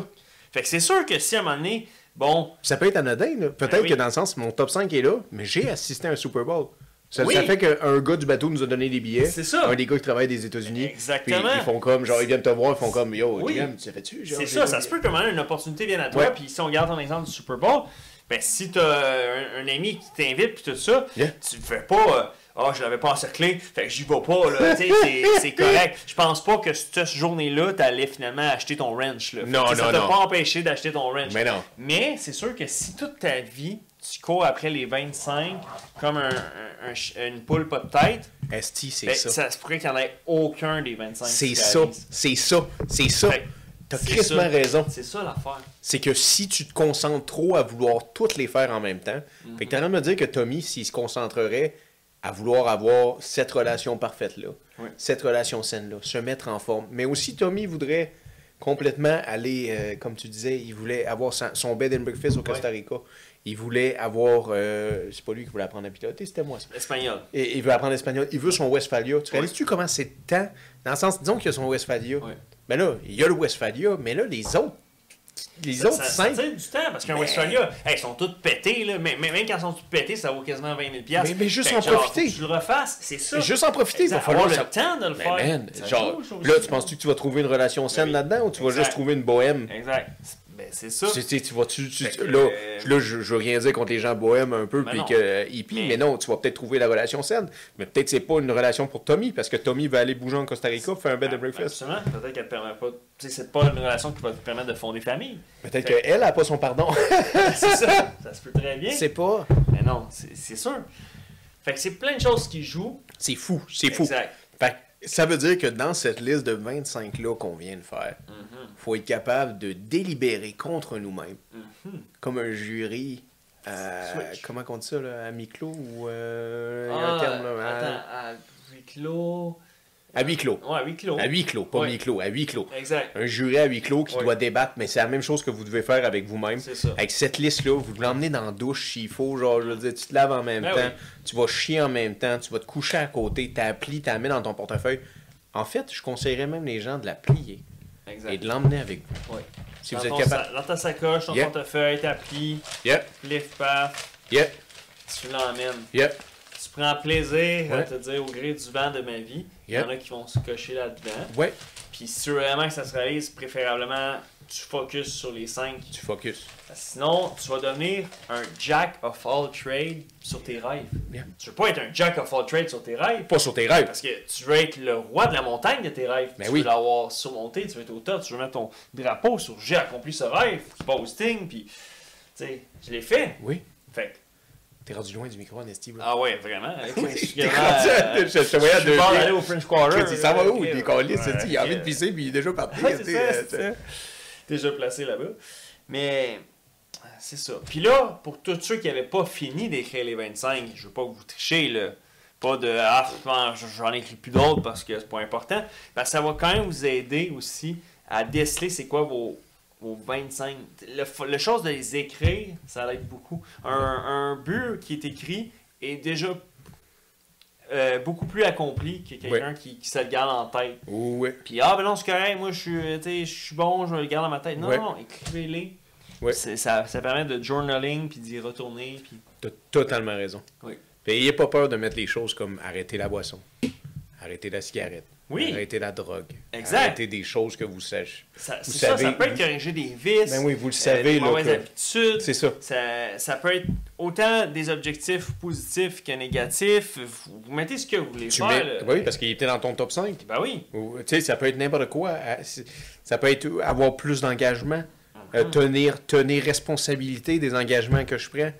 Fait que c'est sûr que si à un moment donné, bon,
Ça peut être anodin. là. Peut-être
Ben oui.
que dans le sens, mon top 5 est là, mais j'ai assisté à un Super Bowl. Ça,
Oui.
ça fait qu'un gars du bateau nous a donné des billets.
C'est ça.
Un des gars qui travaille des États-Unis.
Exactement.
Puis ils font comme, genre, ils viennent te voir, ils font comme, yo,
Oui.
Jim, tu fais-tu? Genre,
c'est
j'ai
ça,
pas
ça
de
se peut qu'à un moment donné, une opportunité vienne à toi,
Ouais.
puis si on regarde ton exemple du Super Bowl, ben si t'as un, un ami qui t'invite, puis tout ça,
Yeah.
tu le fais pas. euh, ah, je l'avais pas encerclé, fait que j'y vais pas, là, tu sais, c'est- c'est correct. Je pense pas que cette journée-là, t'allais finalement acheter ton ranch, là. Fait que,
Non,
tu sais,
non,
Ça t'a
non.
pas empêché d'acheter ton ranch.
Mais non.
Mais c'est sûr que si toute ta vie, tu cours après les 25 comme un, un- un ch- une poule pas de tête,
billets. Esti, c'est
ben,
ça.
ça. se pourrait qu'il n'y en ait aucun des 25.
C'est
qui
ça.
réalise.
C'est ça. C'est ça.
Fait que
T'as
c'est
crissement
ça.
raison.
C'est ça l'affaire.
C'est que si tu te concentres trop à vouloir toutes les faire en même temps,
Mhm.
fait que t'es en train de me dire que Tommy, s'il se concentrerait à vouloir avoir cette relation parfaite-là,
Oui.
cette relation saine-là, se mettre en forme. Mais aussi, Tommy voudrait complètement aller, euh, comme tu disais, il voulait avoir son, son bed and breakfast au Costa Rica. Il voulait avoir, euh, c'est pas lui qui voulait apprendre à piloter, c'était moi. ça.
Espagnol.
Et il veut apprendre l'espagnol. Il veut son Westphalia. Tu
Ouais.
réalises-tu comment c'est de temps? Dans le sens, disons qu'il y a son Westphalia.
Ouais.
Mais là, il y a le Westphalia, mais là, les autres, les
Ça,
autres
ça,
cinq.
tire du temps parce qu'un
Mais-
Westphalia, hey, ils sont tous pétés, là. Mais, mais même quand ils sont tous pétés, ça vaut quasiment 20 000
Mais- mais juste
Fait
en
que, genre,
profiter.
faut que Tu le refasses, c'est ça.
juste en profiter, il va
Exact.
falloir
Avoir
ça-
le temps de le
Mais
faire.
man,
Ça
genre,
joue, ça
là,
aussi.
tu penses-tu que tu vas trouver une relation saine
oui.
là-dedans ou tu vas
Exact.
juste trouver une bohème?
Exact. Ben, c'est ça.
Tu, sais, tu vas tu, tu-
Fait que,
là,
euh,
là, je, je veux rien dire contre les gens bohèmes un peu
Mais
puis
non.
que euh, hippies,
Mais-
mais... non, tu vas peut-être trouver la relation saine, mais peut-être c'est pas une relation pour Tommy parce que Tommy va aller bouger en Costa Rica pour faire un bed and breakfast.
Absolument. Peut-être qu'elle te permet pas. Tu sais, c'est pas une relation qui va te permettre de fonder famille.
Peut-être
Fait-
qu'elle a pas son pardon.
c'est ça. Ça se peut très bien.
c'est pas
Mais non, c'est c'est sûr. Fait que c'est plein de choses qui jouent.
c'est fou, c'est fou.
Exact.
Fait que ça veut dire que dans cette liste de 25 là qu'on vient de faire,
Mhm,
faut être capable de délibérer contre nous-mêmes,
mhm.
comme un jury. euh,
Switch.
comment on dit ça, là, à mi-clos ou euh, il y a
Ah,
un terme là, à-
Attends, à huis clos.
à, huis clos.
Ouais, à huis clos.
À huis clos, pas
Ouais.
mi-clos, à huis clos.
Exact.
Un jury à huis clos qui
Ouais.
doit débattre, mais c'est la même chose que vous devez faire avec vous-même.
C'est ça.
Avec cette liste-là, vous l'emmenez dans la douche s'il faut, genre, je veux dire, tu te laves en même
Ben
temps, tu vas chier en même temps, tu vas te coucher à côté, t'applies, t'as mis dans ton portefeuille. En fait, je conseillerais même les gens de la plier
Exact.
et de l'emmener avec vous.
Ouais.
Si
dans,
vous êtes
ton
capable.
sa- dans ta sacoche, ton
Yeah.
portefeuille, ta pli,
Yep,
lift paf,
yep,
tu l'emmènes.
yep.
Tu prends plaisir à
Ouais.
te dire au gré du vent de ma vie. Il y
Yep.
en a qui vont se cocher là-dedans.
Ouais,
Puis si tu veux vraiment que ça se réalise, préférablement, tu focuses sur les cinq.
tu focus.
Sinon, tu vas devenir un jack of all trades sur tes rêves.
Bien.
Tu veux pas être un jack of all trades sur tes rêves
Pas sur tes rêves.
parce que tu veux être le roi de la montagne de tes rêves.
Ben
tu
oui.
veux l'avoir surmonté, tu veux être au top, tu veux mettre ton drapeau sur j'ai accompli ce rêve, posting, puis tu sais, je l'ai fait.
Oui,
Fait que-
t'es rendu loin du micro, Anesti. bro.
ah ouais, vraiment. avec
Oui,
un
je
sujet,
t'ai rendu à-
euh,
je- je te voyais à
je
deux
vais
pieds.
aller au French Quarter.
Ça va où?
euh,
Il est calé, c'est-
ouais,
il a envie de
ok.
pisser, puis il est déjà parti.
Ouais, c'est
tu sais,
ça,
euh,
c'est ça. déjà placé là-bas. Mais c'est ça. Puis là, pour tous ceux qui n'avaient pas fini d'écrire les 25, je veux pas que vous trichiez, là. Pas de Ah, ben, j- j'en écris plus d'autres parce que c'est pas important. Ben, ça va quand même vous aider aussi à déceler c'est quoi vos, vos 25. Le, f- le chose de les écrire, ça l'aide beaucoup. Un, un but qui est écrit est déjà euh, beaucoup plus accompli que quelqu'un qui, qui se le garde en tête.
Oui.
Puis, ah, ben non, c'est correct, moi, je suis, euh, tu sais, je suis bon, je le garde dans ma tête. Non,
Ouais.
non, écrivez-les.
Ouais.
C'est- Ça, ça permet de journaling, puis d'y retourner, puis...
T'as totalement raison.
Oui.
Puis ayez pas peur de mettre les choses comme arrêter la boisson, arrêter la cigarette,
Oui.
arrêter la drogue,
Exact.
arrêter des choses que vous sachez.
Ça,
Vous
c'est ça, ça
savez-
peut être corriger des vices,
Ben oui, vous le
euh, des
savez, là,
mauvaises
que-
habitudes.
C'est ça.
Ça, ça peut être autant des objectifs positifs que négatifs. Vous, vous mettez ce que vous voulez
Tu
faire.
mets-
là.
Oui, parce qu'il était dans ton top 5.
Ben oui.
Ou, tu sais, ça peut être n'importe quoi. À- c'est- Ça peut être avoir plus d'engagement, euh, tenir, tenir responsabilité des engagements que je prends.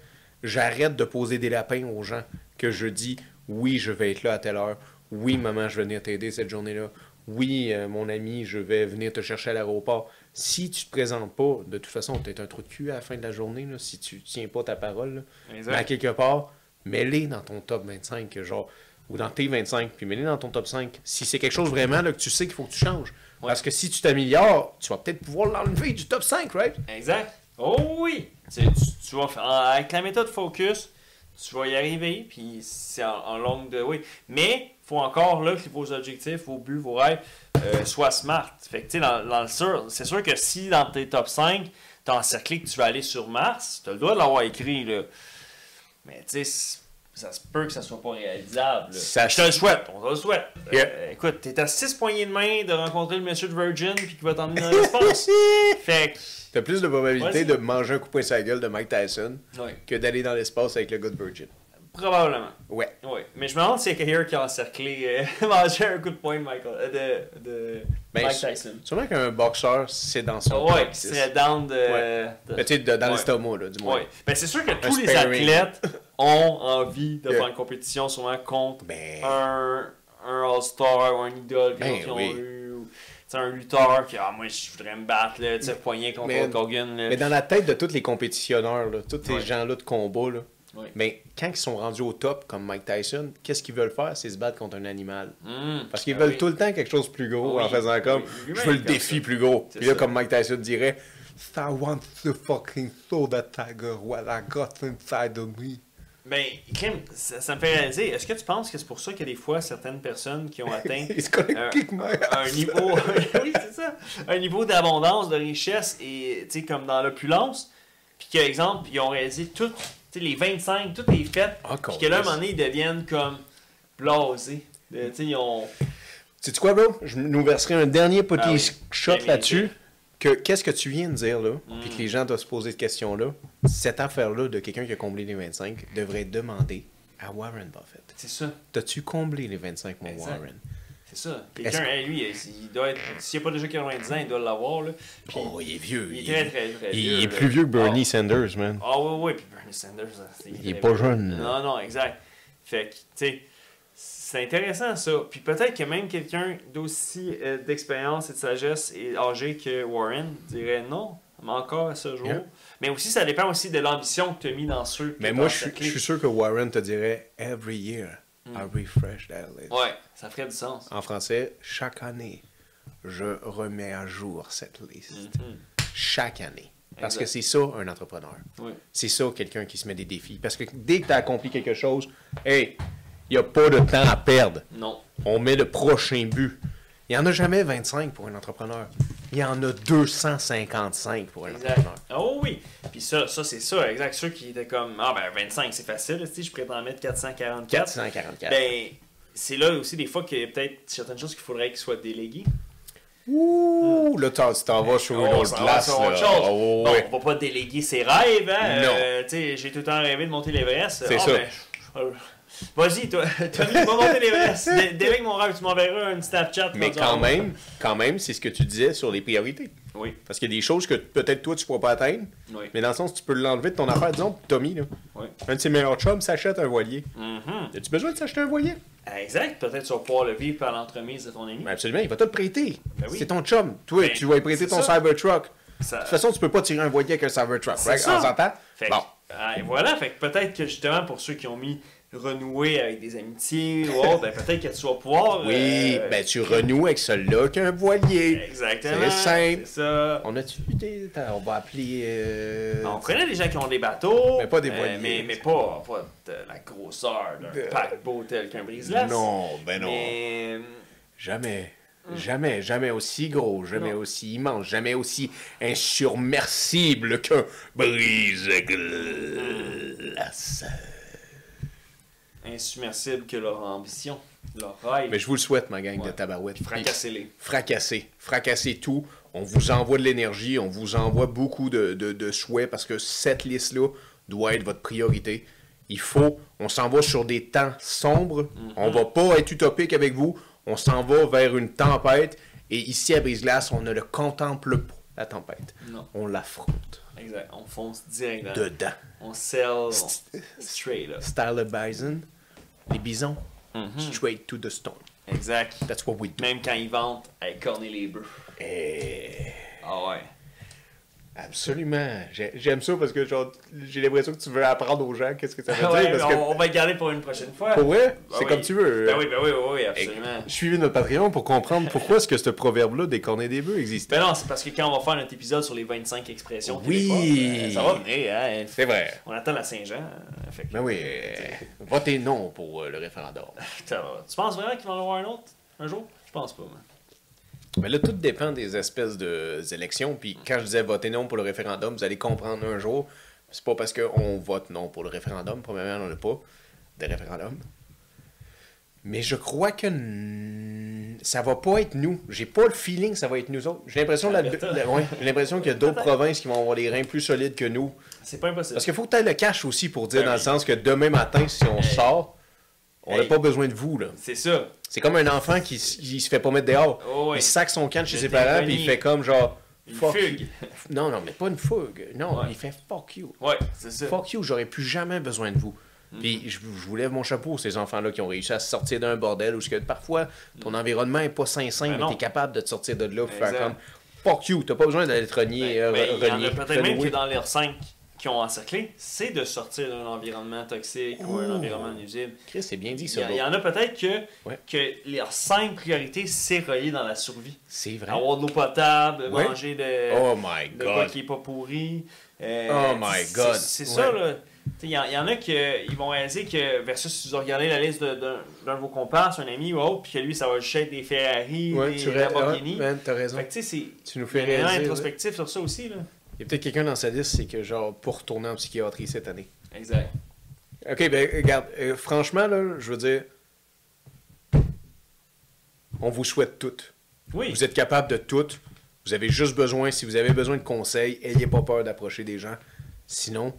J'arrête de poser des lapins aux gens que je dis oui, je vais être là à telle heure. Oui, maman, je vais venir t'aider cette journée-là. Oui, euh, mon ami, je vais venir te chercher à l'aéroport. Si tu te présentes pas, de toute façon, tu es un trou de cul à la fin de la journée là, si tu tiens pas ta parole. là. Mais à
Exact.
quelque part, mets-les dans ton top 25, genre, ou dans tes 25, puis mets-les dans ton top 5. Si c'est quelque chose vraiment là, que tu sais qu'il faut que tu changes.
Ouais.
Parce que si tu t'améliores, tu vas peut-être pouvoir l'enlever du top 5, right?
Exact. Oh oui. Tu, tu- tu vas faire- en- avec la méthode focus, tu vas y arriver. Puis c'est en, en longue de oui. Mais faut encore là que vos objectifs, vos buts, vos rêves euh, soient smart. Fait que tu sais, dans, dans le sûr, c'est sûr que si dans tes top 5, t'as encerclé que tu vas aller sur Mars, t'as le droit de l'avoir écrit là. Mais tu sais, c'est- ça se peut que ça soit pas réalisable. là.
Ça-
Je te le souhaite, on te le souhaite.
Yeah.
Euh, écoute, t'es à 6 poignées de main de rencontrer le monsieur de Virgin puis qui va t'emmener dans l'espace. fait que.
T'as plus de probabilité
Vas-y.
de manger un coup de poing sur la gueule de Mike Tyson
Ouais.
que d'aller dans l'espace avec le gars de Virgin.
Probablement.
Ouais.
Oui. Mais je me demande s'il y a quelqu'un qui a encerclé, euh, mangé un coup de poing de Michael, euh, de, de
Ben,
Mike
c'est-
Tyson.
Sûrement qu'un boxeur, c'est dans
Ah
son
ouais,
top
qui
10.
serait down de.
Ouais.
de-
Mais tu sais, de- dans
Ouais.
l'estomac, là, du moins.
Ouais. Ben, c'est sûr que tous les
sparring.
athlètes ont envie de
Yeah.
faire une compétition, sûrement contre
Ben,
un, un All-Star ou un idole
Ben
qu'ils ont-
oui.
qu'ils ont eu. ou, tu sais, un lutteur qui, ah, moi, je voudrais me battre, là, tu sais, poignet contre
Mais-
Hulk Hogan. là.
Mais dans la tête de tous les compétitionneurs, là, tous ces
Ouais.
gens-là de combat, là,
Ouais.
mais quand ils sont rendus au top, comme Mike Tyson, qu'est-ce qu'ils veulent faire? C'est se battre contre un animal.
Hmm.
Parce qu'ils
Ah
veulent
oui.
tout le temps quelque chose de plus gros
Oui.
en faisant comme
Oui.
je
Lui-même,
veux le
il
défi
fait ça.
plus gros.
C'est
Puis là,
ça.
comme Mike Tyson dirait, I want to fucking throw that tiger while I got inside of me.
Ben, Kim, ça, ça me fait réaliser, est-ce que tu penses que c'est pour ça que des fois, certaines personnes qui ont atteint
He's gonna
Hein? un-
kick my
un
ass.
niveau oui, c'est ça. un niveau d'abondance de richesse et tu sais comme dans l'opulence puis qu'exemple ils ont réalisé toutes tu sais, les 25 toutes les fêtes
Ah,
puis que là à un
câlisse.
moment donné ils deviennent comme blasés De- tu sais ils ont
Sais-tu quoi, bro? Je nous verserai un dernier petit
Ah oui.
shot
Bien
là-dessus.
mérité. Hmm.
Que qu'est-ce que tu viens de dire là? Puis que les gens doivent se poser cette question-là. Cette affaire-là de quelqu'un qui a comblé les 25 devrait demander à Warren Buffett.
c'est ça
T'as-tu comblé les 25, mon
Exact.
Warren?
c'est ça
Est-ce-
quelqu'un hey, lui il- il doit être s'il n'y a pas déjà 90 ans il doit l'avoir là Puis
Oh, il est vieux.
il est très très, très
il
vieux,
est
là.
plus vieux que Bernie
Ah.
Sanders, man.
Ah oui, oui, puis Bernie Sanders. hein, c'est-
Il est pas jeune.
Non, non, exact. Fait que, tu sais, c'est intéressant ça. Puis peut-être que même quelqu'un d'aussi euh, d'expérience et de sagesse et âgé que Warren dirait non, mais encore à ce jour.
Yeah.
Mais aussi, ça dépend aussi de l'ambition que tu as mis dans ceux. que
Mais
t'as
moi, je suis,
encerclés.
je suis sûr que Warren te dirait Every year, I refresh that list.
Mm. Ouais, ça ferait du sens.
En français, chaque année, je remets à jour cette liste.
Mhm.
Chaque année. Parce
Exact.
que c'est ça, un entrepreneur.
Oui.
C'est ça, quelqu'un qui se met des défis. Parce que dès que tu as accompli quelque chose, hey, il n'y a pas de temps à perdre.
Non.
On met le prochain but. Il n'y en a jamais 25 pour un entrepreneur. Il y en a 255 pour un
Exact.
entrepreneur.
Oh oui. Puis ça, ça c'est ça, exact. Ceux qui étaient comme, ah ben 25, c'est facile, si je prétends mettre 444.
444.
Ben, c'est là aussi des fois qu'il y a peut-être certaines choses qu'il faudrait qu'ils soient déléguées.
Ouh, là, t'en- tu t'en vas sur une
Ah, on
autre
s'en va
glace.
sur autre
Oh, là.
chose.
Oh,
Bon,
ouais.
on va pas déléguer ses rêves, hein.
Non.
Euh, tu sais, j'ai tout le temps rêvé de monter l'Everest.
C'est
Ah,
ça.
ben, euh, Vas-y, toi, Tommy, va monter l'Everest. Dé- Délègue mon rêve, tu m'enverras un Snapchat.
Mais
pour
quand
dire-
même, quand même, c'est ce que tu disais sur les priorités.
Oui,
Parce qu'il y a des choses que peut-être toi, tu pourras pas atteindre,
oui,
mais dans le sens, tu peux l'enlever de ton affaire. Disons, Tommy, là,
oui.
un de ses meilleurs chums s'achète un voilier.
Mhm.
As-tu besoin de s'acheter un voilier?
Ah, Exact, peut-être tu vas pouvoir le vivre par l'entremise de ton ami.
Ben absolument, il va te le prêter.
Ben oui.
C'est ton chum. Toi,
Ben,
tu vas lui prêter
c'est
ton
ça.
Cybertruck.
Ça-
De toute façon, tu peux pas tirer un voilier avec un Cybertruck,
C'est
right?
ça.
On s'entend?
Fait que-
Bon.
Ah, et voilà, fait que peut-être que justement pour ceux qui ont mis renouer avec des amitiés ou autre, ben, peut-être que tu vas pouvoir.
Oui,
euh,
ben tu renoues avec celui-là qu'un voilier.
Exactement.
c'est simple.
C'est ça.
On a-tu vu des. attends, On va appeler. euh,
On connaît des gens qui ont des bateaux.
Mais pas des
euh,
voiliers.
mais, mais pas, pas de la grosseur d'un
Euh,
paquebot tel qu'un brise-glace.
Non, ben non.
Mais, euh, Hmm.
Jamais. Jamais, jamais aussi gros, jamais
Non.
aussi immense, jamais aussi insurmersible qu'un brise-glace.
Hmm. insubmersible que leur ambition, leur rêve.
Mais je vous le souhaite, ma gang de
Ouais.
tabarouettes.
Fracassez-les.
Fracassez. Fracassez tout. On vous envoie de l'énergie, on vous envoie beaucoup de, de- de souhaits parce que cette liste-là doit être votre priorité. Il faut, on s'en va sur des temps sombres. On va pas être utopique avec vous. On s'en va vers une tempête. Et ici, à Brise-Glace, on ne le contemple pas, la tempête.
Non.
On l'affronte.
Exact. On fonce direct. dans-
Dedans.
On sell on- straight up.
Style of bison, les bisons, straight to the storm.
Exact.
That's what we do.
Même quand ils vendent, à corner les bœufs.
Eh.
Ah ouais.
Absolument. J'ai- J'aime ça parce que genre, j'ai l'impression que tu veux apprendre aux gens qu'est-ce que ça veut
Ouais,
dire.
mais
Parce que,
on, on va le garder pour une prochaine fois.
pour vrai,
Ben
c'est
oui.
comme tu veux.
Ben oui, ben oui, oui, oui,
Hey,
absolument.
Suivez notre Patreon pour comprendre pourquoi est-ce que ce proverbe-là des cornets des bœufs existe.
Ben non, c'est parce que quand on va faire notre épisode sur les 25 expressions
Oui.
québécoises, euh, ça va venir, hein.
C'est vrai.
On attend la Saint-Jean. euh, fait que-
Ben oui, euh, votez non pour euh, le référendum.
Ça va. Tu penses vraiment qu'il va en avoir un autre un jour? Je pense pas, man.
Mais là, tout dépend des espèces de des élections. Puis quand je disais voter non pour le référendum, vous allez comprendre un jour. C'est pas parce qu'on vote non pour le référendum. Premièrement, on n'a pas de référendum. Mais je crois que n- ça va pas être nous. J'ai pas le feeling que ça va être nous autres. J'ai l'impression la-
Alberta.
la- ouais, j'ai l'impression qu'il y a d'autres provinces qui vont avoir les reins plus solides que nous.
C'est pas impossible.
Parce qu'il faut que tu le cash aussi pour dire,
Ben
dans le
oui.
sens que demain matin, si on
Hey.
sort, on n'a
Hey.
pas besoin de vous. là.
C'est ça.
C'est comme un enfant qui s- il se fait pas mettre dehors.
Oh, ouais.
Il sac son camp de chez
Le
ses parents,
déconné.
puis il fait comme genre.
Une
Fuck.
fugue.
Non, non, mais pas une fugue. Non,
Ouais.
il fait fuck you.
Ouais, c'est ça.
Fuck you, j'aurais plus jamais besoin de vous.
Mm.
Puis je, vous- je vous lève mon chapeau, ces enfants-là qui ont réussi à se sortir d'un bordel où ce que parfois ton environnement est pas sain-sain,
Mm. Ben
mais
non.
t'es capable de te sortir de là, puis faire
Exact.
comme fuck you, t'as pas besoin d'être renié.
Ben,
euh,
ben, il y en
renié,
a peut-être même
renoué.
que dans leurs 5 qui ont encerclé, c'est de sortir d'un environnement toxique ou un
Ouh.
environnement nuisible.
Chris, c'est bien dit
Il y,
ça.
a- il y en a peut-être que,
Ouais.
que leurs 5 priorités, c'est relié dans la survie.
C'est vrai.
Avoir de l'eau potable,
Ouais.
manger de,
Oh my
de quoi
god.
qui est pas pourri. euh,
Oh my
c'est-
God.
C'est
Ouais.
ça, là. Il y, y en a qui ils vont réaliser que, versus si vous regardez la liste de- d'un d'un de vos comparses, un ami ou autre, puis que lui, ça va juste être des Ferrari,
Ouais,
des
tu ra-
Lamborghini.
ouais, man, t'as raison.
Fait que, tu sais, c'est.
Tu nous
Il y
fais
a vraiment
réaliser. ouais.
introspectif sur ça aussi, là.
Il y a peut-être quelqu'un dans sa liste, c'est que genre pour retourner en psychiatrie cette année.
Exact.
Ok, ben regarde, euh, franchement, là, je veux dire, on vous souhaite toutes.
Oui.
Vous êtes capable de toutes. Vous avez juste besoin, si vous avez besoin de conseils, ayez pas peur d'approcher des gens. Sinon,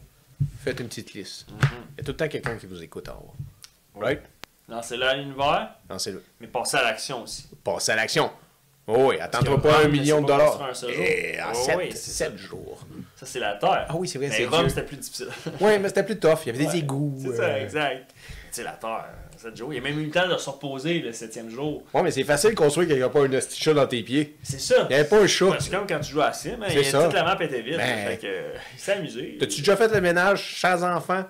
faites une petite liste.
Mm-hmm.
Il y a tout le temps quelqu'un qui vous écoute en haut. Right?
Lancez-le à l'univers,
Lancez-le.
mais passez à l'action aussi.
Passez à l'action. Oh oui, attends-toi
que
pas
Rome,
un million de
c'est pas
dollars.
construit en un seul
Eh,
jour.
en
Oh
sept,
oui, c'est
sept jours.
Ça, c'est la Terre.
Ah oui, c'est vrai,
Mais
c'est
Rome,
Dieu.
c'était plus difficile.
Ouais, mais c'était plus tough. Il y avait des
Ouais,
égouts.
C'est ça,
euh,
exact. C'est la Terre. 7 jours. Il y a même eu le temps de se reposer le septième jour.
Ouais, mais c'est facile de construire qu'il n'y a pas une hostie de chat dans tes pieds.
C'est ça.
Il n'y avait pas un chat.
C'est comme quand tu joues à Sim, hein,
C'est
il y a
ça.
toute la map était vide.
Ben.
hein, Fait que, euh, il s'est amusé.
T'as-tu déjà fait le ménage sans enfants?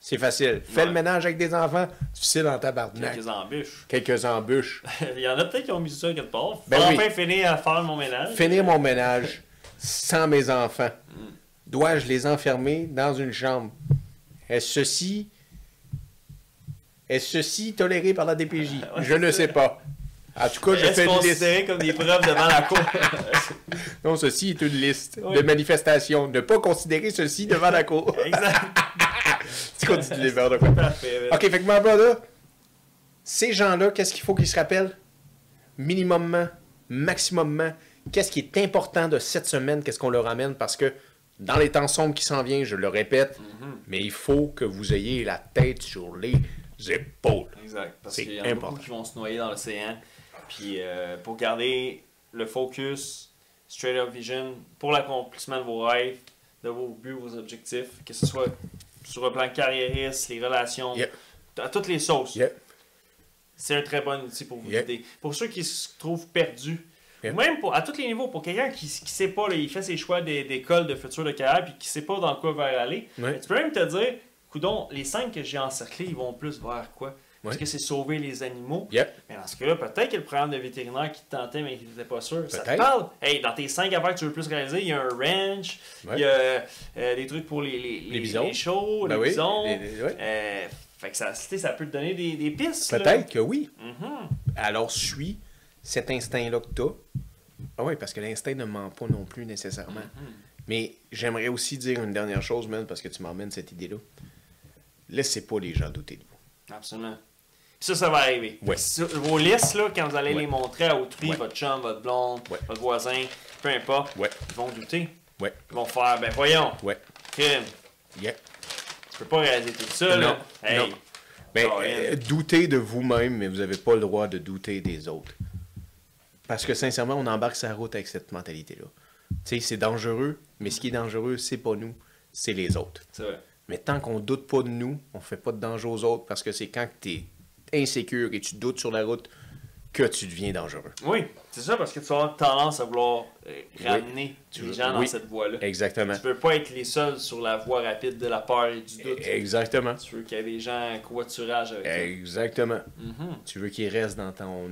C'est facile. Fais
Ouais.
le ménage avec des enfants, difficile en tabarnak.
Quelques embûches.
Quelques embûches.
il y en a peut-être qui ont mis ça quelque part. Faut
Ben oui.
enfin finir à faire mon ménage.
Finir mon ménage sans mes enfants.
Mm.
Dois-je les enfermer dans une chambre? Est-ce ceci... Est-ce ceci toléré par la DPJ? Je ne sais pas. En tout cas, je
Est-ce
fais une liste.
considéré comme des preuves devant la cour?
Non, ceci est une liste
Oui.
de manifestations. Ne pas considérer ceci devant la cour.
exact.
tu continues de les faire de quoi.
Parfait. ben.
OK, fait que mon brother, ces gens-là, qu'est-ce qu'il faut qu'ils se rappellent? Minimumement, maximumement, qu'est-ce qui est important de cette semaine, qu'est-ce qu'on leur amène? Parce que dans les temps sombres qui s'en viennent, je le répète, mais il faut que vous ayez la tête sur les épaules.
Exact. Parce
C'est
qu'il y en a
important.
beaucoup qui vont se noyer dans l'océan. Puis euh, pour garder le focus, straight up vision, pour l'accomplissement de vos rêves, de vos buts, vos objectifs, que ce soit sur le plan carriériste, les relations,
Yep.
à toutes les sauces.
Yep.
C'est un très bon outil pour vous
Yep.
aider. Pour ceux qui se trouvent perdus,
Yep.
ou même pour, à tous les niveaux, pour quelqu'un qui ne sait pas, là, il fait ses choix des- d'école, de futur, de carrière, puis qui ne sait pas dans quoi va aller,
Ouais.
mais tu peux même te dire coudon, les cinq que j'ai encerclés, ils vont plus vers quoi Parce
Ouais.
que c'est sauver les animaux.
Yep.
Mais dans ce cas-là, peut-être que le programme de vétérinaire qui te tentait mais qui n'était pas sûr, ça te
Peut-être.
parle. Hey, dans tes cinq affaires que tu veux le plus réaliser, il y a un ranch,
Ouais.
il y a euh, des trucs pour les, les, les,
bisons.
les shows,
Ben
les
oui,
bisons.
les- les- ouais.
Euh, fait que ça, tu sais, ça peut te donner des, des pistes. là.
Peut-être que oui.
Mhm.
Alors, suis cet instinct-là que t'as. Ah oui, parce que l'instinct ne ment pas non plus nécessairement.
Mm-hmm.
Mais j'aimerais aussi dire une dernière chose, man, parce que tu m'emmènes cette idée-là. Laissez pas les gens douter de vous.
Absolument. Puis Ça, ça va arriver.
Ouais.
Sur vos listes, là, quand vous allez
Ouais.
les montrer à autrui,
Ouais.
votre chum, votre blonde,
Ouais.
votre voisin, peu importe,
Ouais.
ils vont douter.
Ouais,
Ils vont faire, ben voyons,
ouais,
crime,
yeah.
tu peux pas réaliser tout ça. là. Hey,
non. Ben,
Ah, ouais.
euh, doutez de vous-même, mais vous n'avez pas le droit de douter des autres. Parce que sincèrement, on embarque sa route avec cette mentalité-là. Tu sais, c'est dangereux, mais ce qui est dangereux, c'est pas nous, c'est les autres.
c'est vrai.
Mais tant qu'on doute pas de nous, on fait pas de danger aux autres parce que c'est quand tu es insécure et tu doutes sur la route que tu deviens dangereux.
Oui, c'est ça parce que tu vas avoir tendance à vouloir euh, ramener
Tu veux-
les gens dans
oui.
cette voie-là.
Exactement.
Tu peux pas être les seuls sur la voie rapide de la peur et du doute.
Exactement.
Tu veux qu'il y ait des gens en covoiturage avec toi.
Exactement.
Mhm.
Tu veux qu'ils restent dans ton.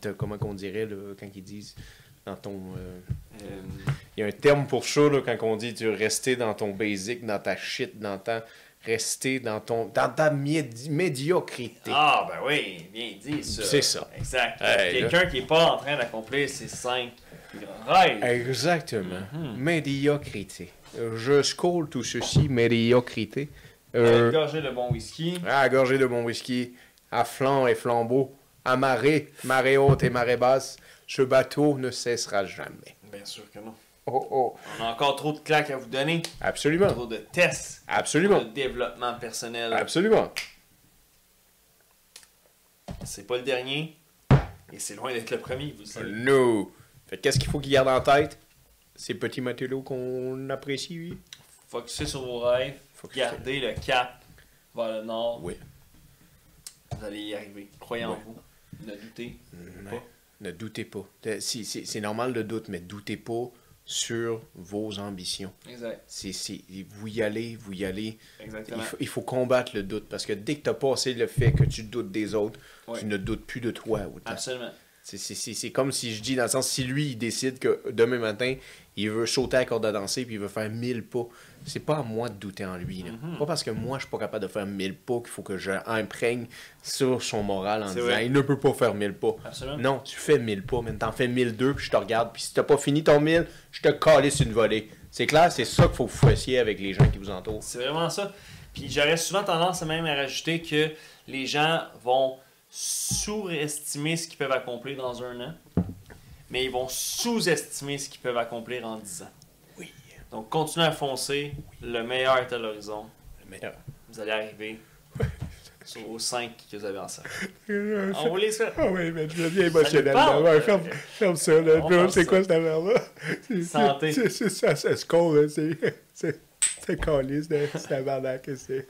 t'as- Comment qu'on dirait là, quand ils disent dans ton. euh,
Euh,
Il y a un terme pour ça, là, quand on dit tu veux rester dans ton basic, dans ta shit, dans ta. Rester dans ton. dans ta médi- médiocrité.
Ah, ben oui, bien dit ça.
C'est ça.
Exact.
Hey,
Quelqu'un qui est pas en train d'accomplir ses cinq rêves.
Exactement. Médiocrité. Je scroll tout ceci, médiocrité. Euh,
Euh, Gorgée de bon whisky.
à gorger de mon whisky, à flanc et flambeau, à marée, marée haute et marée basse, ce bateau ne cessera jamais.
Bien sûr que non.
Oh oh.
On a encore trop de claques à vous donner,
Absolument.
trop de tests, trop
Absolument.
de développement personnel.
Absolument.
C'est pas le dernier. Et c'est loin d'être le premier, vous le savez.
No. Fait que qu'est-ce qu'il faut qu'il garde en tête? Ces petits matelots qu'on apprécie, oui.
Focuser sur vos rêves.
Focuser.
Gardez le cap vers le nord.
Oui.
Vous allez y arriver. Croyez en
Ouais.
vous. Ne doutez
Ouais.
pas.
Ne doutez pas. Euh, si- si- C'est normal le doute, mais doutez pas sur vos ambitions.
Exact.
C'est- c'est- vous y allez, vous y allez. Il
Exactement.
faut, il faut combattre le doute parce que dès que tu as passé le fait que tu doutes des autres,
Ouais.
tu ne doutes plus de toi autant.
Absolument.
C'est- c'est- C'est c'est comme si je dis, dans le sens, si lui, il décide que demain matin, il veut sauter à la corde à danser puis il veut faire 1000 pas, c'est pas à moi de douter en lui. là.
Mm-hmm.
Pas parce que moi, je suis pas capable de faire 1000 pas qu'il faut que je imprègne sur son moral en
C'est
disant,
vrai.
il ne peut pas faire 1000 pas.
Absolument.
Non, tu fais 1000 pas, mais t'en fais 1002 puis je te regarde. Puis si t'as pas fini ton 1000, je te calisse une volée. C'est clair, c'est ça qu'il faut que vous fassiez avec les gens qui vous entourent.
C'est vraiment ça. Puis j'aurais souvent tendance même à rajouter que les gens vont surestimer ce qu'ils peuvent accomplir dans un an, mais ils vont sous-estimer ce qu'ils peuvent accomplir en 10 ans.
Oui,
Donc continuez à foncer, le meilleur est à l'horizon.
le meilleur.
Vous allez arriver sur aux 5 que vous avez en salle.
Ah
On vous les souhaite.
oui, mais je deviens
émotionnel,
émotionnel.
là. parle. Ouais, ferme-
ferme, ça,
là. euh, On Là, ferme c'est
c'est
ça. quoi,
quoi cette affaire-là?
Santé. c'est-
C'est ça, ça se colle, c'est. C'est calice de que c'est.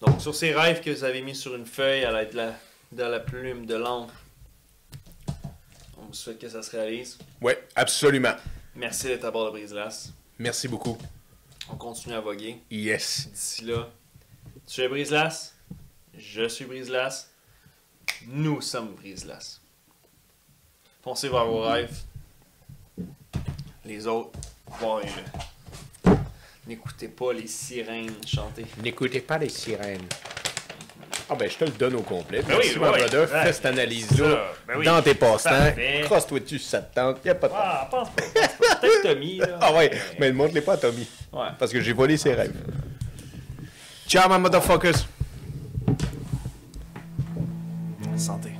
Donc sur ces rêves que vous avez mis sur une feuille à l'aide de la, de la plume, de l'encre, on vous souhaite que ça se réalise.
Ouais, absolument.
Merci d'être à bord de Brise-Glace.
Merci beaucoup.
On continue à voguer.
Yes.
D'ici là, tu es Brise-Glace, je suis Brise-Glace, nous sommes Brise-Glace. Foncez vers vos rêves. Les autres vont arriver. N'écoutez pas les sirènes chanter.
N'écoutez pas les sirènes. Ah ben, je te le donne au complet.
Ben
Merci,
oui,
mon
oui,
brother.
exact.
Fais cette analyse-là
Ça, ben oui.
dans tes passe-temps.
Parfait.
Crosse-toi dessus si ça te tente. Y a pas de problème.
Ah, pense pas, pense pas. Peut-être Tommy, là.
Ah ouais, mais ne montre-les pas à Tommy.
Ouais.
Parce que j'ai volé ses rêves. Ciao, my motherfuckers.
Santé.